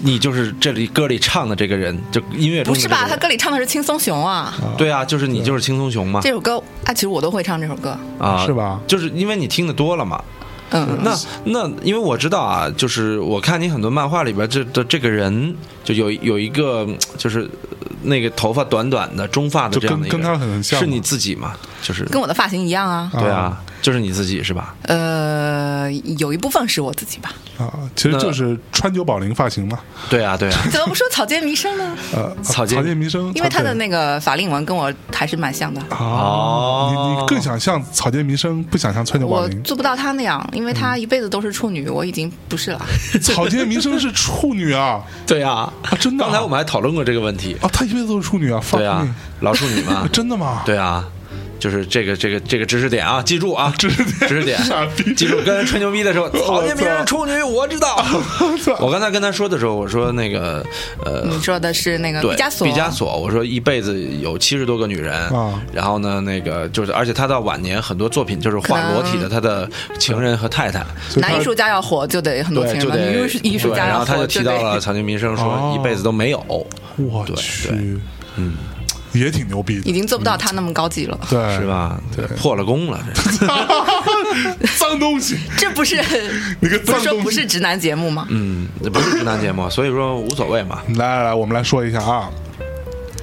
S2: 你就是这里歌里唱的这个人，就音乐中
S4: 不
S2: 的
S4: 是
S2: 这个
S4: 吧？
S2: 人
S4: 他歌里唱的是《轻松熊》啊，
S2: 对啊，就是你就是青松熊嘛
S4: 这首歌啊，其实我都会唱这首歌。
S2: 啊，
S3: 是吧
S2: 就是因为你听的多了嘛。
S4: 嗯，
S2: 那那因为我知道啊，就是我看你很多漫画里边这的这个人，就有有一个嗯就是呃那个头发短短的中发的
S3: 就
S2: 这样的
S3: 跟
S2: 一个人，
S3: 跟他很像
S2: 是
S3: 嘛
S2: 你自己吗？就是
S4: 跟我的发型一样啊。
S2: 对啊，就是你自己是吧？
S4: 呃，有一部分是我自己吧。 *laughs*
S3: 啊，其实就是川久保玲发型嘛，
S2: 对啊，
S3: *laughs*
S2: 对啊，
S4: 怎么不说草间弥
S2: *laughs*
S4: 生呢？
S3: 呃，
S2: 草间
S3: 间弥生，
S4: 因为他的
S3: 对
S4: 那个法令纹跟我还是蛮像的。
S3: 啊，你
S2: 哦
S3: 你更想像草间弥生，不想像川久保
S4: 我
S3: 玲。
S4: 做不到他那样，因为他一辈子都是处女，
S2: 嗯
S4: 我已经不是了。
S3: 草间弥生是处女啊，
S2: 对啊，
S3: 啊真的啊
S2: 刚才我们还讨论过这个问题，
S3: 啊，她一辈子都是处女啊，
S2: 对啊
S3: fuck me，，
S2: 老处女嘛
S3: *laughs* 真的吗？
S2: 对啊，就是这个这个这个知识点啊，记住
S3: *laughs*
S2: 啊，知
S3: 识点
S2: 知识点，
S3: 傻逼
S2: 记住跟人吹牛逼的时候，草间弥生处女，我知
S3: *laughs*
S2: 道。我刚才跟他说的时候，我说那个呃。
S4: 你说的是那个
S2: 对，
S4: 毕加索，
S2: 毕加索，我说一辈子有七十多个女人，
S3: 啊
S2: 然后呢，那个就是，而且他到晚年很多作品就是画裸体的他的情人和太太，
S3: 所以她
S4: 男艺术家要火就得很多
S2: 对，
S4: 钱
S2: 就
S4: 吧，
S2: 得
S4: 女艺术艺术
S2: 对
S4: 家
S2: 然后
S4: 要
S2: 他
S4: 火
S2: 就提到了
S4: 得。
S2: 草间弥生
S3: 哦
S2: 说一辈子都没有，
S3: 我
S2: 对对，
S3: 去，嗯，也挺牛逼的，
S4: 已经做不到他那么高级了，
S3: 对，
S2: 是？吧？对，破了功了，这
S3: *laughs* 脏东西，
S4: 这
S2: *laughs*
S4: 不是
S3: 你个
S4: 不
S3: 脏
S4: 是说
S3: 东
S4: 不
S3: 西
S4: 是。直男节目吗？
S2: 嗯，这不是直男节目，所以说无所谓嘛。
S3: 来来来，我们来说一下啊，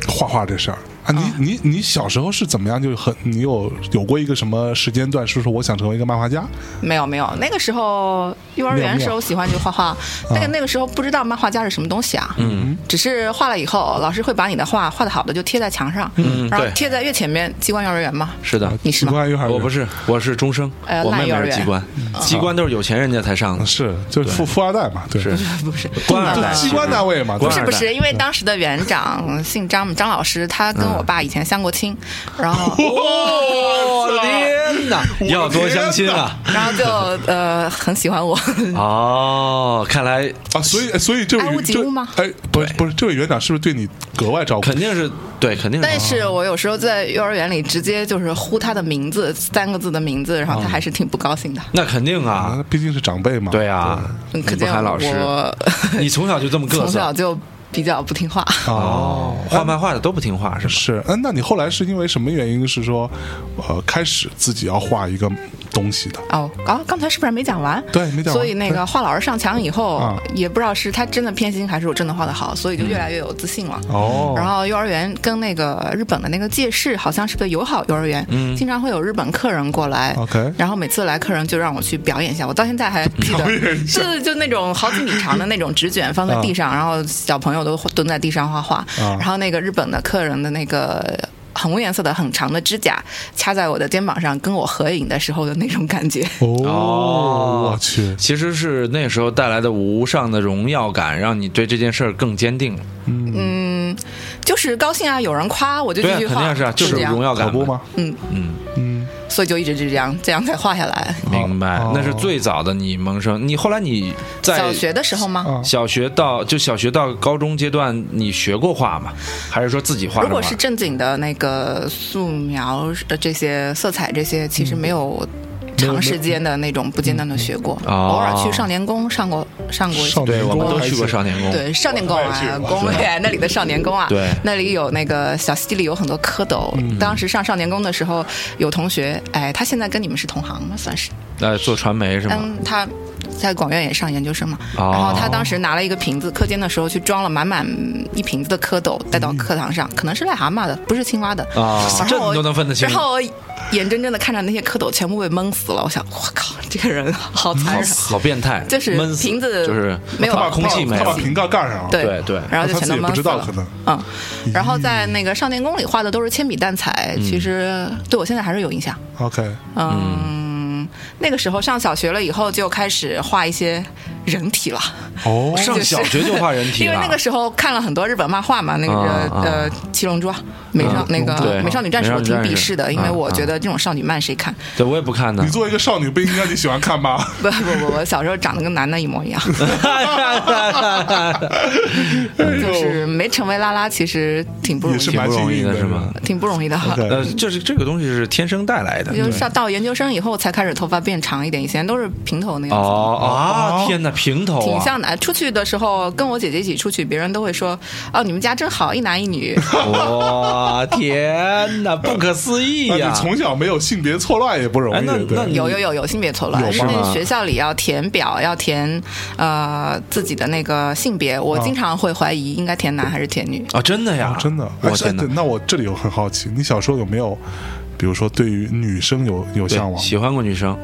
S3: 画画这事儿啊，你、你你小时候是怎么样？就很你有有过一个什么时间段，是说我想成为一个漫画家？
S4: 没有没有，那个时候幼儿园时候喜欢就画画，
S2: 嗯
S4: 那个那个时候不知道漫画家是什么东西啊，嗯，只是画了以后，老师会把你的画画的好的就贴在墙上，嗯然后
S2: 对
S4: 贴在越前面，机关幼儿园嘛，
S2: 是的，
S4: 你是吗
S3: 奇怪又还
S2: 我不是，我是中生，
S4: 哎呀
S2: 我
S4: 那
S2: 妹妹
S4: 幼儿
S2: 是
S4: 园
S2: 机关，机关都是有钱人家才上的，
S3: 是就是富富二代嘛，对，是
S4: *laughs* 不是
S2: 官二代，
S3: 机关单位嘛，
S2: 不
S4: 不是
S2: 二
S4: 不
S2: 代
S4: 是，因为当时的园长姓张，张老师，他跟我爸以前相过亲，
S2: 嗯
S4: 然后
S2: 我的天哪，要多相亲啊！
S4: 然后就呃很喜欢
S2: *laughs*
S4: 我，
S2: 哦，看来
S3: 啊，所以所以这
S4: 爱
S3: 位
S4: 屋及
S3: 这
S4: 乌吗
S3: 哎，不是不是，这位园长是不是对你格外照顾？
S2: 肯定是对，肯定
S4: 但
S2: 是啊
S4: 是我有时候在幼儿园里直接就是呼他的名字三个字的名字，然
S2: 嗯
S4: 后他还是挺不高兴的。
S2: 那肯定啊，
S3: 啊，毕竟是长辈嘛。
S2: 对啊，
S4: 嗯，
S2: 你
S4: 可
S2: 不
S4: 见
S2: 喊老师，
S4: 我
S2: 你从小就这么
S4: 从
S2: 个
S4: 小
S2: 瑟
S4: 就比较不听话。
S2: 哦，画漫画的都不听话是吧？
S3: 是，嗯，那你后来是因为什么原因？是说，呃，开始自己要画一个东西的，
S4: 哦，刚刚才是不是还没讲完？
S3: 对没讲完
S4: 所以那个画老师上墙以后
S3: 啊，
S4: 也不知道是他真的偏心还是我真的画的好，所以就越来越有自信了。
S3: 哦
S4: 然后幼儿园跟那个日本的那个借势好像是个友好幼儿园，
S3: 嗯
S4: 经常会有日本客人过来。
S3: OK
S4: 然后每次来客人就让我去表演一下，我到现在还记得， *laughs* 就是就那种好几米长的那种纸卷放在
S2: 啊
S4: 地上，然后小朋友都蹲在地上画画。
S3: 啊
S4: 然后那个日本的客人的那个。很无颜色的很长的指甲掐在我的肩膀上，跟我合影的时候的那种感觉。
S3: 哦，我去，
S2: 其实是那时候带来的无上的荣耀感，让你对这件事儿更坚定了。
S4: 嗯，就是高兴啊，有人夸我就
S2: 对
S4: 这
S2: 啊，
S4: 句
S2: 肯
S4: 话，
S2: 定是啊，就是
S4: 这样
S2: 荣，耀
S3: 可
S2: 感
S3: 不
S2: 嘛
S3: 吗？
S4: 嗯，
S2: 嗯，
S4: 所以就一直是这样，这样才画下来。
S2: 明白
S3: 哦，
S2: 那是最早的你萌生。你后来你在
S4: 小学的时候吗？
S3: 啊
S2: 小学到就小学到高中阶段，你学过画吗？还是说自己画
S4: 如
S2: 着
S4: 果
S2: 玩？
S4: 是正经的那个素描的这些色彩这些，其实没有长时间的那种不间断的学过，
S2: 嗯
S4: 偶尔
S2: 哦
S4: 去少年宫上过上过一次
S3: 少。
S2: 对，
S3: 年
S2: 我
S3: 宫
S2: 们都
S3: 还
S2: 去过
S3: 行
S2: 少年宫。
S4: 对少年宫
S3: 我也去
S4: 啊，
S3: 过
S4: 宫对那里的少年宫啊，
S2: 对
S4: 那里有那个小溪里有很多蝌蚪。当时上少年宫的时候，有同学，哎，他现在跟你们是同行吗？算是，
S2: 呃，做传媒是吗？
S4: 嗯，他在广院也上研究生嘛，
S2: 哦
S4: 然后他当时拿了一个瓶子，课间的时候去装了满满一瓶子的蝌蚪带到课堂上，可能是癞蛤蟆的，不是青蛙的
S2: 啊
S4: 然后
S2: 这你都能分得清
S4: 然后我眼睁睁的看着那些蝌蚪全部被闷死了，我想，我靠，这个人好残
S2: 好
S4: 忍。
S2: *laughs* 好变态，
S4: 就是
S2: 闷死
S4: 瓶子
S2: 就是
S4: 没有
S2: 把
S3: 他把
S2: 啊空气没
S3: 他把他
S2: 了
S3: 把。瓶盖盖上了。
S4: 对
S2: 哦对啊对
S4: 然后就
S3: 他自己
S4: 全都
S3: 也
S4: 闷
S3: 不
S4: 死
S3: 知道
S4: 了
S3: 可能
S4: 嗯，然后在那个少年宫里画的都是铅笔淡彩，其实
S2: 嗯
S4: 对我现在还是有影响。
S3: ，OK，
S4: 嗯，那个时候上小学了以后就开始画一些人体了。
S3: 哦，
S2: 上小学就画人体
S4: 因为
S2: 了
S4: 那个时候看了很多日本漫画嘛，那个
S2: 啊啊嗯
S4: 呃《七龙珠》啊美少那
S2: 对
S4: 个美少女战士，
S2: 美少
S4: 我
S2: 女
S4: 挺
S2: 战士
S4: 鄙视的，因为
S2: 啊
S4: 我觉得这种少女漫谁看？
S2: 对，我也不看呢
S3: 你。作为一个少女，不应该你喜欢看吧？
S4: 不不不，我小时候长得跟男的一模
S2: *laughs*
S4: 一样，就是没成为拉拉，其实挺不容
S3: 也
S2: *laughs*
S3: 是
S4: 易，
S2: 挺
S3: 蛮
S2: 不容
S3: 幸
S2: 易
S3: 运
S2: 的
S3: 的
S2: 是吗？
S4: 挺不容易的。
S3: 对
S2: 呃，就是这个东西是天生带来的。
S4: 就是上到研究生以后才开始头发变长一点，以前都是平头那样子。
S2: 哦啊
S3: 哦！
S2: 天哪，平头啊，
S4: 挺像的，出去的时候跟我姐姐一起出去，别人都会说：“哦，你们家真好，一男
S2: *laughs*
S4: 一女。 *laughs*
S2: 哇！天哪，不可思议
S3: 那
S2: 哎呀！
S3: 啊你从小没有性别错乱也不容
S2: 哎
S3: 易，
S2: 那
S3: 对
S2: 那你
S4: 有有有有性别错乱，
S3: 嗯有
S4: 是
S3: 吗
S4: 那学校里要填表，要填呃自己的那个性
S3: 啊
S4: 别。我经常会怀疑应该填男还是填女。
S2: 啊，真的呀，
S3: 真的，哎
S2: 我
S3: 是哎
S2: 天哪
S3: 对！那我这里有很好奇，你小时候有没有，比如说对于女生有有向
S2: 对，
S3: 往？
S2: 喜欢过女生，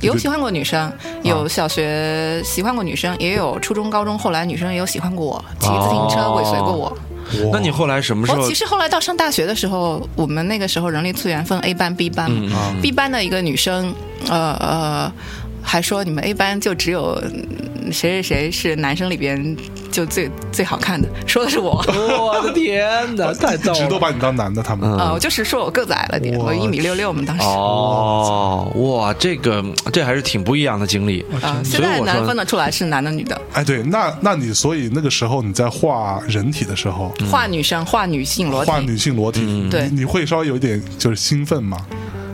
S4: 有喜欢过女生，
S3: 啊
S4: 有小学喜欢过女生，也有初中、高中，后来女生也有喜欢过我，
S3: 啊
S4: 骑自行车
S2: 哦
S4: 尾随过我。
S3: 哇
S2: 那你后来什么时
S4: 我
S2: 候
S4: 其？实后来到上大学的时候，我们那个时候人力资源分 A 班、B 班嘛、b
S3: 嗯
S4: 班的一个女生，呃呃，还说你们 A 班就只有嗯谁谁谁是男生里边就最最好看的，说的是我。
S2: 我的天哪，太嗯
S3: 一直都把你当男的，他们嗯
S4: 啊，我就是说我个子矮了点，
S3: 我
S4: 我一米六六嘛，当
S3: *laughs*
S4: 时。
S2: 哦，哇，这个这还是挺不一样的经历。哦
S4: 啊，
S2: 嗯所
S4: 现
S2: 以
S4: 在
S2: 我
S4: 难
S2: 说
S4: 分得出来是男的女的，
S3: 哎，对，那那你所以那个时候你在画人体的时候，
S2: 嗯
S4: 画女生，画女性裸体，
S3: 画女性裸体，
S4: 对
S3: 你会稍微有一点就是兴奋吗？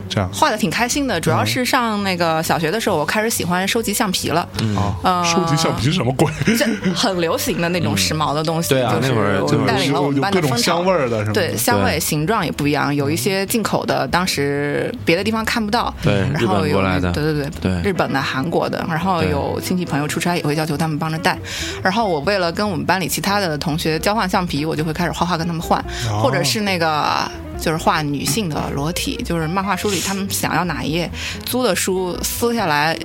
S3: 这样
S4: 画的挺开心的。主要
S2: 嗯
S4: 是上那个小学的时候，我开始喜欢收集橡皮了，
S2: 嗯
S4: 嗯
S3: 啊，收集橡皮是什么鬼？
S4: 这很流行的那种时髦的东西。
S2: 对啊
S4: 就是
S2: 那会儿
S4: 我
S2: 就
S4: 们
S2: 是
S4: 带领了我
S3: *laughs*
S4: 们
S3: 有
S4: 班
S3: 各
S4: 的
S3: 种
S4: 风潮
S3: 香味。儿的，是吗？
S4: 对，香
S2: 对嗯
S4: 味、形状也不一样，有一些进口的，当时别的地方看不到。
S2: 对日
S4: 然
S2: 本
S4: 后有
S2: 过来的
S4: 对对对
S2: 对
S4: 日本的、韩国的，然后
S2: 对
S4: 有亲戚朋友出差也会要求他们帮着带。然后我为了跟我们班里其他的同学交换橡皮，我就会开始画画跟他们换，
S3: 哦
S4: 或者是那个。就是画女性的裸体，就是漫画书里他们想要哪一页，租的书撕下来，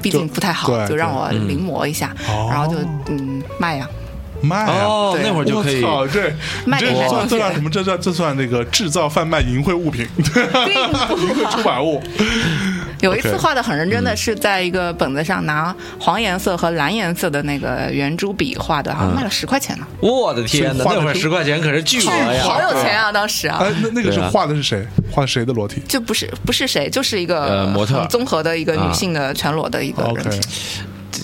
S4: 毕竟不太好，
S3: 对
S4: 就让我临摹一下，
S3: 嗯
S4: 然后就
S3: 哦
S4: 嗯卖呀、
S3: 卖啊！
S2: 哦，
S4: 对
S2: 那会儿就可以
S3: 我。操，这
S4: 卖给
S3: 这算
S4: 男同学
S3: 这算什么？这算这算那个制造、贩卖淫秽物品，啊淫秽出版物。
S4: 有一次
S3: OK
S4: 画的很认真的是在一个本子上拿黄颜色和蓝颜色的那个圆珠笔画的，
S2: 嗯
S4: 好像卖了十块钱呢，
S2: 我的天哪，
S3: 所以画
S2: 那
S3: 的
S2: 会儿
S3: 是
S2: 十块钱可是巨额
S4: 好
S2: 哎呀！
S4: 有钱啊！当时啊，
S3: 哎，那那个是
S2: 对啊
S3: 画的是谁？画谁的裸体？
S4: 就不是不是谁，就是一个
S2: 呃模特啊
S4: 很综合的一个女性的全裸的一个
S3: OK，
S4: 人体。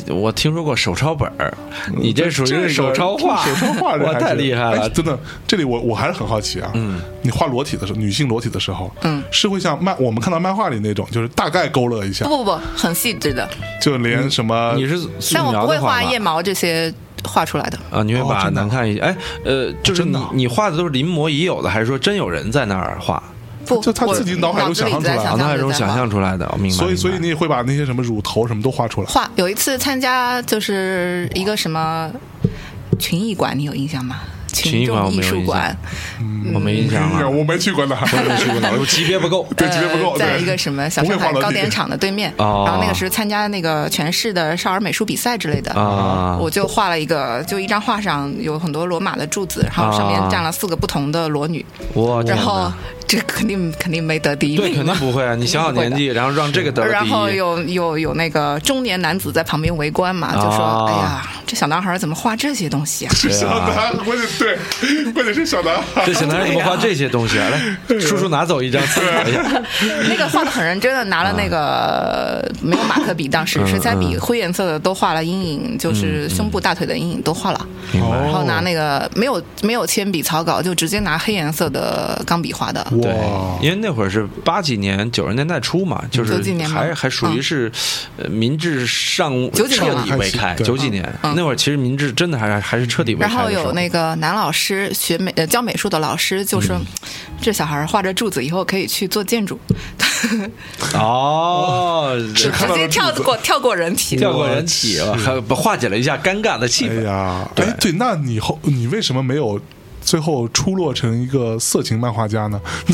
S2: 我听说过手抄本儿，你这属于
S3: 嗯这
S2: 是手抄画，
S3: 手抄画
S2: *laughs*
S3: 这
S2: 哇，
S3: 还是
S2: 太厉害
S3: 哎
S2: 了！
S3: 真的，这里我我还是很好奇啊。嗯，你画裸体的时候，女性裸体的时候，嗯，是会像漫我们看到漫画里那种，就是大概勾勒一下
S4: 不，不不，很细致的，
S3: 就连什么
S2: 嗯你是素
S4: 但我
S2: 描
S4: 不会
S2: 的吗
S4: 画腋毛这些画出来的。
S2: 啊，你会
S3: 哦
S2: 把
S3: 真的
S2: 难看一些。哎，呃，就是
S3: 真
S2: 你
S3: 的啊
S2: 你画的都是临摹已有的，还是说真有人在那儿画？
S4: 不，
S3: 就他
S4: 我
S3: 自己脑海中
S4: 脑子
S3: 想
S4: 里
S3: 象出
S4: 在
S3: 来的
S2: 脑
S4: 想
S2: 袋
S4: 象
S2: 中
S4: 中
S2: 想象出来的，哦明白。
S3: 所以
S2: 明白
S3: 所以你也会把那些什么乳头什么都画出来。
S4: 画。有一次参加就是一个什么群艺馆，你有印象吗？
S2: 群
S4: 群
S2: 艺馆我
S4: 众
S2: 没有
S4: 艺术
S2: 印象
S4: 馆，
S2: 我没印象了，
S3: *laughs* 我没去过那儿，我没去过那
S2: 啊我
S3: 儿，
S2: 级别不够。
S3: *laughs* 对级别不够，
S4: 呃，在
S3: 对
S4: 一个什么小上海糕点，厂的对面，
S2: 不会画楼梯
S4: 然后那个时候参加那个全市的少儿美术比赛之类的，
S2: 啊
S4: 我就画了一个，就一张画上有很多罗马的柱子，然后上面
S2: 啊
S4: 站了四个不同的裸女，
S2: 我天
S4: 然后
S2: 哪
S4: 这肯定肯定没得第一
S2: 哦对
S4: 名
S2: 肯定
S4: 嘛，
S2: 不会啊！你小小
S4: 肯定不
S2: 年
S4: 会
S2: 纪，然后让这个得了
S4: 然
S2: 第
S4: 后
S2: 一，
S4: 有有有那个中年男子在旁边围观嘛，就说：“
S2: 啊
S4: 哎呀，这小男孩怎么画这些东西啊？” *laughs*
S3: 是小男孩，关键对，关键是小男孩
S2: 这，小男人怎么画这些东西啊？来，叔叔拿走一张参考一
S3: 啊
S2: 下。
S4: 那个画的很认真的，拿了那个没有马克笔，当
S2: 嗯
S4: 时水彩笔，灰颜色的都画了阴影，就是胸部、大腿的阴影都画了。
S2: 明白
S4: 然后拿那个没有没有铅笔草稿，就直接拿黑颜色的钢笔画的。
S3: 嗯
S2: 对，
S3: 哦
S2: 因为那会儿是八几年、九十年代初嘛，就是
S4: 九几年吗嗯
S2: 还还属于是呃民治上
S4: 九几
S2: 彻
S4: 年了
S2: 底未开，
S3: 还是
S2: 九几年
S4: 嗯
S2: 那会儿其实民治真的还还是彻底未
S4: 然
S2: 开
S4: 后
S2: 的时候。
S4: 有那个男老师学美呃教美术的老师就
S3: 嗯
S4: 说，这小孩儿画着柱子以后可以去
S3: *laughs*
S4: 做建筑，
S2: 哦，
S4: 直
S3: 看到了
S4: 接跳
S3: 柱子
S4: 过跳过人体。
S2: 跳过人体，我还化解了一下尴尬的气
S3: 哎
S2: 氛。
S3: 呀，哎对，那你后你为什么没有最后出落成一个色情漫画家呢？ *laughs*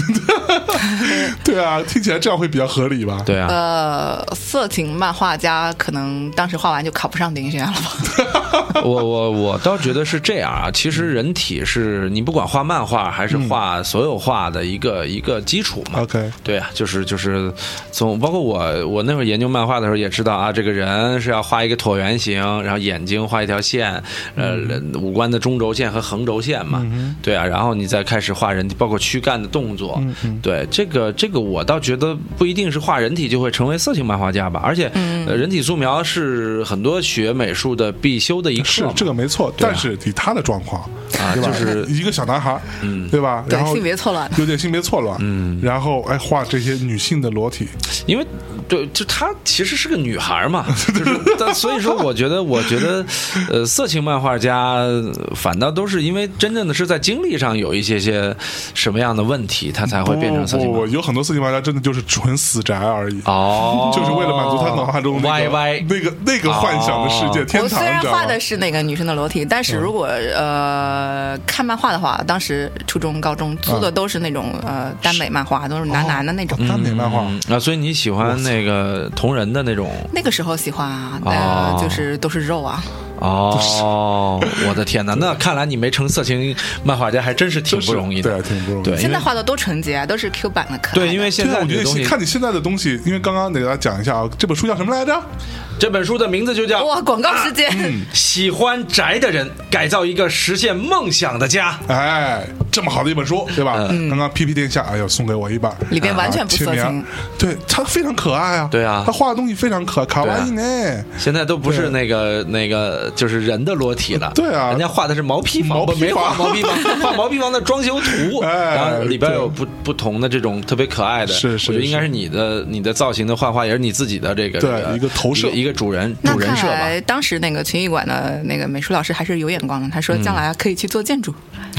S3: 对啊，听起来这样会比较合理吧？
S2: 对啊，
S4: 呃，色情漫画家可能当时画完就考不上电影学院了吧？
S2: *laughs* 我我我倒觉得是这样啊，其实人体是你不管画漫画还是画所有画的一个、一个基础嘛。
S3: ，OK，
S2: 对啊，就是就是从包括我我那会儿研究漫画的时候也知道啊，这个人是要画一个椭圆形，然后眼睛画一条线，呃，
S3: 嗯
S2: 五官的中轴线和横轴线嘛，对啊，然后你再开始画人体，包括躯干的动作，
S3: 嗯
S2: 对这个这个我倒觉得不一定是画人体就会成为色情漫画家吧，而且、呃人体素描是很多学美术的必修的一课
S3: 是
S2: 嘛
S3: 这个没错，但是以他的状况，
S2: 啊，
S3: 对吧？
S2: 就是
S3: 一个小男孩，嗯，对吧？
S4: 对
S3: 然，后
S4: 性别错乱。
S3: 有点性别错乱，嗯，然后哎，画这些女性的裸体，
S2: 因为对，就她其实是个女孩嘛，就是 *laughs* 但所以说，我觉得，我觉得，呃，色情漫画家呃反倒都是因为真正的是在经历上有一些些什么样的问题，他才会变成色情
S3: 不
S2: 漫
S3: 不
S2: 画
S3: 不，有很多色情漫画家真的就是纯死宅而已。
S2: 哦，
S3: *laughs* 就是为了满足他脑海中那
S2: 歪
S3: 个 *laughs*
S2: 歪
S3: 那个那个幻想的世界
S2: 哦
S3: 天
S4: 我
S3: 堂，
S4: 虽然
S3: 你知道
S4: 画
S3: 吗？嗯
S4: 的是那个女生的裸体，但是如果呃看漫画的话，当时初中、高中租
S3: 嗯
S4: 的都是那种呃耽美漫画，都是
S3: 哦
S4: 男男的那种。
S3: 耽美漫画，
S2: 嗯啊，所以你喜欢那个同人的那种
S4: 那个时候喜欢啊，呃
S2: 哦，
S4: 就是都是肉啊，
S2: 哦，我的天哪！那看来你没成色情漫画家还真是挺
S3: 真是
S2: 不容易的
S3: 对，，挺不容易。
S2: 对，因
S4: 现
S2: 为
S4: 在画的多纯洁啊，都是 Q 版的可爱的。
S2: 对，因为现
S3: 对啊
S2: 在
S3: 我觉
S2: 这个
S3: 得
S2: 东西，
S3: 看你现在的东西，因为刚刚得给大家讲一下啊，这本书叫什么来着？
S2: 这本书的名字就叫
S4: 哇，广告时间，
S2: 喜欢宅的人改造一个实现梦想的家。
S3: 哎，这么好的一本书，对吧？
S2: 嗯
S3: 刚刚 P P 殿下，哎呦，送给我一本，
S4: 嗯里边完全
S3: 啊
S4: 不
S3: 签
S4: 色
S3: 名
S4: 情
S3: 对他非常可爱啊，
S2: 对啊
S3: 他画的东西非常可卡
S2: 对啊
S3: 哇伊呢，
S2: 现在都不是
S3: 对
S2: 那个那个，就是人的裸体了。
S3: 对啊
S2: 人家画的是毛坯房，
S3: 毛坯
S2: 不没画
S3: 房
S2: 毛坯
S3: *laughs*
S2: 房，画毛坯房的装修图，
S3: 哎
S2: 然后里边
S3: 对
S2: 有不不同的这种特别可爱的。
S3: 是是
S2: 我觉得应该
S3: 是
S2: 是你的你的造型的幻化，也是你自己的这个
S3: 对
S2: 这
S3: 一个投射
S2: 一个主人
S4: 那
S2: 主人
S4: 看
S2: 设吧。
S4: 来当时那个群艺馆的那个美术老师还是有眼光的，他说将来啊可以去做建 *laughs* 筑，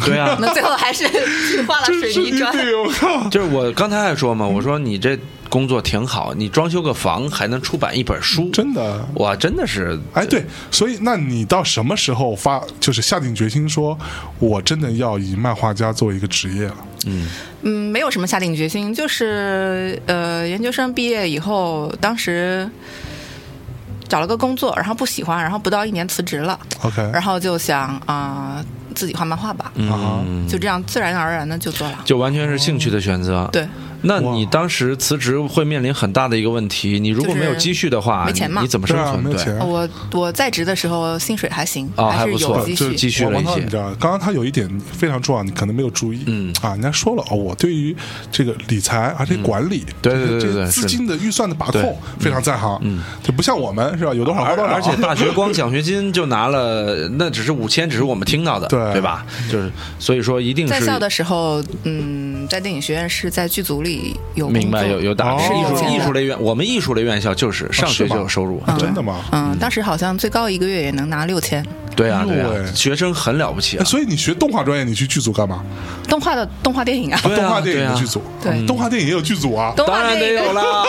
S2: 对啊，
S4: 那最后还是去画了水泥砖。
S3: 对，我靠，
S2: 就是我刚才还说嘛，我说你这工作挺好，你装修个房还能出版一本书，
S3: 真的。
S2: 哇，真的是
S3: 哎，对，所以那你到什么时候发，就是下定决心说，我真的要以漫画家做一个职业了？
S4: *laughs* 嗯，没有什么下定决心，就是呃，研究生毕业以后，当时找了个工作，然后不喜欢，然后不到一年辞职了，
S3: OK
S4: 然后就想啊、自己画漫画吧，
S2: 嗯
S3: 啊，
S4: 就这样自然而然的就做了。
S2: 就完全是兴趣的选择。
S4: 对，
S2: 那你当时辞职会面临很大的一个问题，你如果
S4: 就是
S2: 没有积蓄的话，
S4: 没钱嘛
S2: 你你怎么生
S3: 对啊，
S2: 存？
S3: 没有钱，
S4: 我我在职的时候薪水还行，
S2: 嗯哦还
S4: 是
S2: 不错
S4: 有积
S3: 就
S4: 蓄
S3: 是。
S2: 积蓄了
S3: 王
S2: 一
S3: 涛
S2: 些
S3: 你知道，刚刚他有一点非常重要，你可能没有注意。
S2: 嗯
S3: 啊，人家说了哦，我对于这个理财而且管理，
S2: 对对对
S3: 这个
S2: 对对
S3: 资金的预算的把控
S2: 对
S3: 非常在行。嗯，就不像我们是吧？有多少花
S2: 而
S3: 多少，啊
S2: 而且大学光奖学金就拿了，那只是五千，只是我们听到的，对
S3: 对
S2: 吧？就是所以说一定
S4: 在
S2: 是
S4: 校的时候，嗯，在电影学院是在剧组里有工作
S2: 明白有有打
S3: 哦
S2: 工艺术
S4: 是有
S2: 艺
S4: 钱
S2: 术
S4: 的
S2: 类院，我们艺术类院校就是上学
S3: 是吗啊
S2: 就有收入，对
S3: 真的吗？
S4: 嗯，当时好像最高一个月也能拿六千。
S2: 对啊对
S3: 哎呦
S2: 啊，
S3: 喂
S2: 学生很了不起
S3: 哎
S2: 啊，
S3: 所以你学动画专业，你去剧组干嘛？
S4: 动画的动画电影啊，
S2: 对啊
S3: 动画电
S2: 对
S3: 影
S2: 啊
S3: 的剧组，
S4: 对
S3: 动画电影也有剧组啊。
S4: *laughs* 动
S2: 当
S4: 画
S2: 然
S4: 电
S2: 得
S4: 影
S2: 有啦。
S4: *laughs*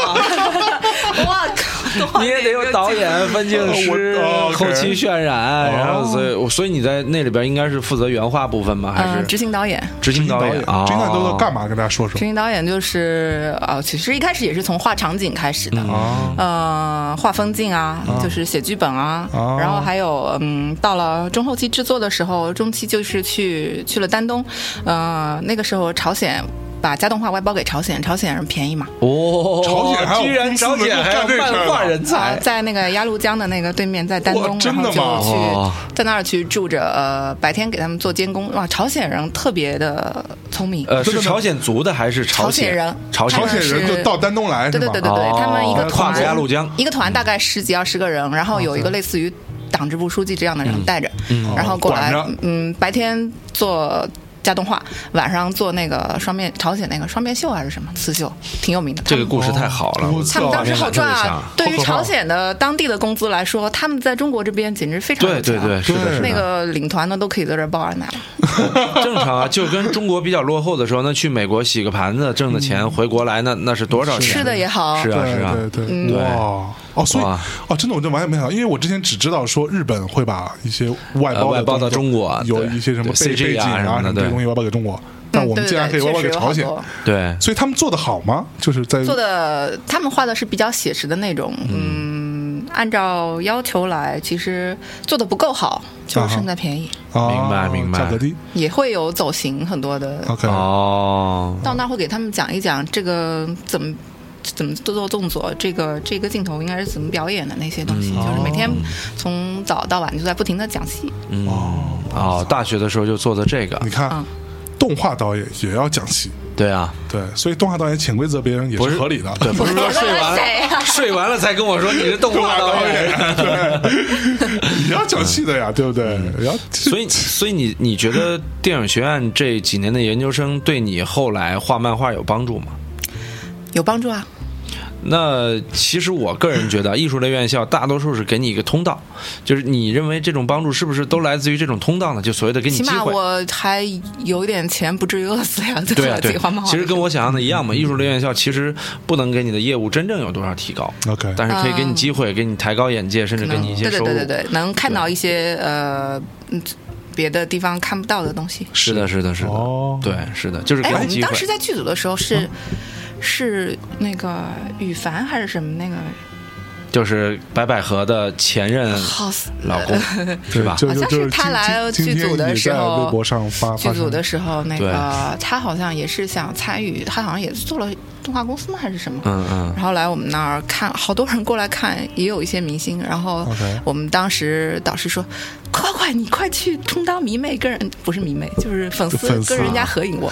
S4: 我靠，
S2: *laughs* 你也得有导演、分镜师
S3: 我、哦，OK 哦
S2: 后期渲染，然后所以我所以你在那里边应该是负责原画部分吗？还
S4: 嗯，
S2: 是
S4: 执行导演。
S2: 执
S3: 执
S2: 行
S3: 行
S2: 导
S3: 导
S2: 演
S3: 演，？这段都
S2: 哦
S3: 都干嘛？跟大家说
S4: 执
S3: 说。
S4: 行导演就是啊、其实一开始也是从画场景开始
S2: 嗯
S4: 的，
S3: 啊，
S4: 呃，画风景啊，就是写剧本啊，
S3: 哦
S4: 然后还有嗯，到了中后期制作的时候，中期就是去去了丹东，呃，那个时候朝鲜把家动画外包给朝鲜，朝鲜人便宜嘛，
S2: 哦，
S3: 朝鲜还有
S2: 居然
S3: 公司
S2: 朝鲜
S3: 能
S2: 还有
S3: 干这事儿
S2: 漫画
S3: 呢
S2: 人
S4: 啊，
S2: 才，
S4: 在那个鸭绿江的那个对面，在丹
S3: 哇
S4: 东，
S3: 真的
S4: 然后
S3: 吗
S4: 就去、
S2: 哦
S4: 在那儿去住着，呃，白天给他们做监工。哇，朝鲜人特别的聪明，
S2: 呃，是
S3: 真的吗
S2: 朝鲜族的还是朝
S4: 朝鲜人
S2: 朝鲜
S3: 朝鲜人就到丹东来是
S4: 对
S3: 吗？
S4: 对对对对，
S2: 哦
S4: 他们一个
S2: 跨
S4: 团
S2: 过鸭绿江
S4: 一个团大概十几二十个人，然后有一个
S3: 哦
S4: 类似于党支部书记这样的人带着，然后过
S3: 嗯
S4: 来
S3: 管着，
S4: 嗯，白天做。家动画，晚上做那个双面朝鲜那个双面绣还是什么刺绣，挺有名的。
S2: 这个
S4: 他们
S2: 故事太好了，
S3: 哦
S2: 我
S3: 他
S4: 他们当时好赚
S2: 画面上！
S4: 啊对于
S3: 好可怕
S4: 朝鲜的当地的工资来说，他们在中国这边简直非常
S2: 对
S4: 有
S2: 对
S4: 钱啊
S2: 对，是的，
S3: 对
S2: 是的
S4: 那个领团的都可以在这儿包二奶了。
S2: *laughs* 正常啊，就跟中国比较落后的时候，那去美国洗个盘子挣的钱回国来，那那是多少钱？
S4: 吃的也好，
S2: 是啊
S3: 嗯对
S2: 是啊，
S3: 对对，
S4: 嗯
S3: 哇，哦，所以
S2: 哇
S3: 哦，真的，我真完全没想到，因为我之前只知道说日本会把一些外
S2: 呃
S3: 包
S2: 外包到中国
S3: 有
S2: 对
S3: 一些什么背
S2: CG
S3: 背景
S2: 啊什么的对
S3: 什么这些东西外包给中国，但我们
S4: 嗯对
S3: 竟然可以
S4: 对
S3: 外包给
S4: 对，确实有
S3: 朝
S4: 好
S3: 鲜，
S4: 多。
S2: 对
S3: 所以他们做的好吗？就是
S2: 嗯
S3: 在
S4: 做的他们画的是比较写实的那种，嗯，按照要求来，其实做的不够好，就
S3: 啊
S4: 是
S3: 哈
S4: 胜在便宜，
S3: 啊
S2: 明白明白
S3: 价格低
S4: 也会有走形很多
S2: 啊
S4: 的。
S3: ，OK，
S2: 哦，
S4: 到那儿会给他们讲一讲这个怎么。怎么做做动作？这个这个镜头应该是怎么表演的那些东西，就是每天从早到晚就在不停的讲戏。
S2: 嗯哦，大学的时候就做的这个
S3: 你，看
S4: 嗯。
S3: 动画导演也要讲戏，
S2: 对啊，
S3: 对，所以动画导演潜规则别人也
S2: 不
S3: 是
S2: 是
S3: 合理的，
S2: 对，不是说啊睡完
S4: 谁呀
S2: 睡完了才跟我说你是动
S3: *laughs* 动
S2: 画
S3: 画
S2: 导
S3: 导
S2: 演。嗯
S3: 演对， *laughs* 也要讲戏的呀，对不对？也要
S2: 所
S3: *laughs*
S2: 以，所以你你觉得电影学院这几年的研究生对你后来画漫画有帮助吗？
S4: 有帮助啊！
S2: 那其实我个人觉得，艺术类院校大多数是给你一个通道，就是你认为这种帮助是不是都来自于这种通道呢？就所谓的给你
S4: 起
S2: 嗯机
S4: 码
S2: 会。
S4: 我还有一点钱，不至于饿死呀。
S2: 对啊，
S4: 自
S2: 对
S4: 己画漫，画
S2: 其实跟我想象的一样嘛。艺术类院校其实不能给你的业务真正有多少提高，
S3: OK，
S2: 但是可以给你机会，给你抬高眼界，甚至给你一些
S4: 嗯对对
S2: 收入。
S4: 对对对，能看到一些呃嗯别的地方看不到的东西。
S2: 是的，是的，是的，
S3: 哦
S2: 对，是的，就是给
S4: 哎，我
S2: 你
S4: 们
S2: 机会嗯
S4: 当。时在剧组的时候是、是那个羽凡还是什么那个，
S2: 就是白百合的前任
S4: 好死
S2: 老
S4: *laughs*
S2: 公，是吧？
S3: 就
S4: 好
S3: 就
S4: 像
S3: 就是
S4: 他
S3: 今
S4: 来
S3: 今
S4: 剧
S3: 今
S4: 组
S3: 天
S4: 的
S3: 也
S4: 时
S3: 在
S4: 候
S3: 微博上发
S4: 剧
S3: 发
S4: 组
S3: 生
S4: 的时候那
S2: 对
S4: 个他好像也是想参与，他好像也做了动画公司吗还是什么？
S2: 嗯嗯，
S4: 然后来我们那儿看，好多人过来看，也有一些明星。然后
S3: OK
S4: 我们当时导师说：“快快快，你快去充当迷妹，跟人不是迷妹，就是粉丝
S3: 粉丝
S4: 跟
S2: 啊
S4: 人家合影。”我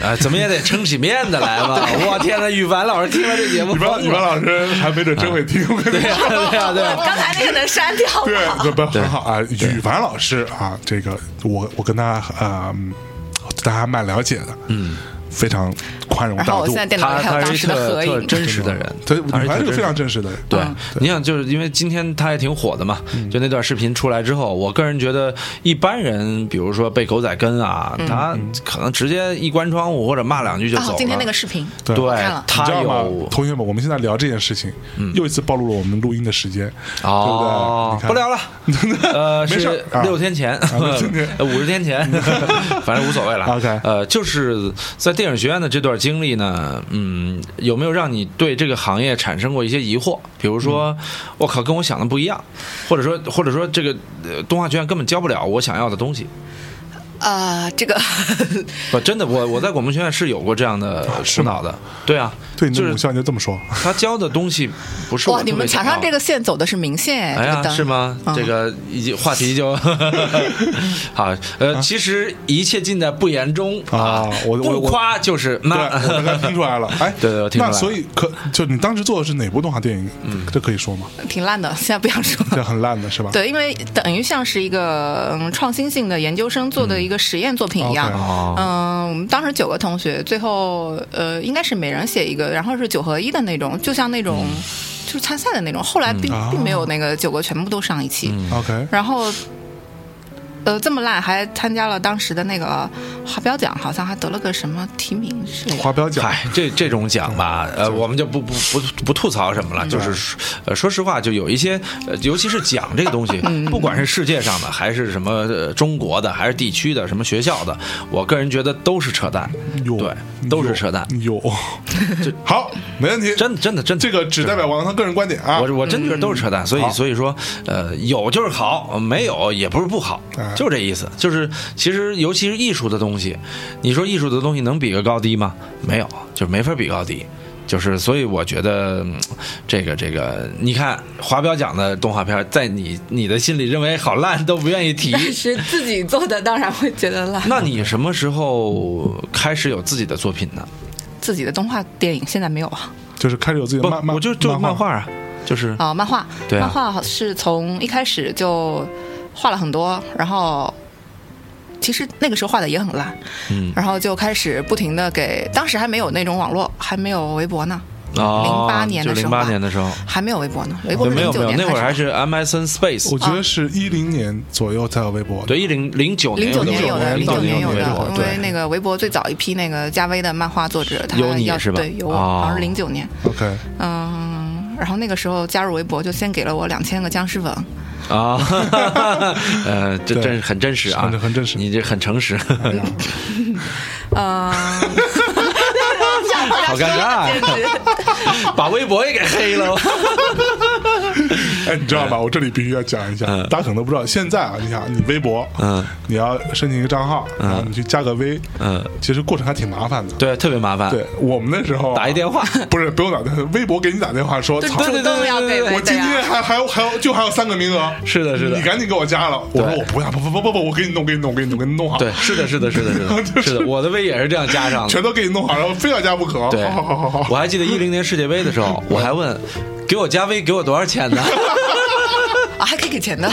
S2: 哎，怎么也得撑起面子来
S3: *laughs*
S2: 吧！我天哪，羽凡老师听了这节目
S3: 语
S2: 疯了，
S3: 文语文老师还没准真会
S4: *laughs*
S3: 听，我跟你
S4: 啊
S3: 说。
S2: 对啊呀对呀，
S4: 刚才那个能删掉吗？
S3: *laughs* 对，不不很好啊，语文老师啊，这个我我跟他呃，嗯大家蛮了解的，嗯，非常宽容
S4: 然
S3: 大
S4: 后我
S3: 度
S4: 现。在 *laughs* 电脑
S2: 他
S4: 里还
S2: 他
S4: 有当
S2: 是一
S4: 时的
S2: 特
S4: 合
S2: 特
S4: 影。
S2: 真实的人，
S3: 对，语
S2: 他是
S3: 文
S2: 一
S3: 是
S2: 个
S3: 个
S2: 真
S3: 非常
S2: 实
S3: 真实的人，
S2: 对
S4: 嗯，
S2: 你想，就是因为今天他也挺火的嘛，
S3: 嗯
S2: 就那段视频出来之后，我个人觉得一般人，比如说被狗仔跟啊，他
S3: 嗯
S2: 可能直接一关窗户或者骂两句就走
S4: 嗯哦
S2: 了。，
S4: 今天那个视频，
S3: 对
S4: 我
S2: 对
S4: 看了，
S3: 你知
S2: 他
S3: 道吗
S2: 有？
S3: 同学们，我们现在聊这件事情，又一次暴露了我们录音的时间，
S2: 哦，不
S3: 对嗯不对 *laughs*
S2: 聊了，呃，
S3: 没事
S2: 是
S3: 啊
S2: 六天前
S3: 六天前，
S2: *laughs* 五十天
S3: *laughs*
S2: 前，反正无所谓了。
S3: OK
S2: 呃，就是在电影学院的这段经历呢，嗯，有没有让你对这个行业产生过一些疑惑？比如
S3: 嗯
S2: 说，我靠，跟我想的不一样，或者说，或者说这个呃动画学院根本教不了我想要的东西。
S4: 啊，这
S2: *laughs*
S4: 个
S2: 不，真的，我我在我们学院是有过这样的苦恼的。对啊，
S3: 啊对你
S2: 就
S3: 的母
S2: 是
S3: 校你就这么说，
S2: 他教的东西不是我
S4: 哇，你
S2: 特别
S4: 们
S2: 想
S4: 墙上
S2: 要
S4: 这个线走的是明线，
S2: 哎
S4: 这
S2: 呀
S4: 个，灯
S2: 是吗？
S4: 嗯
S2: 这个已经话题就好，呃，其实一切尽在不言中啊
S3: 啊。我我
S2: 不夸就是
S3: 对，
S2: 妈，*laughs*
S3: 我刚才听出来了，哎，
S2: 对对我听出来
S3: 那
S2: 了嗯
S3: 所以可就你当时做的是哪部动画电影？这可以说吗？
S4: 挺烂的，现在不想说。
S2: *laughs*
S3: 这很烂的是吧？
S4: *laughs* 对，因为等于像是一个嗯创新性的研究生做
S2: 嗯
S4: 的一个实验作品一样。
S3: OK
S2: 哦
S4: 嗯，我们当时九个同学，最后呃应该是每人写一个，然后是九合一的那种，就像那种、
S2: 嗯
S4: 就是参
S2: 哦嗯
S4: 赛的那种。后来并、并没有那个九个全部都上一期，
S3: ，OK，
S4: 然后呃这么烂，还参加了当时的那个华标奖，好像还得了个什么提名之类的。
S3: 华标奖，
S2: 嗨，这这种奖吧，呃，我们就不不不不吐槽什么了，就是说，呃，说实话，就有一些，呃，尤其是奖这个东西，不管是世界上的，还是什么、呃、中国的，还是地区的，什么学校的，我个人觉得都是扯淡，
S3: 有
S2: 对，都是扯淡， *laughs*
S3: 有。好，没问题，
S2: 真的真的真的，
S3: 这个只代表王涛个人观点啊。
S2: 我我真觉得都是扯淡，所以
S3: 好
S2: 所以说，呃，有就是好，没有也不是不好
S3: 哎，
S2: 就这意思。就是其实尤其是艺术的东西，你说艺术的东西能比个高低吗？没有，就没法比高低。就是，所以我觉得嗯这个这个，你看华标奖的动画片，在你你的心里认为好烂都不愿意
S3: *laughs*
S2: 提，
S4: 但是自己做的当然会觉得烂。
S2: 那你什么时候开始有自己的作品呢？
S4: 自己的动画电影现在没有啊？
S3: 就是开始有自己
S2: 不
S3: 的漫，漫，
S2: 我就就漫
S3: 漫画，
S2: 画啊，就是
S4: 啊、漫画，
S2: 对啊
S4: 漫画是从一开始就画了很多，然后其实那个时候画的也很烂，
S2: 嗯
S4: 然后就开始不停的给，当时还没有那种网络，还没有微博呢，
S3: 啊
S2: 哦
S4: 08年的
S2: 就
S4: 时
S2: 零
S4: 候吧
S2: 八年的时候，
S4: 还没有微博呢，微博
S2: 对
S4: 是
S2: 没
S4: 零
S2: 有没
S4: 九
S2: 有，
S4: 年
S2: 那会儿还
S4: 开始
S2: 是 MSN Space，
S3: 我觉得是一零年左右才有微博的。
S2: 对，一零零九
S4: 的。零九
S2: 年
S4: 年有
S2: 哦
S4: 的，
S2: 的，
S4: 零
S2: 09
S4: 九年有
S2: 有
S4: 的，因为
S2: 对，
S4: 那个微博最早一批那个加微的漫画作者，他
S2: 有你
S4: 要
S2: 是吧
S4: 对有我，
S2: 哦
S4: 好像是零九年，
S3: ，OK，
S4: 嗯，然后那个时候加入微博就先给了我两千个僵尸粉，
S2: 啊， *laughs* 呃，这
S3: 对
S2: 真很真实啊，
S3: 很很真实
S2: 你这很诚
S4: *laughs*
S2: 实，
S4: 嗯，
S2: *laughs* 好尴
S4: *laughs*
S2: 尬，把微博也给黑了，
S3: 哎，你知道吧？我这里必须要讲一下，大家可能不知道，现在啊，你想你微博，
S2: 嗯，
S3: 你要申请一个账号，然后你去加个微，
S2: 嗯，
S3: 其实过程还挺麻烦的。
S2: 对，特别麻烦，
S3: 对，我们那时候啊
S2: 打一电话，
S3: 不是不用打电话，微博给你打电话说，
S4: 就
S3: 操
S4: 主动要给
S3: 我
S4: 微的
S3: 今
S4: 呀
S3: 天。还还有还有就还有三个名额，
S2: 是的是的
S3: 你赶紧给我加了。我说
S2: 对
S3: 我不要，不不不不不，我给你弄，给你弄，给你弄，给你弄好，
S2: 对，，是的，是的，是的，是
S3: *laughs*
S2: 的，是的，我的微也是这样加上的
S3: 全，都给你弄好，然后非要加不可。
S2: 对，
S3: 好好好好好，
S2: 我还记得一零年世界杯的时候，我还问，给我加微给我多少钱
S4: *laughs*
S2: 呢？
S4: 啊，还可以给钱的。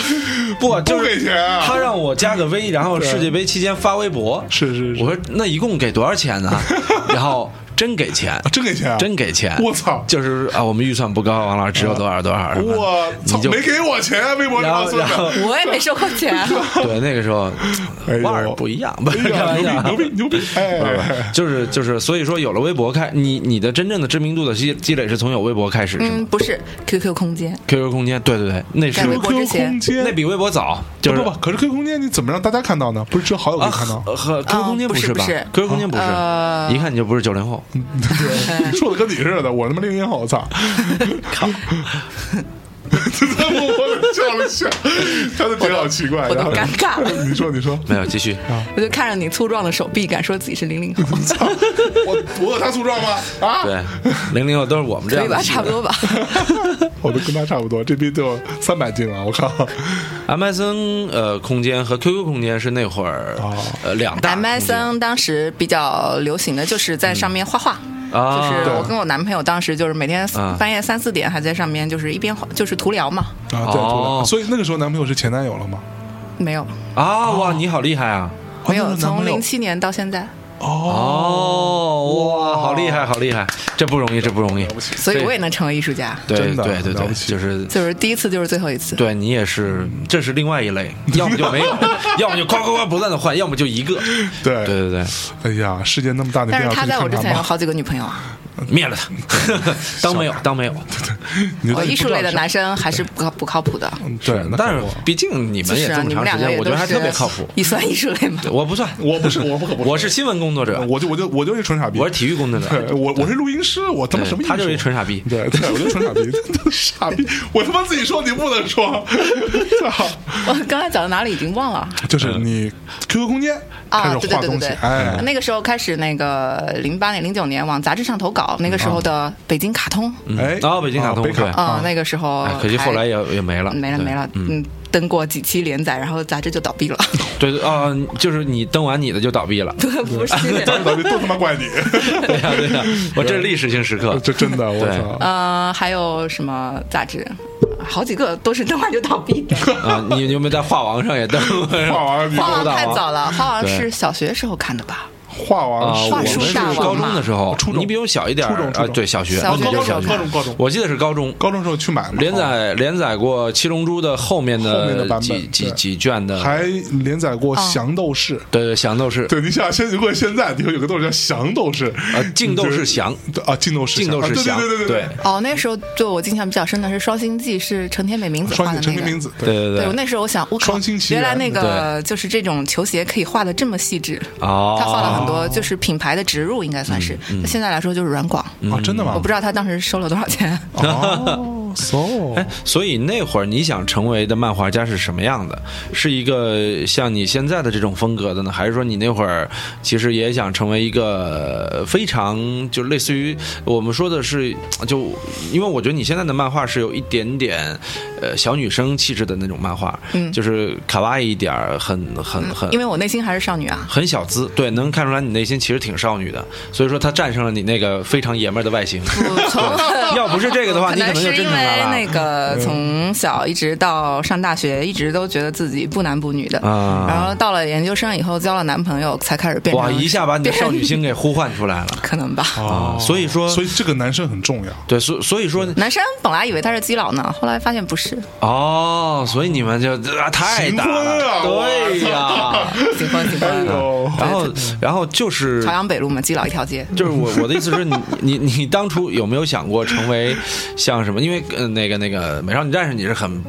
S2: 不，就
S3: 不
S2: 是
S3: 给钱啊
S2: 他让我加个微，然后世界杯期间发微博，
S3: 是是是
S2: 我说那一共给多少钱呢？
S3: *laughs*
S2: 然后真给钱，
S3: 真给钱啊，
S2: 真给钱，
S3: 我操啊
S2: 就是啊，我们预算不高，王老师只有多少多少，
S3: 我操
S2: 你，就
S3: 没给我钱啊，微博
S2: 然
S3: 告
S2: 后
S3: 诉
S2: 然后
S3: 的。
S4: 我也没收过钱，
S2: *laughs* 对那个时候
S3: 哎呦
S2: 腕儿不一样，不
S3: 哎
S2: 是开玩
S3: 呀，
S2: 笑。啊
S3: 牛逼牛逼牛逼！哎，
S2: 就是就是，所以说有了微博开，你你的真正的知名度的积积累是从有微博开始，是
S4: 嗯，
S2: 吗
S4: 不是 QQ 空间，
S2: ？QQ 空间，对对对，那是
S4: 在微
S3: QQ
S4: 博之前
S3: 空间啊
S2: 那比微博早，就是
S3: 不不不，可是 QQ 空间你怎么让大家看到呢？不是只有好友可
S2: 啊
S3: 以看到？
S2: 和和 QQ 空间
S4: 啊不是
S2: 是吧
S4: 不是
S2: ？QQ 空间不是，
S4: 呃
S2: 一看你就不是九零后。
S3: 对， *laughs* 你说的跟你似的，我他妈零零后，我操！ *laughs*
S2: 靠，
S3: 我笑了笑，他的挺好奇怪，
S4: 我都
S3: 然后
S4: 尴尬了
S3: *laughs* 你说你说，
S2: 没有继续。
S3: 啊
S4: 我就看着你粗壮的手臂，敢说自己是零零后，
S3: 我我有他粗壮吗？啊，
S2: 对，零零后都是我们 *laughs* 这
S4: 可
S2: 样的
S4: 以吧？
S2: 级别，
S4: 差不多吧。
S3: *laughs* 我都跟他差不多，这逼就三百斤了，我靠！啊
S2: MSN 呃空间和 QQ 空间是那会儿、
S3: 哦
S2: 呃两 *laughs* 大空间
S4: MSN 当时比较流行的就是在上面画画。就
S2: 啊，
S4: 是我跟我男朋友当时就是每天
S2: 啊
S4: 半夜三四点还在上面，就是一边画就是涂聊嘛，
S3: 啊，对
S2: 哦
S3: 对，所以那个时候男朋友是前男友了吗？
S4: 没有
S2: 啊哇，你好厉害啊！
S3: 啊
S4: 没
S3: 那
S4: 有，
S3: 个男
S4: 从
S3: 朋友
S4: 零七年到现在，
S2: 哦哇，好厉害，好厉害，这不容易，这不容易。
S4: 所以我也能成为艺术家，
S2: 对
S3: 真的
S2: 对对
S3: 了
S2: 对
S3: 不，起
S2: 就是
S4: 就是第一次就是最后一次。
S2: 对你也是，这是另外一类，要么就没有，
S3: *laughs*
S2: 要么就夸夸夸不断的换，要么就一个。
S3: 对
S2: 对对
S3: *laughs*
S2: 对，
S3: 哎呀，世界那么大，你
S4: 但
S3: 不要
S4: 是他
S3: 去
S4: 在我
S3: 看
S4: 之前
S3: 看
S4: 有
S3: 吗？
S4: 好几个女朋友，啊，
S2: 灭了他， *laughs* 当没有，当
S3: *laughs*
S2: 没有。
S3: 你就
S4: 我
S3: 在
S4: 哦艺术类的
S3: 你不知道
S4: 男生还是不靠不靠谱的，
S3: 嗯对，那
S2: 但是
S3: 可不
S2: 毕竟你
S4: 就
S2: 们也
S4: 是啊
S2: 这么
S4: 你们
S2: 长时
S4: 两个
S2: 间，
S4: 也
S2: 我觉
S4: 都
S2: 得还特
S4: 是
S2: 别靠谱。
S4: 也算 *laughs* 艺术类嘛。
S2: 我不算，
S3: 我不是我不可不是
S2: 我是新闻工作者，
S3: 我就我就我就是一纯傻逼，
S2: 我是体育工作者，
S3: 对 *laughs* 我我是录音师，我他妈
S2: 对
S3: 什么艺术？
S2: 他就是一纯傻逼
S3: 对对，我就是纯傻逼，傻逼！我他妈自己说你不能说，操！
S4: 我刚才讲到哪里已经忘了
S3: 就是你 QQ 空间开
S4: 啊！
S3: 始
S4: 对
S3: 画
S4: 对对对
S3: 东西，
S4: 对，
S3: 哎，
S4: 那个时候开始那个零八年零九年往杂志上投稿，那个时候的北京卡通，
S2: 嗯
S3: 哎
S2: 哦北京卡通
S3: 啊北卡
S2: 对
S4: 啊，那个时候
S2: 哎可惜
S4: 还
S2: 后来也也没了，
S4: 没了
S2: 对
S4: 没了，
S2: 嗯。
S4: 嗯，登过几期连载，然后杂志就倒
S2: *laughs*
S4: 闭了。 *laughs*
S2: 对对啊、就是你登完你的就倒闭
S3: *laughs*
S2: 了。
S4: 对，不是。
S3: 当时咱们都他妈怪你，
S2: 对呀、对呀、我这是历史性时刻。
S3: 这真的，我
S2: 对
S3: 操！
S4: 呃，还有什么杂志？好几个都是 *laughs* 登完就倒闭的。
S2: 啊、你你有没有在画王上也登？
S3: *laughs* 画完你
S4: 花
S2: 都
S4: 王
S2: 倒啊
S4: 太早了，花王
S2: 对
S4: 是小学时候看的吧？
S3: 画
S2: 啊，我
S3: 王
S2: 们
S4: 话
S3: 是
S2: 是
S4: 术大王
S2: 高中
S4: 嘛
S2: 的时候，
S3: 初中
S2: 你比我小一点儿，
S3: 初中初
S2: 啊，
S3: 中
S2: 对，小学，
S4: 小
S2: 我记得
S4: 学
S2: 是小学
S4: 高中
S3: 高中
S2: 我记得是高中。
S3: 高中时候去买嘛，
S2: 连载连载过《七龙珠》的后面
S3: 后面的
S2: 的
S3: 版本
S2: 几几
S3: 对
S2: 几卷的，
S3: 还连载过《降斗士》
S2: 对对，降斗士，
S3: 对，你想现如果现在你会有个斗士叫降斗士，
S2: 呃竞斗士降
S3: 你觉得啊，竞斗士
S2: 劲斗士
S3: 降，
S2: 降，
S3: 啊对对对
S2: 对
S3: 对
S4: 哦，那时候对我印象比较深的是《双星记》，是成田美名子
S3: 对，
S4: 画
S3: 双
S4: 的
S3: 井
S4: 那
S3: 成
S4: 个。
S3: 名名字，对，
S2: 对
S4: 对，我那时候我想，我靠
S3: 双星，奇
S4: 原
S3: 缘
S4: 来那个就是这种球鞋可以画的这么细致，
S2: 哦，
S4: 他画了很多就是品牌的植入，应该算是。
S3: 嗯
S4: 那现在来说就是软广，
S2: 嗯
S3: 啊，真的吗？
S4: 我哦不知道他当时收了多少钱。
S3: 哦，so，
S2: 哎，所以那会儿你想成为的漫画家是什么样的？是一个像你现在的这种风格的呢，还是说你那会儿其实也想成为一个呃非常就类似于我们说的是就，因为我觉得你现在的漫画是有一点点呃小女生气质的那种漫画，嗯，就是卡哇伊一点儿，很很
S3: 嗯
S2: 很。
S4: 因为我内心还是少女啊。
S2: 很小资，对，能看出来你内心其实挺少女的，所以说它战胜了你那个非常爷们儿的外 *laughs* 形。
S3: *laughs*
S4: 我从
S2: 要不是这个的话，
S4: 可
S2: 你哦可能
S4: 能
S2: 就是真
S4: 因
S2: 成他
S4: 为
S2: 了。嗯
S4: 那个从小一直到上大学，一直都觉得自己不男不女的，
S2: 啊
S4: 然后到了研究生以后交了男朋友，才开始变
S2: 哇，
S4: 成
S2: 一下把你的少女心给呼唤出来了
S3: *laughs*
S4: *laughs* 可能吧。
S2: 啊！所以说，
S3: 哦所以这个男生很重要。
S2: 对，所所以说
S4: *laughs* 男生本来以为他是基佬呢，后来发现不是，
S2: 哦，所以你们就啊太大
S3: 行婚
S2: 了，
S3: 啊我哦
S2: 对呀、
S3: *laughs*
S4: 喜欢喜欢。
S3: 呦
S2: 然后然后就是
S4: 朝阳北路嘛，基佬一条街。
S2: 就是我我的意思是你你你你当初有没有想过成为像什么？因为呃那个那个美少女战士你是很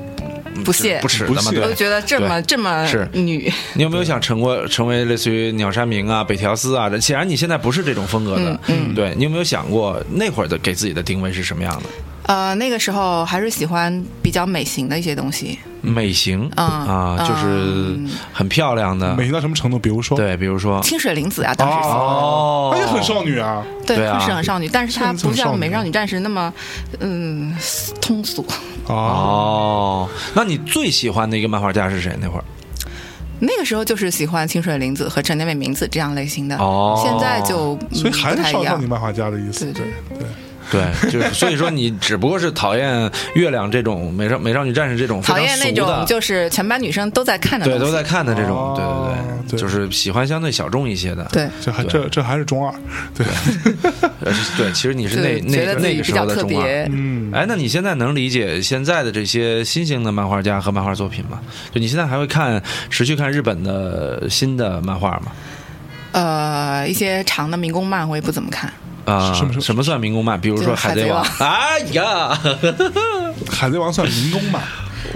S4: 不屑
S2: 不耻的嘛，
S3: 不屑
S4: 我
S2: 对
S4: 就。觉得这么
S2: 对
S4: 这么
S2: 是
S4: 女，
S2: 你有没有想成过成为类似于鸟山明啊、北条司啊？这显然你现在不是这种风格的，
S4: 嗯
S2: 对你有没有想过那会儿的给自己的定位是什么样的？
S4: 呃，那个时候还是喜欢比较美型的一些东西，
S2: 美型、
S4: 嗯
S2: 啊，就是
S4: 嗯
S2: 很漂亮的，
S3: 美到什么程度？比如说，
S2: 对，比如说
S3: *laughs*
S4: 清水玲子啊，当时是、
S2: 哦
S3: 她也很少女啊，
S4: 对，
S2: 对啊
S4: 是很少女，但是她
S3: 是很
S4: 不像
S3: 少
S4: 《
S3: 女
S4: 美少女战士》那么嗯通俗。
S3: 啊，
S2: 哦，那你最喜欢的一个漫画家是谁？那会儿
S4: 那个时候就是喜欢清水玲子和陈田美名子这样类型的，
S2: 哦
S4: 现在就、嗯、
S3: 所以还
S4: 不
S3: 是
S4: 太一
S3: 少少
S4: 样
S3: 女。漫画家的意思，
S4: 对
S3: 对对。
S2: 对，就是所以说你只不过是讨厌月亮这种美少美少女战士这种非
S4: 讨
S2: 常
S4: 厌那
S2: 俗的
S4: 种就是全班女生都在看的
S2: 对
S4: 东西，
S2: 都在看的这种，
S3: 哦
S2: 对对，
S3: 对
S2: 就是喜欢相对小众一些的，
S4: 对
S3: 这还这这还是中二，对，
S2: 呃是对，其实你是那
S4: 就
S2: 那
S4: 觉得自
S2: 那
S4: 己
S2: 个
S4: 比
S2: 时候
S4: 较
S2: 的
S4: 特
S2: 中二
S4: 别。。
S3: 嗯，
S2: 哎，那你现在能理解现在的这些新型的漫画家和漫画作品吗？就你现在还会看持续看日本的新的漫画吗？
S4: 呃，一些长的民工漫我也不怎么看，
S2: 啊、
S3: 什么什么
S2: 什么算民工漫？比如
S4: 就
S2: 说《
S4: 是海
S2: 贼
S4: 贼
S2: 王》。 *laughs* 哎
S4: *laughs*
S2: 呀，
S3: *laughs* 海贼王算民工吧？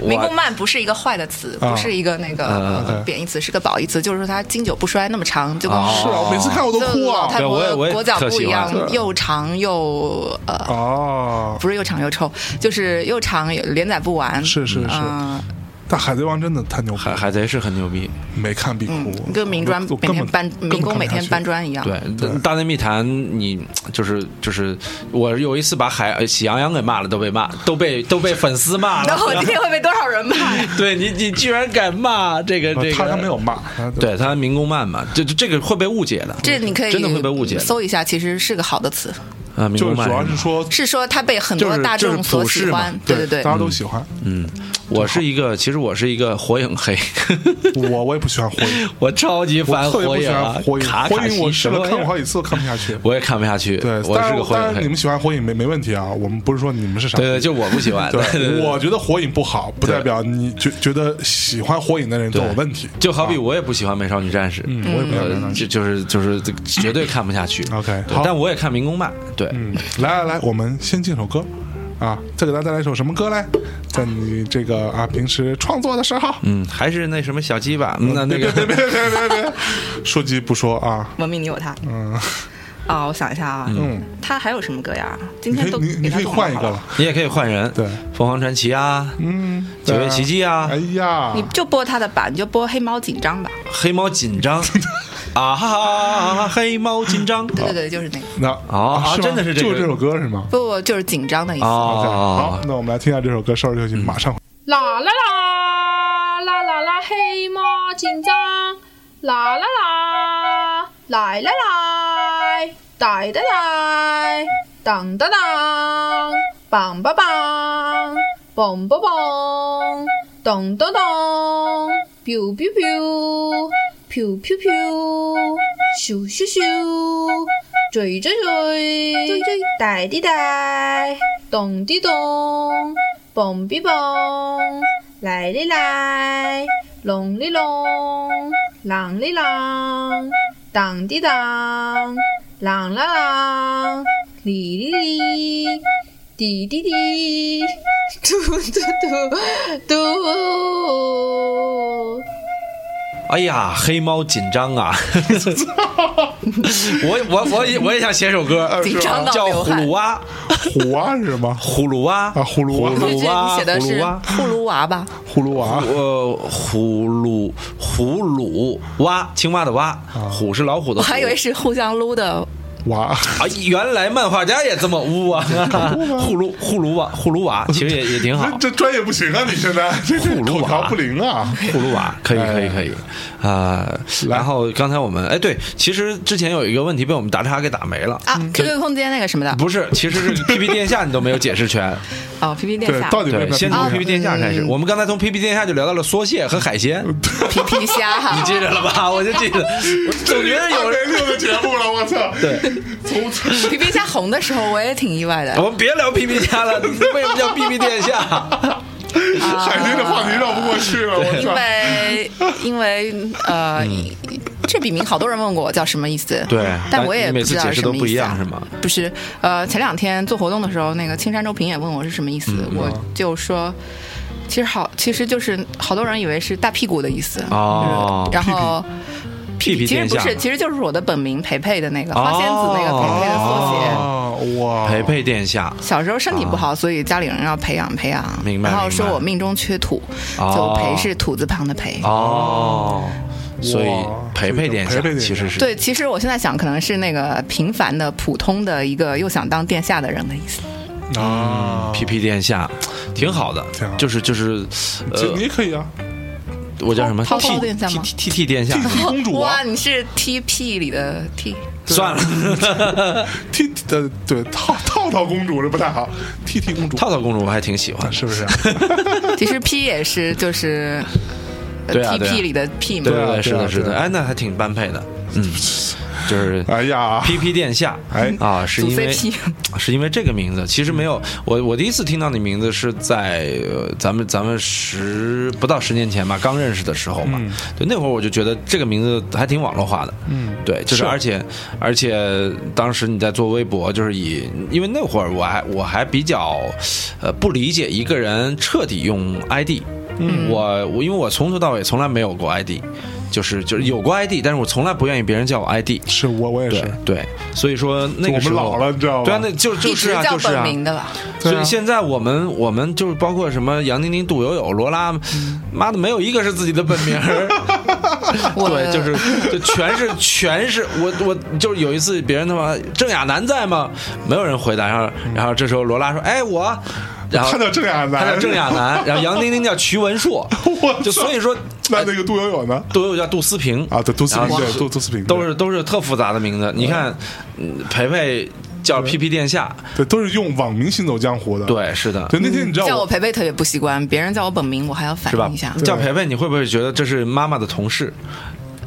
S4: 民工漫不是一个坏的词，
S3: 啊
S4: 不是一个那个、
S2: 啊
S4: 呃贬义词，是个褒义词，就是说它经久不衰，那么长，就跟、
S2: 哦
S3: 是啊，我每次看我都
S4: 就
S3: 哭
S4: 老
S3: 啊
S4: 太
S2: 对我也我
S4: 婆
S2: 也
S4: 裹脚
S2: 特
S4: 布
S2: 喜
S4: 一
S2: 欢
S4: 样，又长又呃，
S3: 哦，
S4: 不是又长又臭，就是又长又连载不完。
S3: 是是是，
S4: 嗯，
S3: 但海贼王真的太牛逼
S2: 海
S3: 了，
S2: 海贼是很牛逼。
S3: 没看必哭，
S4: 嗯跟民砖
S3: 我
S4: 每
S3: 我根
S4: 天
S3: 本
S4: 搬
S3: 根本
S4: 民
S3: 看
S4: 工
S3: 不
S4: 每
S3: 下
S4: 天
S3: 去
S4: 搬砖一样。
S2: 对，大内密谈，你就是就是，我有一次把海呃喜羊羊给骂了，都被骂，都被都被粉丝骂
S4: *laughs* 然后我
S2: 了
S4: 今。天会被多少人骂？
S2: *laughs* 对你，你居然敢骂这个
S3: 啊
S2: 呃这个？
S3: 他他没有骂，他，
S2: 对他民工漫嘛，这这这个会被误解的。
S4: *laughs* 这你可以
S2: 真的会被误解的
S4: 搜一下，其实是个好的词，
S2: 啊，民
S3: 就
S2: 工
S3: 是
S2: 漫
S3: 主要
S2: 吗
S3: 是说，
S4: 是说它被很
S2: 就
S4: 多
S2: 是
S4: 大
S2: 就是
S4: 众所
S2: 普世
S4: 喜
S2: 嘛
S4: 欢。对对
S3: 大
S4: 对，
S3: 家都喜欢，
S2: 嗯，我是一个，其实我是一个火影黑， *laughs*
S3: 我我也不喜欢火影，
S2: 我超级烦
S3: 我特别
S2: 火
S3: 不喜
S2: 影
S3: 欢
S2: 啊，
S3: 火影，
S2: 卡
S3: 火
S2: 卡
S3: 影
S2: 西
S3: 我
S2: 什
S3: 试
S2: 么
S3: 了
S2: 玩意
S3: 看
S2: 儿
S3: 过好几次，看不下去。
S2: 我也看不下去。
S3: 对，
S2: 我
S3: 当
S2: 是个
S3: 然
S2: 火
S3: 当
S2: 影
S3: 然你
S2: 黑
S3: 们。喜欢火影没没问题啊，我们不是说你们是傻
S2: 对
S3: 逼。
S2: 对，就我不喜欢。对对 *laughs*
S3: *laughs* 对，
S2: 对
S3: 我觉得火影不好，不
S2: 对
S3: 代表你觉觉得喜欢火影的人都有问题。啊
S2: 就好比我也不喜欢美少女战士，嗯
S3: 我也不喜欢美少女
S2: 呃，
S3: 战
S2: 就就是就是这绝对看不下去。
S3: *laughs* OK，
S2: 对
S3: 好
S2: 但我也看民工漫，对，
S3: 嗯，来来来，我们先进首歌啊，再给大家带来一首什么歌嘞？在你这个啊平时创作的时候，
S2: 嗯，还是那什么小鸡吧，嗯那那个
S3: 别别别别别别，说鸡不说啊，
S4: 文明你有他。
S3: 嗯
S4: 啊，我想一下啊，
S3: 嗯，
S4: 他还有什么歌呀？今
S3: 你可
S4: 天
S3: 以
S4: 都
S3: 你
S4: 给
S3: 你
S4: 他
S3: 可以
S4: 总
S3: 换一
S4: 好
S3: 个
S4: 了
S3: 了，，
S2: *laughs* 你也可以换人，
S3: 对
S2: 凤凰传奇啊，
S3: 嗯，
S2: 九月奇迹啊
S3: 哎呀
S4: 你，就播他的吧，你就播《黑猫紧张》吧。
S2: 黑猫紧
S3: *laughs*
S2: 张啊哈哈哈，黑猫紧张，
S4: 对对对，就是那个，
S3: 那
S2: 哦
S3: 啊
S2: 啊
S3: 吗
S2: 真的是这个
S3: 就这首歌是吗？
S4: 不不就是紧张的意思。 *laughs*
S3: OK，好
S2: 哦，，
S3: 那我们来听一下这首歌，稍事休息，马上回
S1: 啦啦啦啦啦啦，黑猫警长，啦啦啦，来来来，来来来，当当当，棒棒棒，蹦蹦蹦，咚咚咚，biu biu biu，piu piu piu，
S6: 咻咻咻，追追追，追追带滴带，咚滴咚，蹦比蹦，来哩来，隆哩隆，啷哩啷，当滴当，啷啦啷，哩哩哩，滴滴滴，嘟嘟嘟嘟。
S2: 哎呀，黑猫紧张
S3: *laughs*
S2: 啊！我我我也我也想写首
S3: *laughs*
S2: 歌，
S4: 紧张到
S2: 叫
S4: 流
S2: 葫芦
S4: 汗 *laughs*
S2: 娃，
S3: 虎啊是吗？
S2: 葫芦娃
S3: 啊啊葫芦娃
S2: 葫芦
S4: 我觉得
S2: 娃，
S4: 你写的
S2: 葫芦
S4: 是
S2: 娃。
S4: 葫芦娃
S2: *laughs*
S4: 吧？
S3: 葫芦娃，
S2: 呃，葫芦葫芦蛙，青蛙的蛙，
S3: 啊
S2: 虎是老虎的
S4: 我
S2: 虎。
S4: 还以为是互相撸的，
S3: 娃，
S2: 啊，原来漫画家也这么污啊！葫芦葫芦娃，葫芦
S3: *laughs*
S2: 娃啊其实也也挺好
S3: *laughs*
S2: *laughs*
S3: 这。这专业不行啊！你现在这这
S2: 葫芦娃
S3: 口条不灵啊！
S2: 葫芦娃可以可以可以，啊、然后刚才我们哎对，其实之前有一个问题被我们达叉给打没了，
S4: 啊，QQ 空间那个什么的，
S2: 嗯不是，其实是 PP 殿下你都没有解释全，
S4: 哦，PP
S3: *laughs*
S4: 殿
S3: 对
S4: 下，，
S3: 到底为
S2: 对，
S3: 什
S2: 先从
S3: 么
S2: PP 殿下开始，
S4: 嗯
S2: 我们刚才从 PP 殿下就聊到了缩蟹和海鲜，
S4: *laughs* 皮皮虾
S2: 你
S4: 哈，
S2: 记着了吧？我就记得， *laughs* 我总觉得有
S3: 二
S2: 人。
S3: 连六的节目了？我操！
S2: 对，
S3: 从此
S4: 皮皮虾红的时候我也挺意外的
S2: 我，们别聊 PP 家 *laughs* 了，你为什么叫 PP 殿下？
S3: 海军的话题绕不过去了，我
S4: 因
S3: 操！
S4: 为因为呃，这笔名好多人问过我叫什么意思，
S2: 嗯对
S4: 但我也
S2: 你每
S4: 不
S2: 次
S4: 知道
S2: 解
S4: 是
S2: 释
S4: 什
S2: 都
S4: 么
S2: 不一
S4: 意思啊
S2: 样是吗？
S4: 不是，呃，前两天做活动的时候，那个青山周平也问我是什么意思，
S2: 嗯
S4: 我就说。其实好，其实就是好多人以为是大屁股的意思
S2: 哦
S4: 然后
S2: *laughs* 屁屁
S4: 其
S2: 殿
S4: 实不
S2: 下
S4: 是，其实就是我的本名培培的那个花仙子那个培培的缩写。
S3: 哦，啊哇，
S2: 培培殿下，
S4: 小时候身体不好，所以家里人要培养培养。
S2: 明白
S4: 然后
S2: 明白
S4: 说我命中缺土，
S2: 哦
S4: 就培是土字旁的培。
S2: 哦，所以
S3: 哇
S2: 培培殿下
S3: 培培殿下
S2: 其实是
S4: 对，其实我现在想，可能是那个平凡的、普通的一个又想当殿下的人的意
S2: *laughs*
S4: 思。
S3: 啊，
S2: P P 殿下，挺好的
S3: 挺好，
S2: 就是就是，
S3: 这
S2: 呃
S3: 你，也可以啊，
S2: 我叫什么
S4: 涛涛
S2: T
S4: 殿下
S2: T
S4: 吗
S2: T T 殿下，
S3: 替公主啊
S4: 哇，你是 T P 里的 T，
S2: *laughs* 算了，
S3: 替呃对套套套公主这不太好，替替公主
S2: 套套公主我还挺喜欢，
S3: 是不是？
S4: 其实 P 也是就是呃
S2: 对啊
S4: T
S2: 对啊
S4: P 里的 P 嘛
S2: 对。
S3: 对啊
S2: 对，是
S3: 对
S2: 的，
S3: 啊
S2: 是
S3: 对
S2: 的，
S3: 啊
S2: 哎，那还挺般配的，嗯，就是
S3: 哎 *laughs* 呀，
S2: P P 殿下，
S3: 哎
S2: 啊，是
S4: 组
S2: 因为
S4: CP
S2: 是因为这个名字，其实没有我我第一次听到你名字是在、呃、咱们咱们十不到十年前吧，刚认识的时候嘛，对，那会儿我就觉得这个名字还挺网络化的，嗯，对，就是
S3: 是
S2: 而且而且当时你在做微博，就是以因为那会儿我还我还比较呃不理解一个人彻底用 ID，嗯，我我因为我从头到尾从来没有过 ID。就是就是有过 ID，但是我从来不愿意别人叫我 ID。
S3: 是我我也
S2: 对
S3: 是，
S2: 对，所以说那个
S3: 就我们
S2: 时候
S3: 老了你知道吧
S2: 对啊，那就就是啊，
S4: 一直叫
S2: 就是
S4: 本
S2: 啊。
S4: 名的吧，
S2: 所
S3: 对啊
S2: 以现在我们我们就是包括什么杨宁宁、杜友友、罗拉，妈的没有一个是自己的本名儿。
S4: *laughs* 我
S2: 对，就是就全是全是我我就是有一次别人他妈郑亚楠在吗？没有人回答，然后然后这时候罗拉说：“哎我。”然后
S3: 他嗯叫郑亚楠
S2: 他叫郑亚楠，然后杨宁宁叫瞿文硕
S3: *laughs* 我，操
S2: 就所以说
S3: *laughs* 那那个杜友友呢？
S2: 都有叫杜思平
S3: 啊对杜思平
S2: 然后
S3: 对杜杜思平
S2: 都
S3: 对
S2: 是都是特复杂的名字。你看，嗯培培
S3: 嗯
S2: 叫 PP 殿下，
S3: 对，都是用网名行走江湖的。
S2: 对，是的，
S3: 对，那天你知道
S4: 叫我
S3: 我
S4: 培培特别不习惯，别人叫我本名我还要反
S2: 是吧
S4: 应一下？。
S2: 叫培培，你会不会觉得这是妈妈的同事？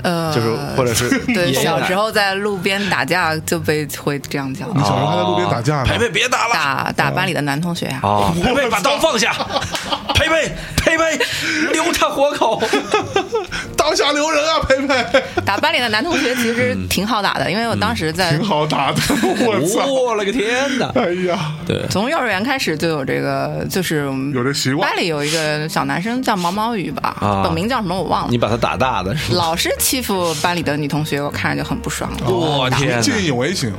S4: 呃，
S2: 就是或者是爷爷
S4: 对，小
S2: 奶
S4: 时候在路边打架就被会这样叫，
S3: 小时候还在路边打架呢
S2: 培培哦别打了。
S4: 打打班里的男同学啊。
S2: 啊！培培把刀放
S3: *laughs*
S2: 下，培培培培留他活口。
S3: 刀下留人啊，培
S2: *laughs*
S3: 培，
S4: 打班里的男同学其实
S2: 嗯
S4: 挺好打的，因为我当时在
S3: 挺好打的，我操！
S2: 我了个天哪！
S3: 哎呀，
S2: 对，
S4: 从幼儿园开始就有这个，就是我们
S3: 有这习惯
S4: 班里有一个小男生叫毛毛雨吧，
S2: 啊
S4: 本名叫什么我忘了
S2: 你，把他打大的是吧？
S4: 老是欺负班里的女同学，我看着就很不爽。
S3: 哦
S2: 我天哪！
S3: 见义勇为型，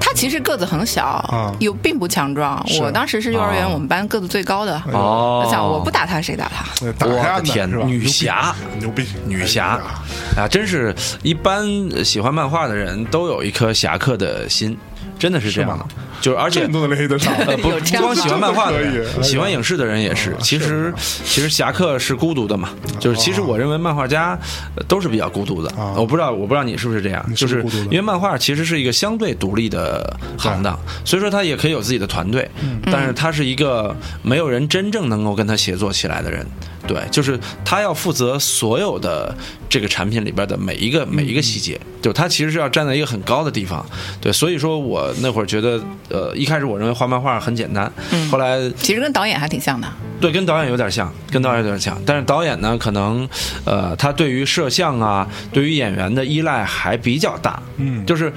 S4: 他其实个子很小
S3: 啊，
S4: 又并不强壮。我当时是幼儿园
S2: 哦
S4: 我们班个子最高
S3: 哎
S4: 的，
S2: 哦
S4: 我想我不打他谁打他？
S3: 打架
S2: 我的
S3: 呢
S2: 天
S3: 是吧？
S2: 女侠
S3: 牛逼，牛逼
S2: 女侠
S3: 哎呀
S2: 啊，真是一般喜欢漫画的人都有一颗侠客的心，真的是这样的
S3: 是吗。
S2: 就是而且
S3: 这你都能联系得上，
S2: *laughs* 呃，不
S3: *laughs*
S4: 有这样
S2: 光
S4: 吗
S2: 喜欢漫画的
S3: 真的可
S2: 人，
S3: 以哎
S2: 喜欢影视的人也是。其实，其实侠客是孤独的嘛，就是其实我认为漫画家呃都是比较孤独的。
S3: 啊
S2: 我不知道，我不知道你是不是这样，
S3: 你
S2: 啊就是
S3: 不是
S2: 是
S3: 孤独的
S2: 因为漫画其实是一个相对独立的行当，所以说他也可以
S3: 嗯
S2: 有自己的团队，但是他是一个没有人真正能够跟他协作起来的人。对，就是他要负责所有的这个产品里边的每一个
S3: 嗯
S2: 每一个细节，就他其实是要站在一个很高的地方，对，所以说我那会儿觉得，呃，一开始我认为画漫画很简单，
S3: 嗯
S2: 后来
S4: 其实跟导演还挺像的。
S2: 对，跟导演有点像，跟导演有点像，但是导演呢，可能，呃，他对于摄像啊，对于演员的依赖还比较大，
S3: 嗯
S2: 就是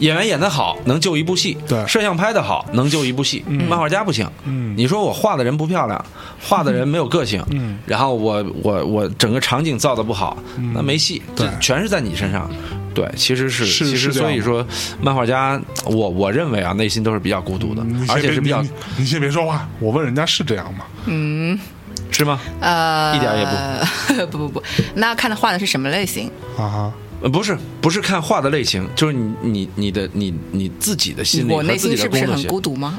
S2: 演员演得好能救一部戏，
S3: 对
S2: 摄像拍得好能救一部戏，漫画家不行，
S3: 嗯
S2: 你说我画的人不漂亮，画的人没有个性，
S3: 嗯
S2: 然后我我我整个场景造的不好，那没戏，这
S3: 对
S2: 全是在你身上。对，其实是
S3: 是
S2: 其实
S3: 是这样
S2: 所以说，漫画家，我我认为啊，内心都是比较孤独的
S3: 嗯你，先
S2: 而且
S3: 别
S2: 是比较
S3: 你你先别说话，我问人家是这样吗？
S2: 是吗？
S4: 呃，
S2: 一点
S4: 也 *laughs* 不，不不不，那看他画的是什么类型？
S3: 啊哈，
S2: 呃，不是，不是看画的类型，就是你你你的你你自己的心理
S4: 我
S2: 和
S4: 内
S2: 自己
S4: 心
S2: 的
S4: 是不
S2: 工
S4: 是
S2: 作
S4: 很
S2: 性，
S4: 孤独吗？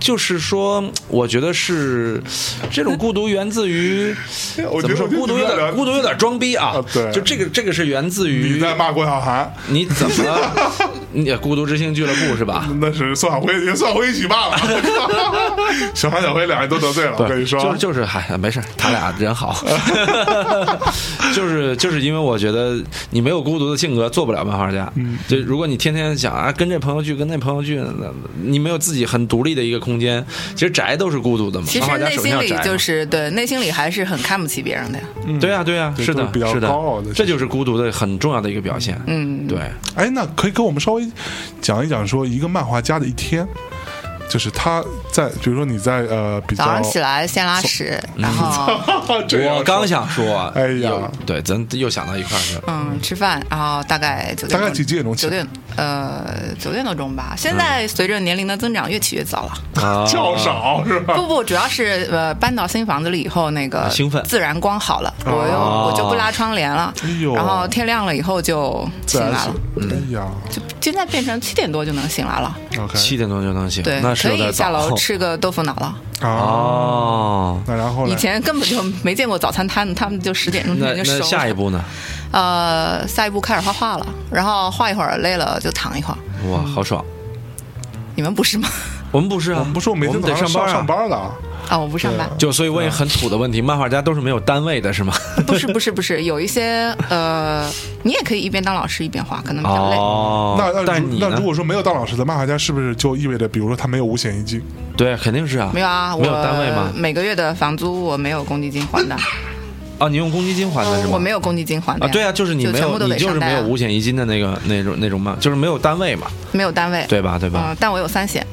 S2: 就是说，我觉得是这种孤独源自于
S3: *laughs* 我
S2: 怎
S3: 觉
S2: 么说？
S3: 得我觉得
S2: 孤独有
S3: 你在
S2: 点
S3: 聊
S2: 孤独有点装逼啊
S3: 啊！对
S2: 就这个这个是源自
S3: 你
S2: 于
S3: 在骂郭晓涵，
S2: 你怎么了？ *laughs* 你《孤独之星俱乐部》是吧？
S3: 那是宋晓辉，也宋晓辉一起骂了。 *laughs* 小韩、小辉两人都得罪了，我跟你说，
S2: 就是就是，嗨，没事儿，他俩人好，
S3: *laughs*
S2: 就是就是因为我觉得你没有孤独的性格，做不了漫画家。嗯，就如果你天天想啊，跟这朋友聚，跟那朋友聚，那你没有自己很独立的一个空间，其实宅都是孤独的嘛。
S4: 其
S2: 漫
S4: 实
S2: 画家
S4: 内
S2: 首先
S4: 心
S2: 要
S4: 里
S2: 宅嘛
S4: 就是对，内心里还是很看不起别人的呀。
S2: 对呀对呀，
S3: 嗯
S2: 啊
S3: 对
S2: 是
S3: 都
S2: 的
S3: 是，比较
S2: 是
S3: 高傲的
S2: 这就是孤独的很重要的一个表现。
S4: 嗯
S2: 对，
S3: 哎，那可以给我们稍微讲一讲，说一个漫画家的一天，就是他在，比如说你在呃比较
S4: 早上起，来先拉屎，
S2: 嗯
S4: 然后
S3: *laughs* 这样
S2: 我刚想说，
S3: 哎呀
S2: 又，对，咱又想到一块儿去了。
S4: 嗯吃饭，然后大概九点
S3: 大概
S4: 多
S3: 几几点钟起
S4: 九？点呃九点多钟吧。现在随着年龄的增长，越起越早了。
S2: 啊
S3: 较少是吧？
S4: 不不，主要是呃搬到新房子里以后，那个
S2: 兴奋
S4: 自然光好了，我又
S2: 哦
S4: 我就不拉窗帘了
S3: 哎呦，
S4: 然后天亮了以后就
S3: 自
S4: 醒
S3: 然
S4: 来
S3: 醒
S4: 了，。
S3: 哎呀
S4: 就现在变成七点多就能醒来了。
S3: ，OK，
S2: 七点钟就能醒，
S4: 对
S2: 那，是
S4: 可
S2: 有点
S4: 以下
S2: 早
S4: 楼吃嗯个豆腐脑了。
S3: 啊，
S2: *laughs* 哦。
S3: 那然后
S4: 以
S3: 呢？
S4: 前根本就没见过早餐摊，他们就十点钟
S2: 那
S4: 前就熟
S2: 那
S4: 了。
S2: 下一步呢？
S4: 呃，下一步开始画画了，然后画一会儿累了就躺一会儿。
S2: 哇，好爽！
S4: 你们不是吗？
S2: 我们不是啊，
S3: 我们不是我每天
S2: 得
S3: 早上
S2: 上 *laughs* 班啊
S3: 上。班的啊，
S4: 啊，我不上班，
S2: 就所以问一个很土的问题，漫画家都是没有单位的是吗？
S4: 啊不是不是不是，有一些呃，你也可以一边当老师一边画，可能比较累。
S2: 哦，
S3: 那那
S2: 但
S3: 如
S2: 你
S3: 那
S2: 呢
S3: 如果说没有当老师的漫画家，是不是就意味着，比如说他没有五险一金？
S2: 对，肯定是啊，
S4: 没有啊，我
S2: 没有单位吗？
S4: 每个月的房租我没有公积金
S2: *laughs*
S4: 还的，
S2: 啊，你用公积金还的是吗？
S4: 我没有公积金还的
S2: 啊，
S4: 呀。
S2: 对啊，就是你没
S4: 全
S2: 有
S4: 部，都
S2: 你
S4: 得
S2: 就是
S4: 上
S2: 没
S4: 贷
S2: 有
S4: 啊
S2: 五险一金的那个那种那种嘛，就是没有单位嘛，
S4: 没有单位，
S2: 对吧？对吧
S4: 嗯？，但我有三险，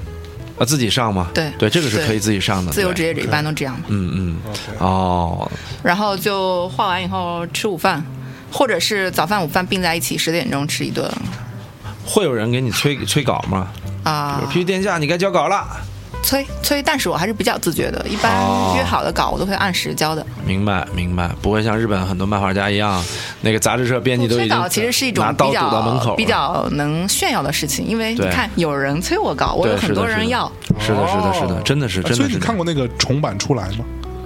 S2: 啊，自己上嘛，
S4: 嗯对
S2: 对，这个是
S4: 对
S2: 可以自己上的，
S4: 自由
S2: 啊对
S4: 职业者一般都这样嘛。
S2: 嗯嗯，哦，
S4: 然后就画完以后吃午饭，或者是早饭午饭并在一起，十点钟吃一顿
S2: 会有人给你催催稿吗？
S4: 啊。
S2: 皮皮殿下，你该交稿了。
S4: 催催，但是我还是比较自觉的，一般
S2: 哦
S4: 约好的稿我都会按时交的。
S2: 明白，明白，不会像日本很多漫画家一样，那个杂志社编辑都已
S4: 催稿
S2: 经
S4: 其实是一种
S2: 拿刀
S4: 比
S2: 堵到门口
S4: 较
S2: 了
S4: 比较能炫耀的事情，因为你
S2: 对
S4: 看有人催我稿，我
S2: 对
S4: 有
S2: 是的
S4: 很多
S2: 是
S4: 人
S2: 的
S4: 要哦
S2: 是的，是的，是的，真的是，
S3: 哎
S2: 真的是。
S3: 所以你看过那个重版出来吗？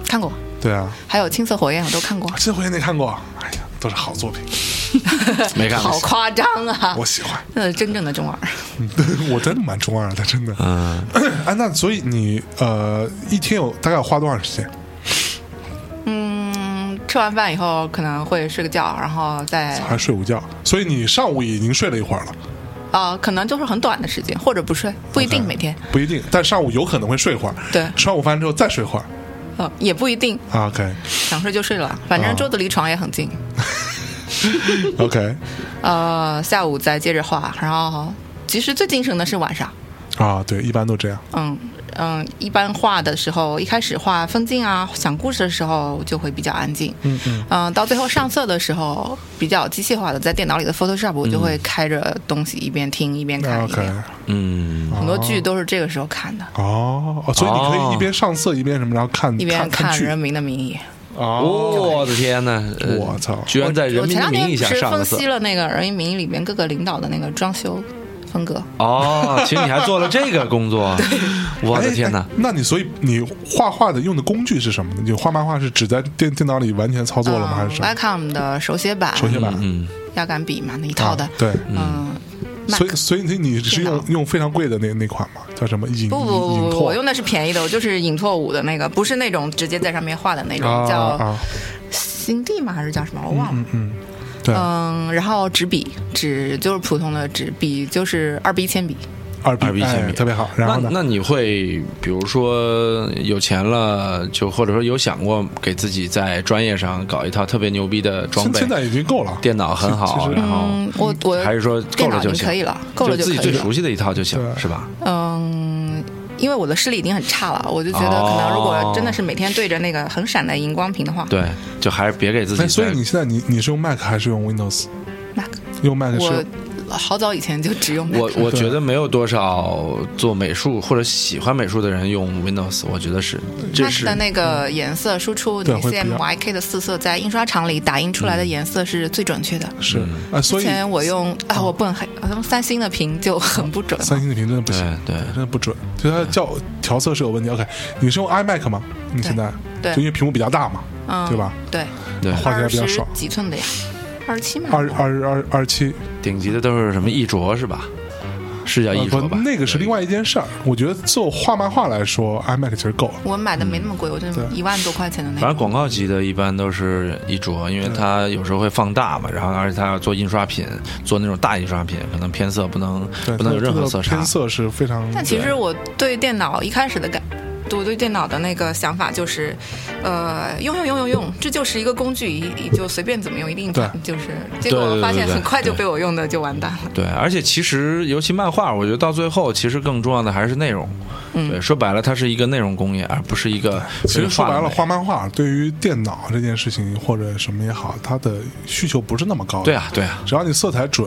S4: 看过，
S3: 对啊，
S4: 还有青色火焰我都看过，
S3: 这回没看过，哎呀，都是好作品，
S2: 没看过
S4: 好夸张啊
S3: 我！喜欢。
S4: 那真正的中二。
S3: *laughs* 我真的蛮中二的，真的。嗯， *coughs* 哎，那所以你呃一天有大概有花多长时间？
S4: 嗯，吃完饭以后可能会睡个觉，然后再
S3: 还睡午觉？所以你上午已经睡了一会儿了，
S4: 啊，可能就是很短的时间，或者不睡，不一定
S3: OK
S4: 每天，
S3: 嗯不一定，但上午有可能会睡一会儿。
S4: 对
S3: 吃完午饭之后再睡一会儿。啊
S4: 呃，也不一定
S3: OK
S4: *laughs* 想睡就睡了，反
S2: 哦
S4: 正桌子离床也很近。
S3: OK
S4: 呃，下午再接着画，然后其实最精神的是晚上。
S3: 啊，对，一般都这样。
S4: 嗯嗯，一般画的时候，一开始画分镜啊、想故事的时候就会比较安静。嗯嗯。到最后上色的时候，比较机械化的，在电脑里的 Photoshop，我就会开着东西一边听一边看一
S3: OK
S4: 边。
S2: 嗯，
S4: 很多剧都是这个时候看的，
S3: 哦，哦所以你可以一边上色一边什么，然后看
S4: 一边
S3: 看
S4: 看《
S3: 剧
S4: 人民的名义
S2: 我的天呐，呃
S3: 哦我操
S2: 居》然在《
S4: 我。
S2: 人
S4: 我
S2: 民
S4: 前
S2: 的
S4: 两
S2: 名
S4: 天
S2: 义》
S4: 不
S2: 下
S4: 是
S2: 啊上了
S4: 分
S2: 色
S4: 析了那个《人民的名义》里面各个领导的那个装修风格。
S2: 哦，其实你还做了这个工
S4: *laughs*
S2: 作，我的天
S3: 呐！
S2: 呐
S3: 哎，那你所以你画画的用的工具是什么呢？你画漫画是只在电电脑里完全操作了吗？
S4: 呃
S3: 还是什么？
S4: Wacom 的手写板、
S3: 手写板
S2: 嗯，
S4: 压杆笔嘛那一套的。
S3: 啊对，
S4: 嗯，
S3: 所以所以你你是
S4: 电
S3: 用
S4: 脑
S3: 用非常贵的那那款吗？叫什么影
S4: 不不
S3: 影
S4: 不不，
S3: 拓
S4: 我用的是便宜的，我就是影拓五的那个，不是那种直接在上面画的那种，
S3: 啊
S4: 叫
S3: 啊，
S4: 新地吗？还是叫什么？我忘了。
S3: 嗯嗯，对，
S4: 嗯，然后纸笔，纸就是普通的纸笔，就是二 B 铅笔。
S3: 二 B
S2: 二 B 铅
S3: 哎
S2: 笔
S3: 特别好。然后
S2: 那
S3: 呢？
S2: 那你会比如说有钱了，就或者说有想过给自己在专业上搞一套特别牛逼的装
S3: 现
S2: 备？
S3: 现在已经够了，
S2: 电脑很好，
S3: 其实
S2: 然后
S4: 嗯，我我
S2: 哦还是说够
S4: 电
S2: 了
S4: 脑已
S2: 就
S4: 经
S2: 行，
S4: 可以了，够了
S2: 就
S4: 就
S2: 自
S4: 可
S2: 己最
S4: 以了。
S2: 熟悉的一套就行，
S3: 对
S2: 是吧？
S4: 嗯，因为我的视力已经很差了，我就觉得
S2: 哦
S4: 可能如果真的是每天对着那个很闪的荧光屏的话，
S2: 对，就还是别给自己
S3: 哎，所以
S2: 再
S3: 你现在你你是用 Mac 还是用 Windows？
S4: Mac
S3: 用 Mac
S4: 我
S3: 是
S4: 好早以前就只用 Mac
S2: 我我
S3: 对
S2: 觉得没有多少做美术或者喜欢美术的人用 Windows，我觉得是，这
S4: Mac
S2: 是嗯
S4: 的嗯那个颜色输出，你
S3: 对会比较
S4: CMYK 的四色在印刷厂里打印出
S2: 嗯
S4: 来的颜色是最准确的。
S3: 是啊，所
S4: 之
S3: 以
S4: 前我用啊，我不能黑，他们三星的屏就很不准。
S3: 三星的屏真的不行，
S2: 对对
S3: 真的不准，就它校调色是有问题。OK，你是用 iMac 吗？你现在
S4: 对
S3: 就因为屏幕比较大嘛，
S4: 嗯，
S3: 对吧？
S4: 对，
S2: 对
S3: 画起来
S4: 二
S3: 比较
S4: 十
S3: 爽
S4: 几寸的呀，二十七嘛，
S3: 二二二二七，
S2: *laughs* 顶级的都是什么一卓是吧？是叫一
S3: 呃
S2: 卓
S3: 不
S2: 吧？
S3: 那个是另外一件事儿。我觉得就画漫画来说，iMac 其实够了。
S4: 我买的没那么贵，我就
S3: 对
S4: 一万多块钱的那
S2: 反正
S4: 个。
S2: 广告级的一般都是一卓，因为它有时候会放大嘛，然后而且它要做印刷品，做那种大印刷品，可能偏色不能
S3: 对，
S2: 不能有
S3: 它
S2: 任
S3: 这
S2: 何
S3: 个
S2: 色差
S3: 偏。色是非常。
S4: 但其实我对电脑一开始的感，我对电脑的那个想法就是，呃，用用用用用，这就是一个工具，你就随便怎么用，一定
S3: 对
S4: 就是。
S2: 对
S4: 结
S2: 对
S4: 果
S2: 对
S4: 发现
S2: 对
S4: 很快就
S2: 对
S4: 被我用的就完蛋了。
S2: 对，而且其实尤其漫画，我觉得到最后其实更重要的还是内容。
S4: 嗯
S2: 对，说白了，它是一个内容工业，而不是一个
S3: 其实说白了，
S2: 美
S3: 画漫画对于电脑这件事情或者什么也好，它的需求不是那么高的。
S2: 对啊，对啊，
S3: 只要你色彩准，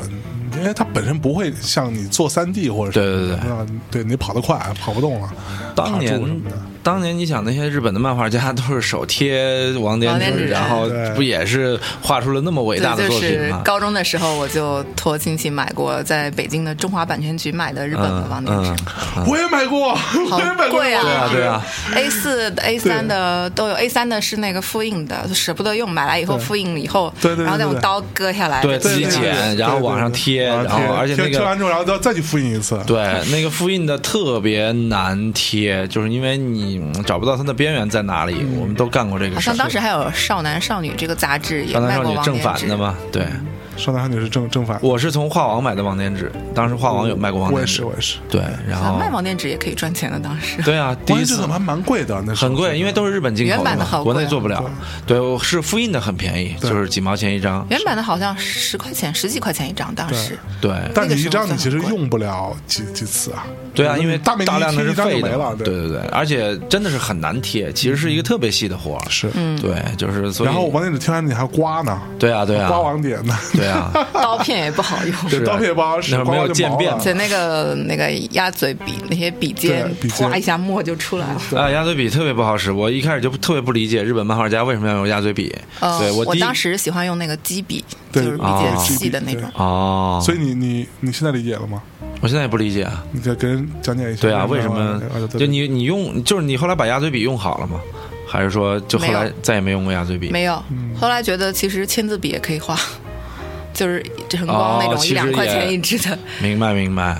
S3: 因为它本身不会像你做三 D 或者什么
S2: 对
S3: 的
S2: 对对
S3: 那对你跑得快，跑不动了，
S2: 当
S3: 卡住什
S2: 年
S3: 么的。
S2: 当年你想那些日本的漫画家都是手贴网点
S4: 网点
S2: 纸，
S4: 纸
S2: 然后
S3: 对
S2: 不也是画出了那么伟大的
S4: 对，
S2: 作
S4: 就
S2: 品
S4: 是
S2: 吗？
S4: 高中的时候，我就托亲戚买过在北京的中华版权局买的日本的网
S2: 嗯
S4: 点纸
S2: 嗯，，
S3: 我也买过，我也买过
S4: 贵啊
S2: 对啊对啊，
S4: A 四、A 三的都有，A 三的是那个复印的，舍不得用，买来以后
S3: 对
S4: 复印以后，
S3: 对对对
S4: 然后再用
S3: 对
S4: 刀割下来，
S2: 对
S4: 就
S2: 自己
S4: 是
S2: 剪然后往上贴然后而且那个
S3: 贴完之后，然后再再去复印一次。
S2: 对，那个复印的特别难贴，就是因为你嗯找不到它的边缘在哪里。我们都干过这个
S4: 嗯好
S2: 事儿
S4: 像。当时还有《少男少女》这个杂志也
S2: 少男
S4: 卖
S2: 少
S4: 过
S2: 女
S4: 网
S2: 正
S4: 点
S2: 反
S4: 纸
S2: 的？嘛，对，
S4: 嗯
S3: 少男少女是正正反，
S2: 我是从画网买的网点纸，当时画网有卖过网
S3: 我
S2: 点
S3: 也
S2: 纸
S3: 是，，我也是。
S2: 对，然
S4: 啊
S2: 后
S4: 卖网点纸也可以赚钱的，当时。
S2: 哦对啊，第
S3: 关
S2: 一
S3: 键
S2: 次
S3: 这个还蛮贵的，那时候
S2: 很贵，因为都是日本进口
S4: 原版的
S2: 嘛，
S4: 好
S2: 国
S4: 贵啊
S2: 内做不了。对，我是复印的很便宜，
S3: 对
S2: 就是几毛钱一张。
S4: 原版的好像十块钱、十几块钱一张，当时
S2: 对
S3: 但你
S4: 那个时
S3: 一
S4: 候
S3: 张你其实
S4: 算很贵
S3: 用不了几几次啊。
S2: 对啊，因为
S3: 大面积
S2: 大量的是
S3: 一张就
S2: 废
S3: 没
S2: 的嘛，
S3: 了，
S2: 对对对，而且真的是很难贴，其实是一个特别细的活儿。
S3: 嗯是。
S4: 嗯
S2: 对，就是所以
S3: 然后网点纸贴完你还刮呢，
S2: 对啊对啊
S3: 刮网点呢，
S2: 对啊，
S4: 刀片也不好用。
S3: *laughs* 对，刀片不好使
S2: 那，会儿
S3: 刮
S2: 没有
S3: 完就
S2: 渐
S3: 毛
S2: 变
S3: 了。
S4: 对，那个那个鸭嘴笔，那些笔尖
S3: 对笔，尖
S4: 哗一下墨就出来了。
S2: 啊，鸭嘴笔特别不好使，我一开始就特别不理解日本漫画家为什么要用鸭嘴笔。
S4: 呃
S2: 对，
S4: 我
S2: 第一
S4: 当时喜欢用那个鸡笔，就
S3: 对
S4: 是笔尖
S2: 哦
S4: 细的那种。
S2: 哦，
S3: 所以你你你现在理解了吗？
S2: 我现在也不理解啊。
S3: 你再给人讲解一下。
S2: 对啊，为什么
S3: 啊？对
S2: 就你你用就是你后来把鸭嘴笔用好了吗？还是说就后
S4: 没
S2: 来
S4: 有
S2: 再也没用过鸭嘴笔？
S4: 没有，后来觉得其实签字笔也可以画，就是晨光那
S2: 哦
S4: 种
S2: 其
S4: 一
S2: 实
S4: 两块钱
S2: 也
S4: 一支的，
S2: 明白明白。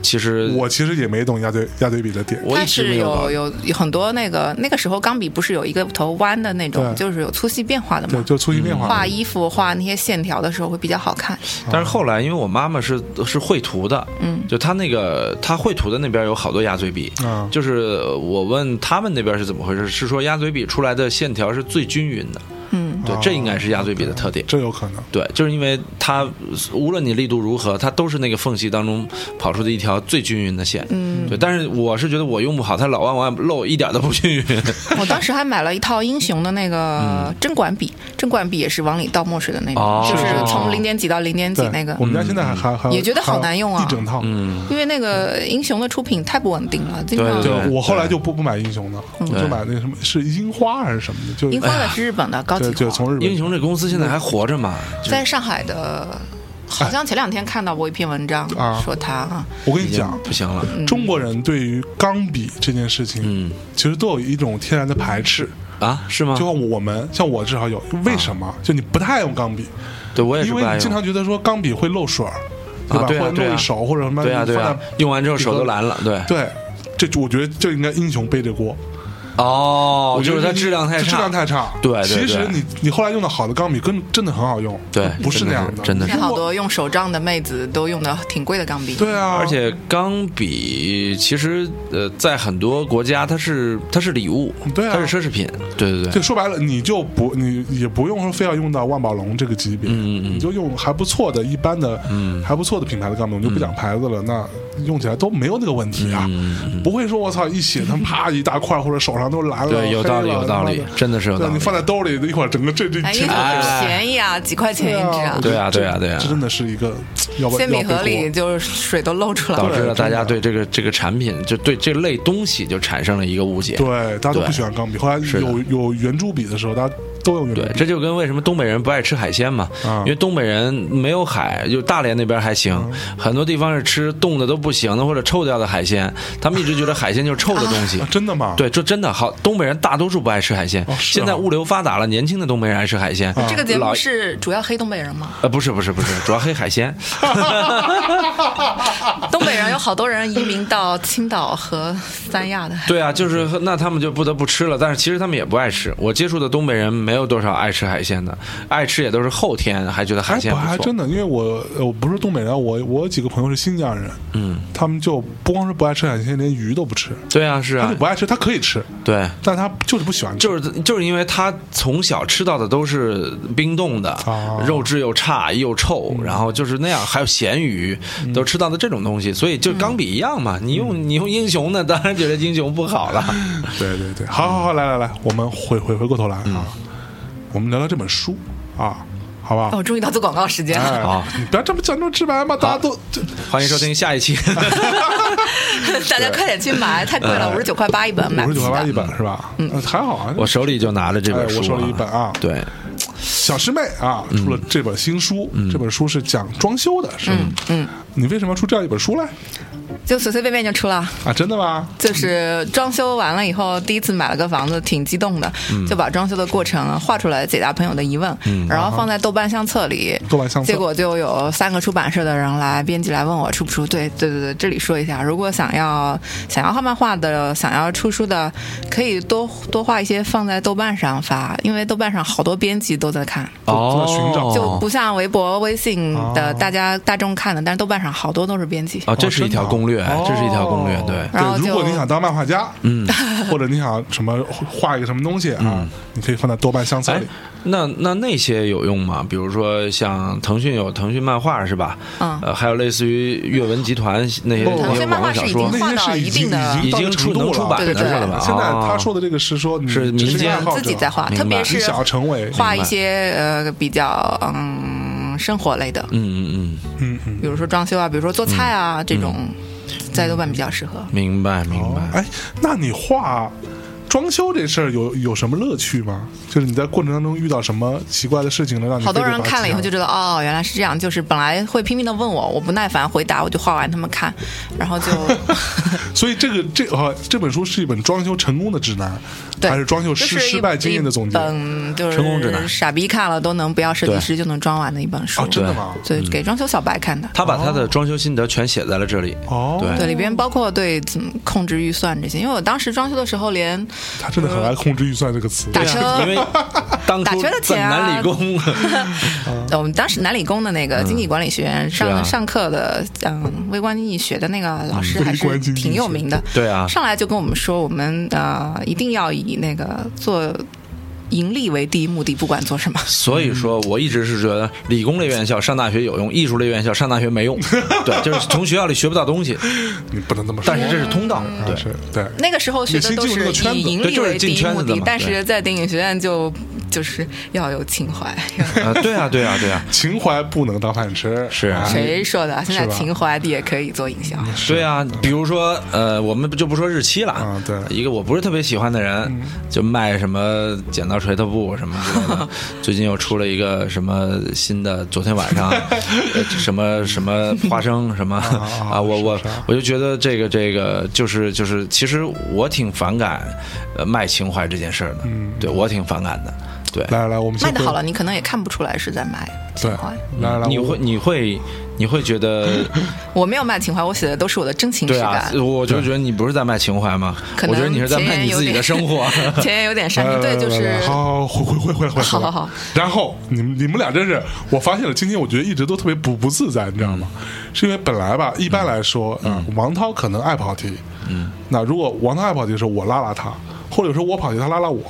S2: 其实
S3: 我其实也没懂鸭嘴鸭嘴笔的点。
S2: 我
S4: 它
S2: 一直
S4: 是
S2: 没搞
S4: 有有有很多那个那个时候钢笔不是有一个头弯的那种
S3: 对，
S4: 就是有粗细变化的
S3: 对，
S4: 嘛。
S3: 就粗细变化。
S4: 画衣服画那些线条的时候会比较好看，
S2: 但是后来，因为我妈妈是是绘图的，嗯，就她那个她绘图的那边有好多鸭嘴笔，
S3: 啊
S2: 就是我问他们那边是怎么回事，是说鸭嘴笔出来的线条是最均匀的，
S4: 嗯，
S2: 对，这应该是鸭嘴笔
S3: 哦
S2: 的特点。
S3: 这有可能。
S2: 对，就是因为它无论你力度如何，它都是那个缝隙当中跑出的一条最均匀的线。嗯，对。但是我是觉得我用不好，它老往外漏，一点都不均
S3: *laughs*
S2: 匀。
S4: 我当时还买了一套英雄的那个针管笔，针管笔也是往里倒墨水的那
S2: 嗯哦
S4: 种，就是从
S2: 是
S4: 零点几到零点几
S3: 对，
S4: 那个
S3: 我。们家现在还还还
S4: 也觉得好
S3: 还
S4: 难用啊
S3: 一整套。
S2: 嗯，
S4: 因为那个英雄的出品太不稳定了，经常
S2: 对
S3: 对，我后来就不不买英雄的，我就买那什么是樱花还是什么的，就
S4: 嗯
S3: 哎
S4: 樱花的是日本的高级
S3: 对，就
S4: 花，
S3: 从日本
S2: 英雄这公司现在还活着吗？就是
S4: 在上海的，好像前两天看到过一篇文章
S3: 啊
S4: 说他啊，
S3: 我跟
S2: 已
S3: 你
S2: 经
S3: 讲，
S2: 不行了。
S3: 中国人对于钢笔这件事情，
S2: 嗯
S3: 其实都有一种天然的排斥。
S2: 啊，是吗
S3: 就？像我们，像我至少有，为什么？就你不太爱用钢笔，
S2: 嗯对，我也是
S3: 因
S2: 不
S3: 为
S2: 爱
S3: 你经
S2: 用
S3: 常。觉得说钢笔会漏水儿，对吧？
S2: 啊对啊
S3: 或者
S2: 对啊
S3: 弄一手或者什么，
S2: 对啊对啊
S3: 放在，
S2: 用完之后手都蓝了，对。
S3: 对，这我觉得就应该英雄背这锅。
S2: 哦，
S3: 我觉
S2: 就
S3: 得
S2: 是它质量太差，
S3: 质量太差。
S2: 对对对
S3: 其实你你后来用的好的钢笔跟真的很好用，
S2: 对，
S3: 不是
S2: 真
S3: 那
S2: 的
S3: 样
S2: 真的是
S4: 现在。好多用手账的妹子都用的挺贵的钢笔。
S3: 对啊，
S2: 而且钢笔其实呃，在很多国家它是它是礼物，
S3: 对啊
S2: 它是奢侈品，对对对
S3: 就，说白了，你就不你也不用说非要用到万宝龙这个级别，
S2: 嗯嗯嗯
S3: 你就用还不错的、一般的、还不错的品牌的钢笔，我
S2: 嗯
S3: 就不讲牌子了，那用起来都没有那个问题啊，
S2: 嗯
S3: 不会说我操一写他妈啪一大块或者手上都蓝了，
S2: 对有道理
S3: 黑了
S2: 有道理
S3: 他妈的
S2: 真的是有道理
S3: 对你放在兜里一会儿，整个这这
S4: 哎，因为
S2: 哎
S4: 很便宜啊，几块钱一支啊。
S2: 对啊对啊对啊
S3: 这真的是一个要不
S4: 铅笔盒里
S3: 要背锅
S4: 就是水都漏出来
S2: 导
S4: 了。
S2: 致了大家
S3: 对
S2: 对这个这个产品就对这类东西就产生了一个误解。
S3: 对大家都不喜欢钢笔，后来
S2: 是的
S3: 有有圆珠笔的时候，大家都用圆珠
S2: 对
S3: 笔，，
S2: 这就跟为什么东北人不爱吃海鲜嘛，
S3: 啊
S2: 因为东北人没有海，就大连那边还行，
S3: 嗯
S2: 很多地方是吃冻的都不行的或者臭掉的海鲜，他们一直觉得海鲜就是臭的东西。
S3: 啊真的吗？
S2: *laughs* 对，这真的好，东北人大多数不爱吃海鲜。
S3: 哦是啊
S2: 现在物流发达了，年轻的东北人爱吃海鲜。
S4: 这个节
S2: 老
S4: 目是主要黑东北人
S3: *laughs*
S4: 吗？
S2: 呃，不是不是不是，主要黑海鲜。
S4: 东北人有好多人移民到青岛和三亚的。
S2: *laughs* 对啊，就是
S3: 嗯
S2: 那他们就不得不吃了，但是其实他们也不爱吃。我接触的东北人没有多少爱吃海鲜的，爱吃也都是后天还觉得海
S3: 哎，
S2: 鲜
S3: 不还
S2: 不错
S3: 真。的，因为我呃我不是东北人，我我有几个朋友是新疆人，嗯，他们就不光是不爱吃海鲜，连鱼都不吃。
S2: 对啊，是
S3: 他
S2: 啊
S3: 就，不爱吃，他可以吃，
S2: 对。
S3: 但他就是不喜欢吃。
S2: 就是就是因为他从小吃到的都是冰冻的，
S3: 哦
S2: 肉质又差又臭，
S3: 嗯
S2: 然后就是那样，还有咸鱼都吃到的这种东西，所以
S3: 嗯
S2: 就钢笔一样嘛。你用你用英雄呢，当然觉得英雄不好
S3: *laughs*
S2: 了。
S3: 对对对，好好好，来来来，我们回回回过头来
S2: 嗯
S3: 啊，我们聊聊这本书啊，好不
S4: 哦，
S3: 好？
S4: 终于到做广告时间了。
S3: 哎
S2: 好，
S3: 你不要这么讲这么直白嘛，大家都这
S2: 欢迎收听下一
S3: *laughs*
S2: 期。
S4: *laughs* 大家快点去买，太贵了，五十九块八一本，买
S3: 哎五
S4: 不
S3: 十
S4: 起
S3: 九块八一
S4: 的。
S3: 本是吧？嗯，还好啊。
S2: 我手里就拿了这本
S3: 哎
S2: 书、
S3: 我手里一本啊
S2: 对，
S3: 小师妹啊，
S2: 嗯
S3: 出了这本新书，这本书是讲装修的，是吗？嗯，你为什么要出这样一本书来
S4: 就随随便便就出了。
S3: 啊？真的吗？
S4: 就是装修完了以后，第一次买了个房子，挺激动的，
S3: 嗯
S4: 就把装修的过程画出来，解答朋友的疑问，然后放在豆瓣相册里。
S3: 豆瓣相册
S4: 结果就有三个出版社的人来，编辑来问我出不出。对对对对，这里说一下，如果想要想要画漫画的，想要出书的，可以多多画一些放在豆瓣上发，因为豆瓣上好多编辑都在看。
S3: 都在寻找
S2: 哦
S4: 就不像微博、微信的
S3: 哦
S4: 大家大众看的，但是豆瓣上好多都是编辑。
S2: 哦，这是一条攻略，
S3: 哦哎
S2: 这是一条攻略，对。
S4: 然后
S3: 对，如果
S4: 就
S3: 你想当漫画家，嗯， *laughs* 或者你想什么画一个什么东西啊，你可以放在豆瓣相册
S2: 嗯哎
S3: 里。，
S2: 那那那些有用吗？比如说像腾讯有腾讯漫画是吧？
S4: 嗯
S2: 呃，还有类似于阅文集团那些
S3: 不不
S2: 那
S3: 腾
S2: 些
S4: 讯
S2: 网络
S4: 漫画
S2: 小
S4: 是已
S2: 说
S4: 经，
S3: 那
S4: 画
S3: 些
S4: 到
S3: 是
S4: 一定的
S3: 已
S2: 已
S3: 经到这
S2: 经
S3: 个程
S2: 出
S3: 度
S2: 能出
S3: 了。
S2: 版的
S4: 对对
S2: 是了吧？
S3: 现在
S2: 哦
S3: 他说的这个是说你
S2: 是
S3: 只
S2: 民
S3: 是
S2: 间
S3: 爱好者
S4: 自己在画，
S2: 明白
S4: 特别
S3: 你
S4: 是
S3: 想要成为
S4: 画一些呃比较嗯生活类的，
S2: 嗯嗯嗯，
S3: 嗯嗯，
S4: 比如说装修啊，比如说做菜啊、这种，在豆瓣比较适合。
S2: 明白明
S3: 哦
S2: 白。
S3: 哎，那你画装修这事儿有有什么乐趣吗？就是你在过程当中遇到什么奇怪的事情能让你
S4: 好多人
S3: 非得把它
S4: 看了以后就
S3: 记
S4: 知道，哦，原来是这样。就是本来会拼命的问我，我不耐烦回答，我就画完他们看，然后就
S2: *laughs*
S3: 下来，所以这个这啊这本书是一本装修成功的指南，
S4: 对，
S3: 还是装修
S4: 就
S3: 失
S4: 是
S3: 失
S4: 一
S3: 败经验的总结
S4: 一本就是
S2: 成功指南
S4: 傻逼看了都能不要设计
S2: 对
S4: 师就能装完的一
S2: 哦
S4: 本书
S3: 啊？，真的吗？
S4: 对，
S2: 嗯
S4: 给装修小白看的。
S2: 他把他的装修心得全写在了这里。
S3: 哦
S2: 对
S4: 对，里边包括对怎么控制预算这些，因为我当时装修的时候连
S3: 他真的很爱控制预算这个词。
S4: 打车
S2: 啊因为当
S4: 打
S2: 初
S4: 车的
S2: 在
S4: 钱啊
S2: 南理工 *laughs*
S4: 呃我们当时南理工的那个经济管理学院上、
S2: 嗯是啊
S4: 上课的，嗯，微观经济学的那个老师还
S3: 微观
S4: 是
S3: 经济
S4: 挺有名的。
S2: 对啊
S4: 上来就跟我们说，我们呃一定要以那个做盈利为第一目的，不管做什么。 *laughs*
S2: 所以说，我一直是觉得理工类院校上大学有用，艺术类院校上大学没用。对，就是从学校里学不到东西，
S3: 你不能这么说，
S2: 但是这是通道。
S3: *laughs* 啊
S2: 对，
S3: 是对。
S4: 那个时候学的都
S3: 你先进入那
S4: 是
S3: 个圈子
S4: 以盈
S2: 对
S4: 利
S2: 就是
S4: 为第
S2: 进
S4: 一
S2: 圈
S4: 目
S2: 子的
S4: 的
S2: 嘛，
S4: 但
S2: 对
S4: 是在电影学院就就是要有情怀。 *laughs*
S2: 呃，对啊，对啊，对啊，
S3: 情怀不能当饭吃，
S2: 是啊
S3: 啊
S4: 谁说的？现在
S3: 是吧
S4: 情怀也可以做营销。
S2: 对啊。比如说，呃，我们就不说日期了。
S3: 啊对嗯
S2: 一个我不是特别喜欢的人，就卖什么剪刀锤头布什么之类
S3: *laughs*
S2: 的。最近又出了一个什么新的，昨天
S3: *laughs*
S2: 晚上呃什么什么花生什么
S3: 啊
S2: 啊，我我
S3: 是是
S2: 我就觉得这个这个就是就是，其实我挺反感呃卖情怀这件事儿的。对我挺反感的。对，
S3: 嗯来来来，我们先
S4: 卖的
S3: 回
S4: 好了，你可能也看不出来是在卖
S3: 对
S4: 情怀。，
S3: 来来来，
S2: 你
S3: 我
S2: 会你会你会觉
S4: *laughs*
S2: 得
S4: 我没有卖情怀，我写的都是我的真情实
S2: 对啊
S4: 感，。
S2: 我就觉得你不是在卖情怀吗？
S4: 可
S2: 我
S4: 能
S2: 觉得你是在卖你自己的生活。
S4: *laughs*
S2: *laughs*
S4: 前言有点
S3: *laughs*
S4: 煽
S3: 哎来
S4: 情，
S3: 来
S4: 对，
S3: 来
S4: 就
S3: 来
S4: 是
S3: 来好好回回回回来回来，
S4: 好
S3: 回来
S4: 好好。
S3: 然后你们你们俩真是，我发现了，今天我觉得一直都特别不不自在，你知道
S4: 嗯
S3: 吗？是因为本来吧，一般来说啊，王涛可能爱跑题，嗯，那如果王涛爱跑题的时候，我拉拉他，或者说我跑题，他拉拉我。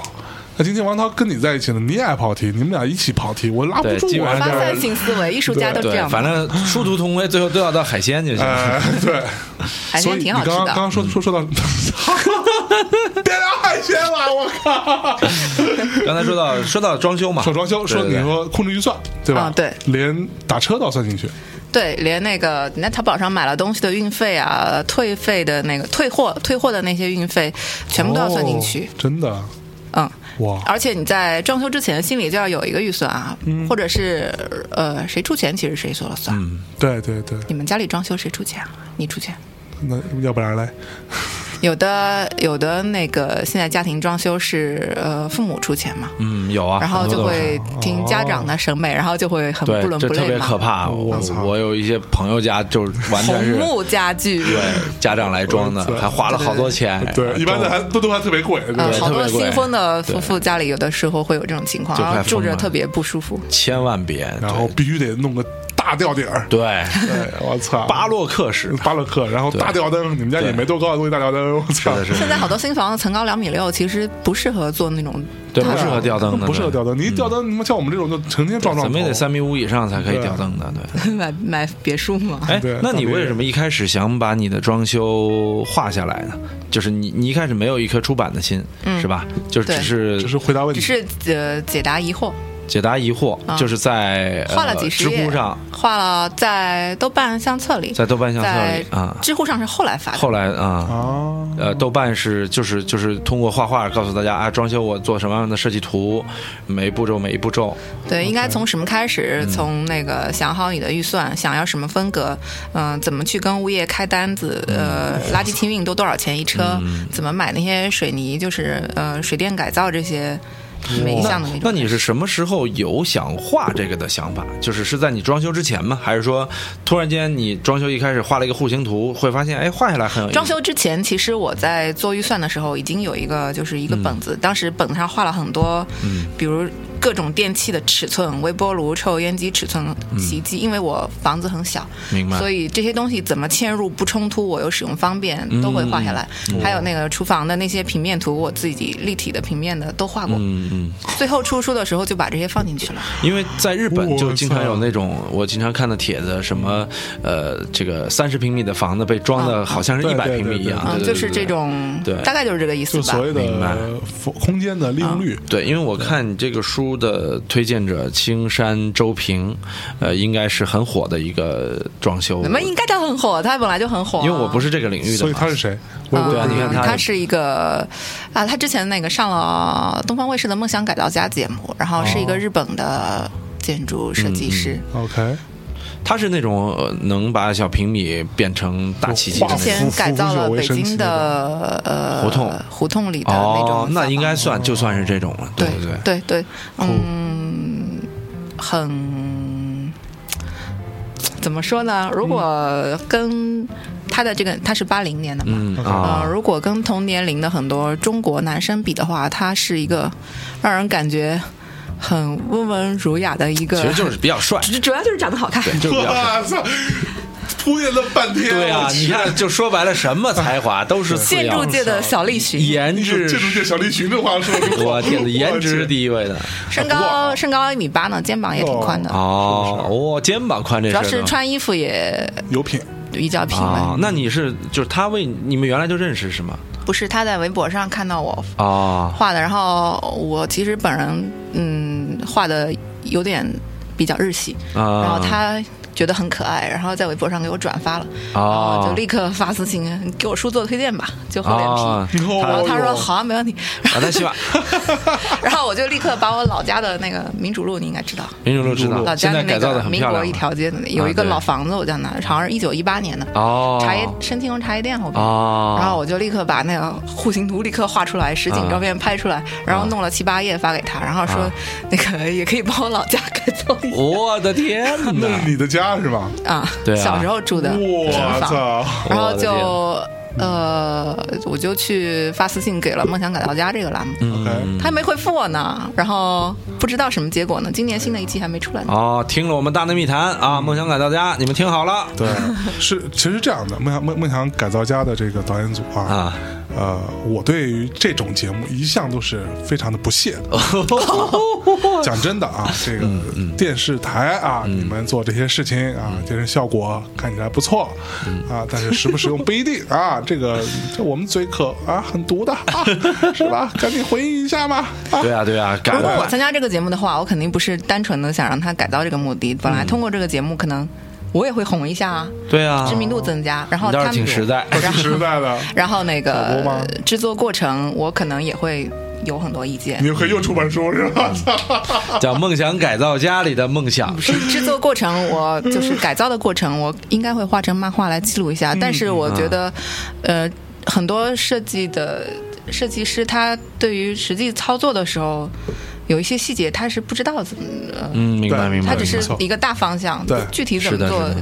S3: 那今天王涛跟你在一起呢，你也爱跑题，你们俩一起跑题，我拉不
S2: 对
S3: 住啊
S2: 基本
S3: 我
S2: 上
S3: 这儿
S4: 发散性思维，艺术家都 *laughs* 这
S2: 对，
S4: 样嘛。
S2: 反正殊途同归，最后都要到海鲜就行。
S3: 呃，对，
S4: 海鲜
S3: 所以你
S4: 挺好
S3: 刚
S4: 吃
S3: 刚
S4: 的
S3: 刚刚说说说到，
S4: *laughs*
S3: *laughs* 别聊海鲜了，我靠！
S2: 刚才说到
S3: *laughs*
S2: 说到装修嘛，
S3: 说装修，说
S2: 对
S3: 你
S2: 啊对对
S3: 说控制预算，对吧
S4: 啊？对
S3: 连打车都要算进去，
S4: 对，连那个你在淘宝上买了东西的运费啊、退费的那个退货、退货的那些运费，全部都要算进去
S3: 哦。真的，
S4: 嗯，
S3: 哇！
S4: 而且你在装修之前心里就要有一个预算啊，
S2: 嗯
S4: 或者是呃，谁出钱其实谁说了算。
S3: 对对对，
S4: 你们家里装修谁出钱啊？你出钱。
S3: 那要不然嘞？
S4: 有的有的那个现在家庭装修是呃父母出钱嘛，
S2: 嗯有啊，
S4: 然后
S2: 很多
S4: 就
S2: 都是
S4: 会听家长的审美，然后就会很
S2: 对
S4: 不伦
S2: 这
S4: 不
S2: 特
S4: 类
S2: 别可
S4: 嘛。
S2: 怕。我
S3: 我操
S2: 我有一些朋友家就是完全
S4: 红
S2: 是
S4: 木家具，
S2: 对家长来装的
S3: 我，操
S2: 还花了好多钱。哎
S3: 对，一般的
S2: 装
S3: 还都都还特别贵，对吧
S4: 嗯，
S2: 对
S4: 好多
S2: 特别贵
S4: 新婚的夫妇家里有的时候会有这种情况，
S2: 就快
S4: 然后住
S2: 疯
S4: 着
S2: 了
S4: 特别不舒服。 *laughs*
S2: 千万别。
S3: 然后必须得弄个大吊顶儿，
S2: 对对
S3: 对，我操，
S2: 巴洛克式，
S3: 巴洛克，然后大吊灯，你们家也
S2: 对
S3: 没多高的东西，大吊灯，我操，
S2: *laughs* 是的是
S4: 现
S2: 的，
S4: 在好多新房子层高两米六，其实不适合做那种 *laughs*
S2: 对不适合吊灯的，
S3: 不适合
S2: 对嗯
S3: 吊灯，你一吊灯，你们像我们这种就成天撞撞
S2: 怎么
S3: 头，
S2: 也得三米五以上才可以
S3: 对
S2: 吊灯的，对。
S4: 买买别墅嘛。
S2: 哎
S3: *laughs* 对，
S2: 那你
S3: 特别
S2: 为什么一开始想把你的装修画下来呢？就是你，你一开始没有一颗出版的心，是吧？就是
S4: 嗯对
S2: 只是
S3: 只是回答问
S4: 只
S3: 题，
S4: 是呃解答疑惑，
S2: 解答疑惑，
S4: 啊
S2: 就是在
S4: 画了
S2: 呃
S4: 几十
S2: 知
S4: 页
S2: 乎上，，
S4: 画了在豆瓣相册里，
S2: 在豆瓣相册
S4: 在
S2: 里啊，
S4: 知乎上是后来发的，
S2: 后来啊。
S3: 啊，
S2: 呃，豆瓣是就是就是通过画画告诉大家啊，装修我做什么样的设计图，每一步骤每一步骤，
S4: 对，应该从什么开
S2: 嗯
S4: 始？从那个想好你的预算，想要什么风格，嗯、怎么去跟物业开单子？呃，
S2: 嗯
S4: 垃圾清运都多少钱一车？怎么买那些水泥？就是呃，水电改造这些每一项的那种。
S2: 那你是什么时候有想画这个的想法？就是是在你装修之前吗？还是说突然间你装修一开始画了一个户型图，会发现哎画下来很有意思？
S4: 装修之前，其实我在做预算的时候，已经有一个就是一个本
S2: 嗯
S4: 子，当时本子上画了很多，比如各种电器的尺寸、微波炉、抽油烟机尺寸、洗衣机，因为我房子很小，
S2: 嗯明白
S4: 所以这些东西怎么嵌入不冲突，我又使用方便，
S2: 嗯
S4: 都会画下来。还有那个厨房的那些平面图，我自己立体的平面的都画过。
S2: 嗯嗯。
S4: 最后出书的时候就把这些放进去了。
S2: 因为在日本
S3: 我
S2: 就经常
S3: 操
S2: 有那种我经常看的帖子，什么呃，这个三十平米的房子被装的好像是一
S3: 啊
S2: 百
S3: 对
S2: 平米一样，
S4: 嗯，
S2: 对
S4: 就是这。
S2: 对对对
S4: 种，
S2: 对
S4: 大概就是这个意思
S3: 就
S4: 吧
S3: 所。谓
S2: 明白啊
S3: 的空间的利用率，
S2: 对，因为我看这个书的推荐者青山周平，呃，应该是很火的一个装修。
S4: 怎么应该他很火？他本来就很火啊、
S2: 因为我不是这个领域的嘛，
S3: 所以他是谁？我
S2: 对啊
S3: 我
S2: 你看他
S4: 嗯他是一个啊，他之前那个上了东方卫视的《梦想改造家》节目，然后是
S2: 哦
S4: 一个日本的建筑设
S2: 嗯
S4: 计师。
S3: OK，
S2: 他是那种呃能把小平米变成大奇迹的
S3: 我
S2: 那
S4: 之
S2: 种。
S4: 前改造了北京的呃
S2: 胡同
S4: 胡同里的那种小
S2: 哦
S4: 房，子，
S2: 那应该算就算是这种了，
S4: 对
S2: 对
S4: 对对，嗯，很怎么说呢？如果跟他的这个，他是八零年的嘛，
S2: 嗯
S3: OK
S2: 啊
S4: 呃，，如果跟同年龄的很多中国男生比的话，他是一个让人感觉很温文儒雅的一个，
S2: 其实就是比较帅，
S4: 主主要就是长得好看。
S2: 就是比较帅。
S3: 我操，铺垫了半天，
S2: 对啊
S3: 我，去
S2: 你看，就说白了，什么才华都是次
S4: 建
S2: 要
S4: 筑
S2: 的
S4: 界的小栗旬，
S2: 颜
S3: 你
S2: 值
S3: 这种这小栗旬的话说得好，
S2: 我
S3: *laughs*
S2: 天呐，颜值是
S3: 低，
S2: 第一位的
S4: 身
S3: 不过
S4: 高
S3: 啊
S4: 身高一米八呢，肩膀也挺宽的，
S2: 哦，哇、肩膀宽这事
S4: 主要
S2: 儿
S4: 是
S2: 呢
S4: 穿衣服也
S3: 有品，
S4: 比较平
S2: 啊
S4: 稳。。
S2: 那你是就是他为你们原来就认识是吗？
S4: 不是他在微博上看到我
S2: 啊，
S4: 画的，然后我其实本人嗯画的有点比较日系，
S2: 啊
S4: 然后他觉得很可爱，然后在微博上给我转发了，然
S2: 哦
S4: 后就立刻发私信你给我书做推荐吧，就厚脸
S2: 哦
S4: 皮。然后他说好啊，没
S2: *laughs*
S4: 问题。然
S2: 啊，
S4: 后
S2: 那希望
S4: 然后我就立刻把我老家的那个民主路，你应该知道，
S2: 民主路知道
S4: 老，
S2: 现
S4: 家
S2: 在
S4: 的
S2: 改
S4: 那
S2: 造的
S4: 个
S2: 很
S4: 民
S2: 漂
S4: 国
S2: 亮
S4: 一
S2: 了。
S4: 条街的那有一个
S2: 啊对
S4: 老房子，我在那儿，好像是一九一八年的。
S2: 哦，
S4: 茶叶深青茶叶店后边，
S2: 哦，
S4: 然后我就立刻把那个户型图立刻画出来，实景照片拍出来，然后弄了七八页发给他，然后说、
S2: 啊
S4: 那个也可以帮我老家改造一下
S2: 我的天
S3: 那
S2: 哪
S3: 是！你的家是吧？
S4: 啊，
S2: *laughs* 对啊
S4: 小时候住的平
S3: 我
S4: 房，
S3: 操！
S4: 然后
S2: 我
S4: 就呃，我就去发私信给了《梦想改造家》这个栏目。
S2: 嗯
S3: OK，
S4: 他还没回复我呢，然后不知道什么结果呢。今年新的一期还没出来呢。
S2: 哦，听了我们大内密谈啊，梦想改造家，你们听好了
S3: 对，
S2: *laughs*
S3: 是其实这样的，梦想梦梦想改造家的这个导演组啊，
S2: 啊，
S3: 呃，我对于这种节目一向都是非常的不屑
S2: *laughs*
S3: 的。讲真的啊，这个
S2: 嗯
S3: 电视台啊，你们做这些事情啊，
S2: 嗯
S3: 电视效果看起来不错啊，但是实不实用不一定啊。这个这我们嘴可啊很毒的啊，是吧？赶紧回应一下嘛啊！
S2: 对啊对啊，改
S4: 如果
S2: 了
S4: 我参加这个节目的话，我肯定不是单纯的想让他改造这个目的，本来通过这个节目可能我也会红一下啊。
S2: 对啊，
S4: 知名度增加，然后
S2: 你倒
S4: 他
S2: 是
S4: 们
S2: 挺实
S4: *laughs*
S2: 在
S3: 挺实在的，
S4: 然后那
S3: 可不吗
S4: 个制作过程，我可能也会有很多意见
S3: 你。又可以又出本书是吧？
S2: 叫梦想改造家里的梦想，
S4: 制作过程，我就是改造的过程，我应该会画成漫画来记录一
S3: 嗯
S4: 下。但是我
S3: 啊
S4: 觉得，呃，很多设计的设计师他对于实际操作的时候，有一些细节他是不知道怎么，呃
S2: 嗯，明白
S3: 对
S2: 明
S4: 他
S2: 白
S4: 只，是
S3: 没错
S4: 一个大方向
S3: 对，
S4: 具体怎
S2: 是的
S4: 么做
S2: 是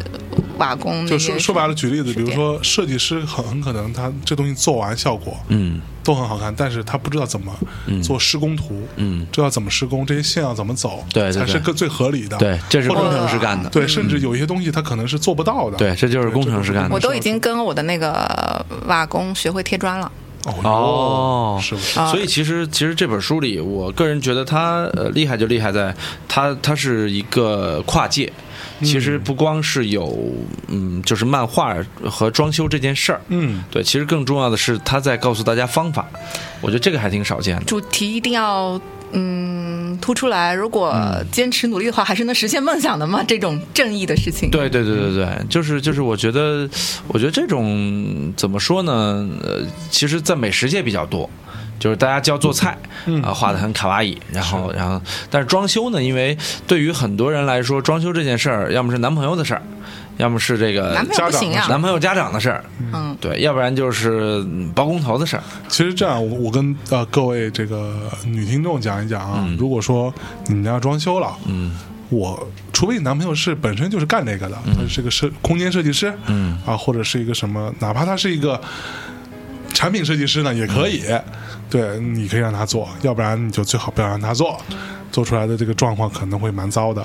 S4: 瓦工那
S3: 就
S4: 些
S3: 说说白了，举例子，
S4: 是
S3: 比如
S4: 这样
S3: 说设计师很很可能他这东西做完效果，
S2: 嗯
S3: 都很好看，但是他不知道怎么做施工图，
S2: 嗯，
S3: 知道怎么施工，这些线要怎么走，
S2: 对对对
S3: 才是更最合理的。
S2: 对，
S4: 哦
S2: 这是
S3: 或
S2: 工
S3: 者
S2: 程师干的，
S4: 嗯
S3: 对，甚至有一些东西他可能是做不到的。
S2: 对，这就是工程师干
S4: 我
S2: 的。
S4: 都已经跟我的那个瓦工学会贴砖了。
S3: 哦
S2: 哦
S3: 是不是？
S4: 啊
S2: 所以其实其实这本书里，我个人觉得它呃厉害就厉害在它它是一个跨界，
S4: 嗯
S2: 其实不光是有嗯就是漫画和装修这件事儿，
S3: 嗯，
S2: 对，其实更重要的是他在告诉大家方法，我觉得这个还挺少见的。
S4: 主题一定要嗯突出来。如果坚持努力的话，还是能实现梦想的嘛。这种正义的事情，
S2: 对对对对对，就是就是，我觉得，我觉得这种怎么说呢？呃，其实，在美食界比较多，就是大家教做菜，
S3: 嗯
S2: 啊，画的很卡哇伊，然后然后，但是装修呢，因为对于很多人来说，装修这件事儿，要么是男朋友的事儿，要么是这个
S4: 男朋友不行呀、啊
S2: 男朋友家长的事儿，
S4: 嗯，
S2: 对，要不然就是嗯包工头的事儿，
S3: 其实这样，我我跟呃各位这个女听众讲一讲啊，如果说你们家装修了，
S2: 嗯，
S3: 我除非你男朋友是本身就是干这个的，他是个设空间设计师，
S2: 嗯
S3: 啊，或者是一个什么，哪怕他是一个产品设计师呢，也可以。
S2: 嗯
S3: 对，你可以让他做，要不然你就最好不要让他做，做出来的这个状况可能会蛮糟的。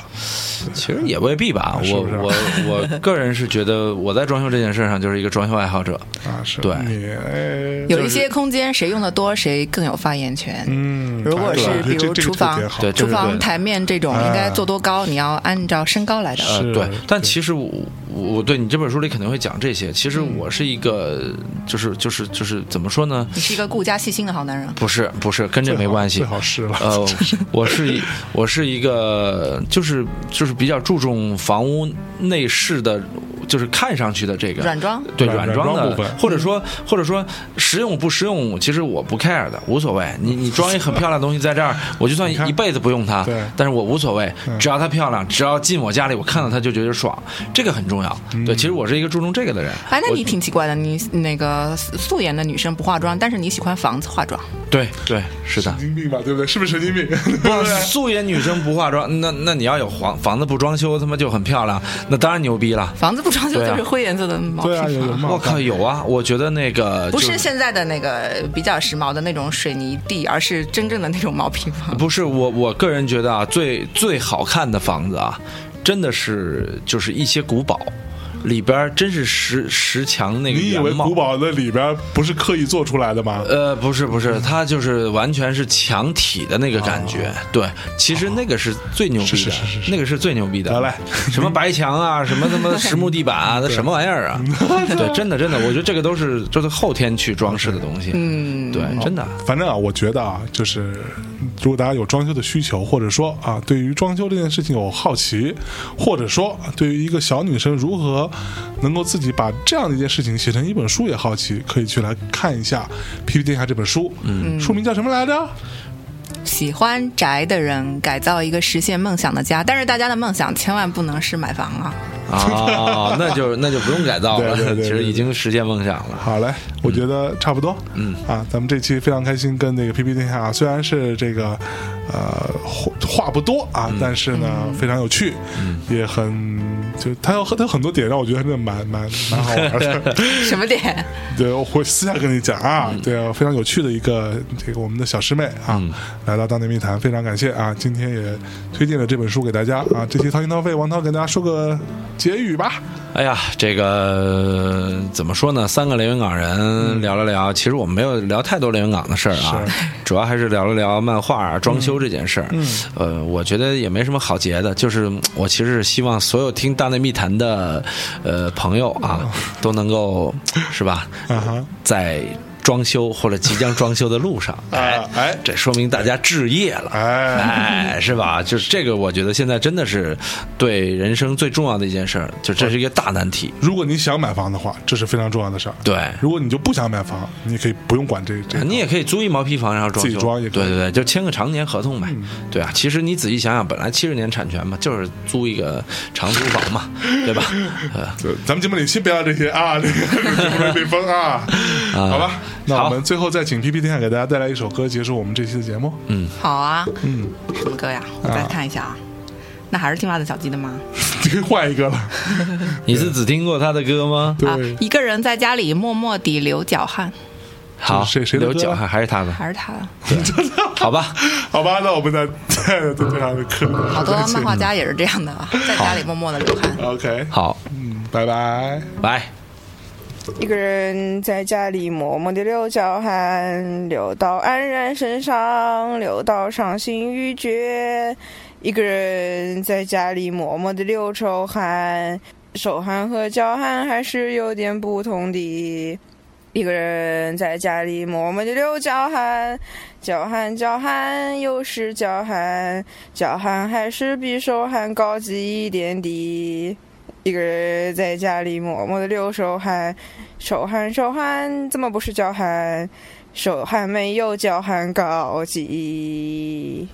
S2: 其实也未必吧，
S3: 是
S2: 我
S3: 不是啊
S2: 我我个人是觉得我在装修这件事上就是一个装修爱好者，
S3: 啊，是
S2: 对
S3: 你，哎
S4: 有一些空间谁用的多，谁更有发言权。
S3: 嗯，
S4: 如果
S3: 哎
S4: 是
S3: 对
S4: 比
S3: 这
S4: 如
S3: 这
S4: 厨
S3: 个特
S4: 房
S3: 别好，
S2: 对这
S4: 厨
S2: 是对
S4: 房
S2: 的
S4: 台面这种
S3: 哎
S4: 应该做多高，你要按照身高来的。
S2: 呃，
S3: 是
S2: 对
S3: 对，
S2: 但其实我我对你这本书里肯定会讲这些。其实
S3: 嗯
S2: 我是一个，就是就是就是怎么说呢？
S4: 你是一个顾家细心的好男人。
S2: 不是不是，跟这
S3: 最好
S2: 没关系
S3: 最。好是了。
S2: 呃，我是一我是一个，就是就是比较注重房屋内饰的，就是看上去的这个
S4: 软装
S2: 对
S3: 软
S2: 软装
S3: 软装
S2: 的
S3: 部分，
S2: 或者说或者说实用不实用，其实我不 care 的，无所谓。你你装一很漂亮的东西在这
S3: *laughs*
S2: 儿，我就算
S3: 你看
S2: 一辈子不用它
S3: 对，
S2: 但是我无所谓
S3: 嗯，
S2: 只要它漂亮，只要进我家里，我看到它就觉得爽，这个很重要。
S3: 嗯
S2: 对，其实我是一个注重这个的人。
S4: 哎，那
S2: 我
S4: 你挺奇怪的，你那个素颜的女生不化妆，但是你喜欢房子化妆，
S2: 对对是的
S3: 神。经病吧，对不对？是啊不是神经 *laughs* 病？
S2: 不，素颜女生不化妆，那那你要有房房子不装修，他妈就很漂亮，那当然牛逼了。
S4: 房子不装修
S2: 对啊
S4: 就是灰颜色的毛坯
S3: 对啊，有
S4: 房
S3: 有嘛？
S2: 我靠，有啊！我觉得那个
S4: 不
S2: 就是
S4: 现在的那个比较时髦的那种水泥地，而是真正的那种毛坯房。
S2: 不是我，我个人觉得啊，最最好看的房子啊，真的是就是一些古堡里边儿真是石石墙那个
S3: 你以为
S2: 原貌
S3: 古。堡的里边不是刻意做出来的吗？
S2: 呃，不是不是，它就是完全是墙体的那个感觉。对，其实那个是最牛逼的，
S3: 哦是是是是
S2: 那个是最牛逼的。
S3: 得嘞
S2: 什么白墙啊，
S3: *laughs*
S2: 什么他妈实木地板啊，那什么玩意儿啊？对，真的真的，我觉得这个都是就是后天去装饰的东西。嗯，对，真的。
S3: 反正啊，我觉得啊，就是如果大家有装修的需求，或者说啊，对于装修这件事情有好奇，或者说对于一个小女生如何能够自己把这样的一件事情写成一本书也好奇，可以去来看一下《皮皮殿下》这本书。嗯，书名叫什么来着？
S4: 喜欢宅的人改造一个实现梦想的家，但是大家的梦想千万不能是买房啊！
S3: *laughs*
S2: 哦，那就那就不用改造了，
S3: 对对对对
S2: 其实已经实现梦想了。
S3: 好嘞，我觉得差不多。
S2: 嗯
S3: 啊，咱们这期非常开心，跟那个 PP 殿下啊虽然是这个呃话话不多啊，
S2: 嗯
S3: 但是呢、非常有趣，也很就他有他有很多点让我觉得真的蛮蛮蛮好玩
S2: *laughs*
S3: 的。
S4: 什么点？
S3: 对，我会私下跟你讲啊。
S2: 嗯
S3: 对啊，非常有趣的一个这个我们的小师妹啊，来到大内密谈，非常感谢啊。今天也推荐了这本书给大家啊。这期掏心掏肺，王涛给大家说个结语吧。
S2: 哎呀，这个呃怎么说呢？三个连云港人聊了聊，其实我们没有聊太多连云港的事儿啊，主要还是聊了聊漫画装修这件事儿。嗯，呃，我觉得也没什么好结的，就是嗯我其实是希望所有听《大内密谈》的呃朋友啊，都能够是吧，
S3: 啊哈，
S2: 在装修或者即将装修的路上， *laughs* 哎
S3: 啊，哎
S2: 这说明大家置业了，
S3: 哎
S2: 哎，是吧？就是这个，我觉得现在真的是对人生最重要的一件事儿，就这是一个大难题。
S3: 如果你想买房的话，这是非常重要的事儿。
S2: 对，
S3: 如果你就不想买房，你可以不用管这这。
S2: 你也可以租一毛坯房，然后装
S3: 自
S2: 修，
S3: 己装也可以嗯
S2: 对对对，就签个常年合同呗。对啊，其实你仔细想想，本来七十年产权嘛，就是租一个长租房
S3: *laughs*
S2: 嘛，对吧？呃，
S3: 对咱们节目里先不要这些啊， *laughs* 这个被封 *laughs* 啊，好吧？那我们最后再请 P P 天下给大家带来一首歌，结束我们这期的节目。
S4: 好啊，
S3: 嗯，
S4: 什么歌呀？我再看一下啊，那还是听袜子小鸡的吗？
S3: 你可以 *laughs* 换一个了。
S2: 你是只听过他的歌吗？
S3: 对，
S4: 啊，一个人在家里默默地流脚汗，
S2: 好，
S3: 这是谁谁的
S2: 刘
S3: 歌
S2: 角
S3: 啊
S2: 还还是他的？
S4: 还是他？
S2: 好吧，
S3: *laughs* 好吧，那我们再再再这样的课，
S4: 好多
S3: 再见
S4: 漫画家也是这样的啊，在家里默默地流汗。
S3: OK，
S2: 好，
S3: 嗯，拜拜。
S2: 来。
S7: 一个人在家里默默地流脚汗，流到黯然神伤，流到伤心欲绝。一个人在家里默默地流臭汗，手汗和脚汗还是有点不同的。一个人在家里默默地流脚汗，脚汗脚汗又是脚汗，脚汗还是比手汗高级一点的。一个人在家里默默地流手汗，手汗手汗怎么不是脚汗？手汗没有脚汗高级。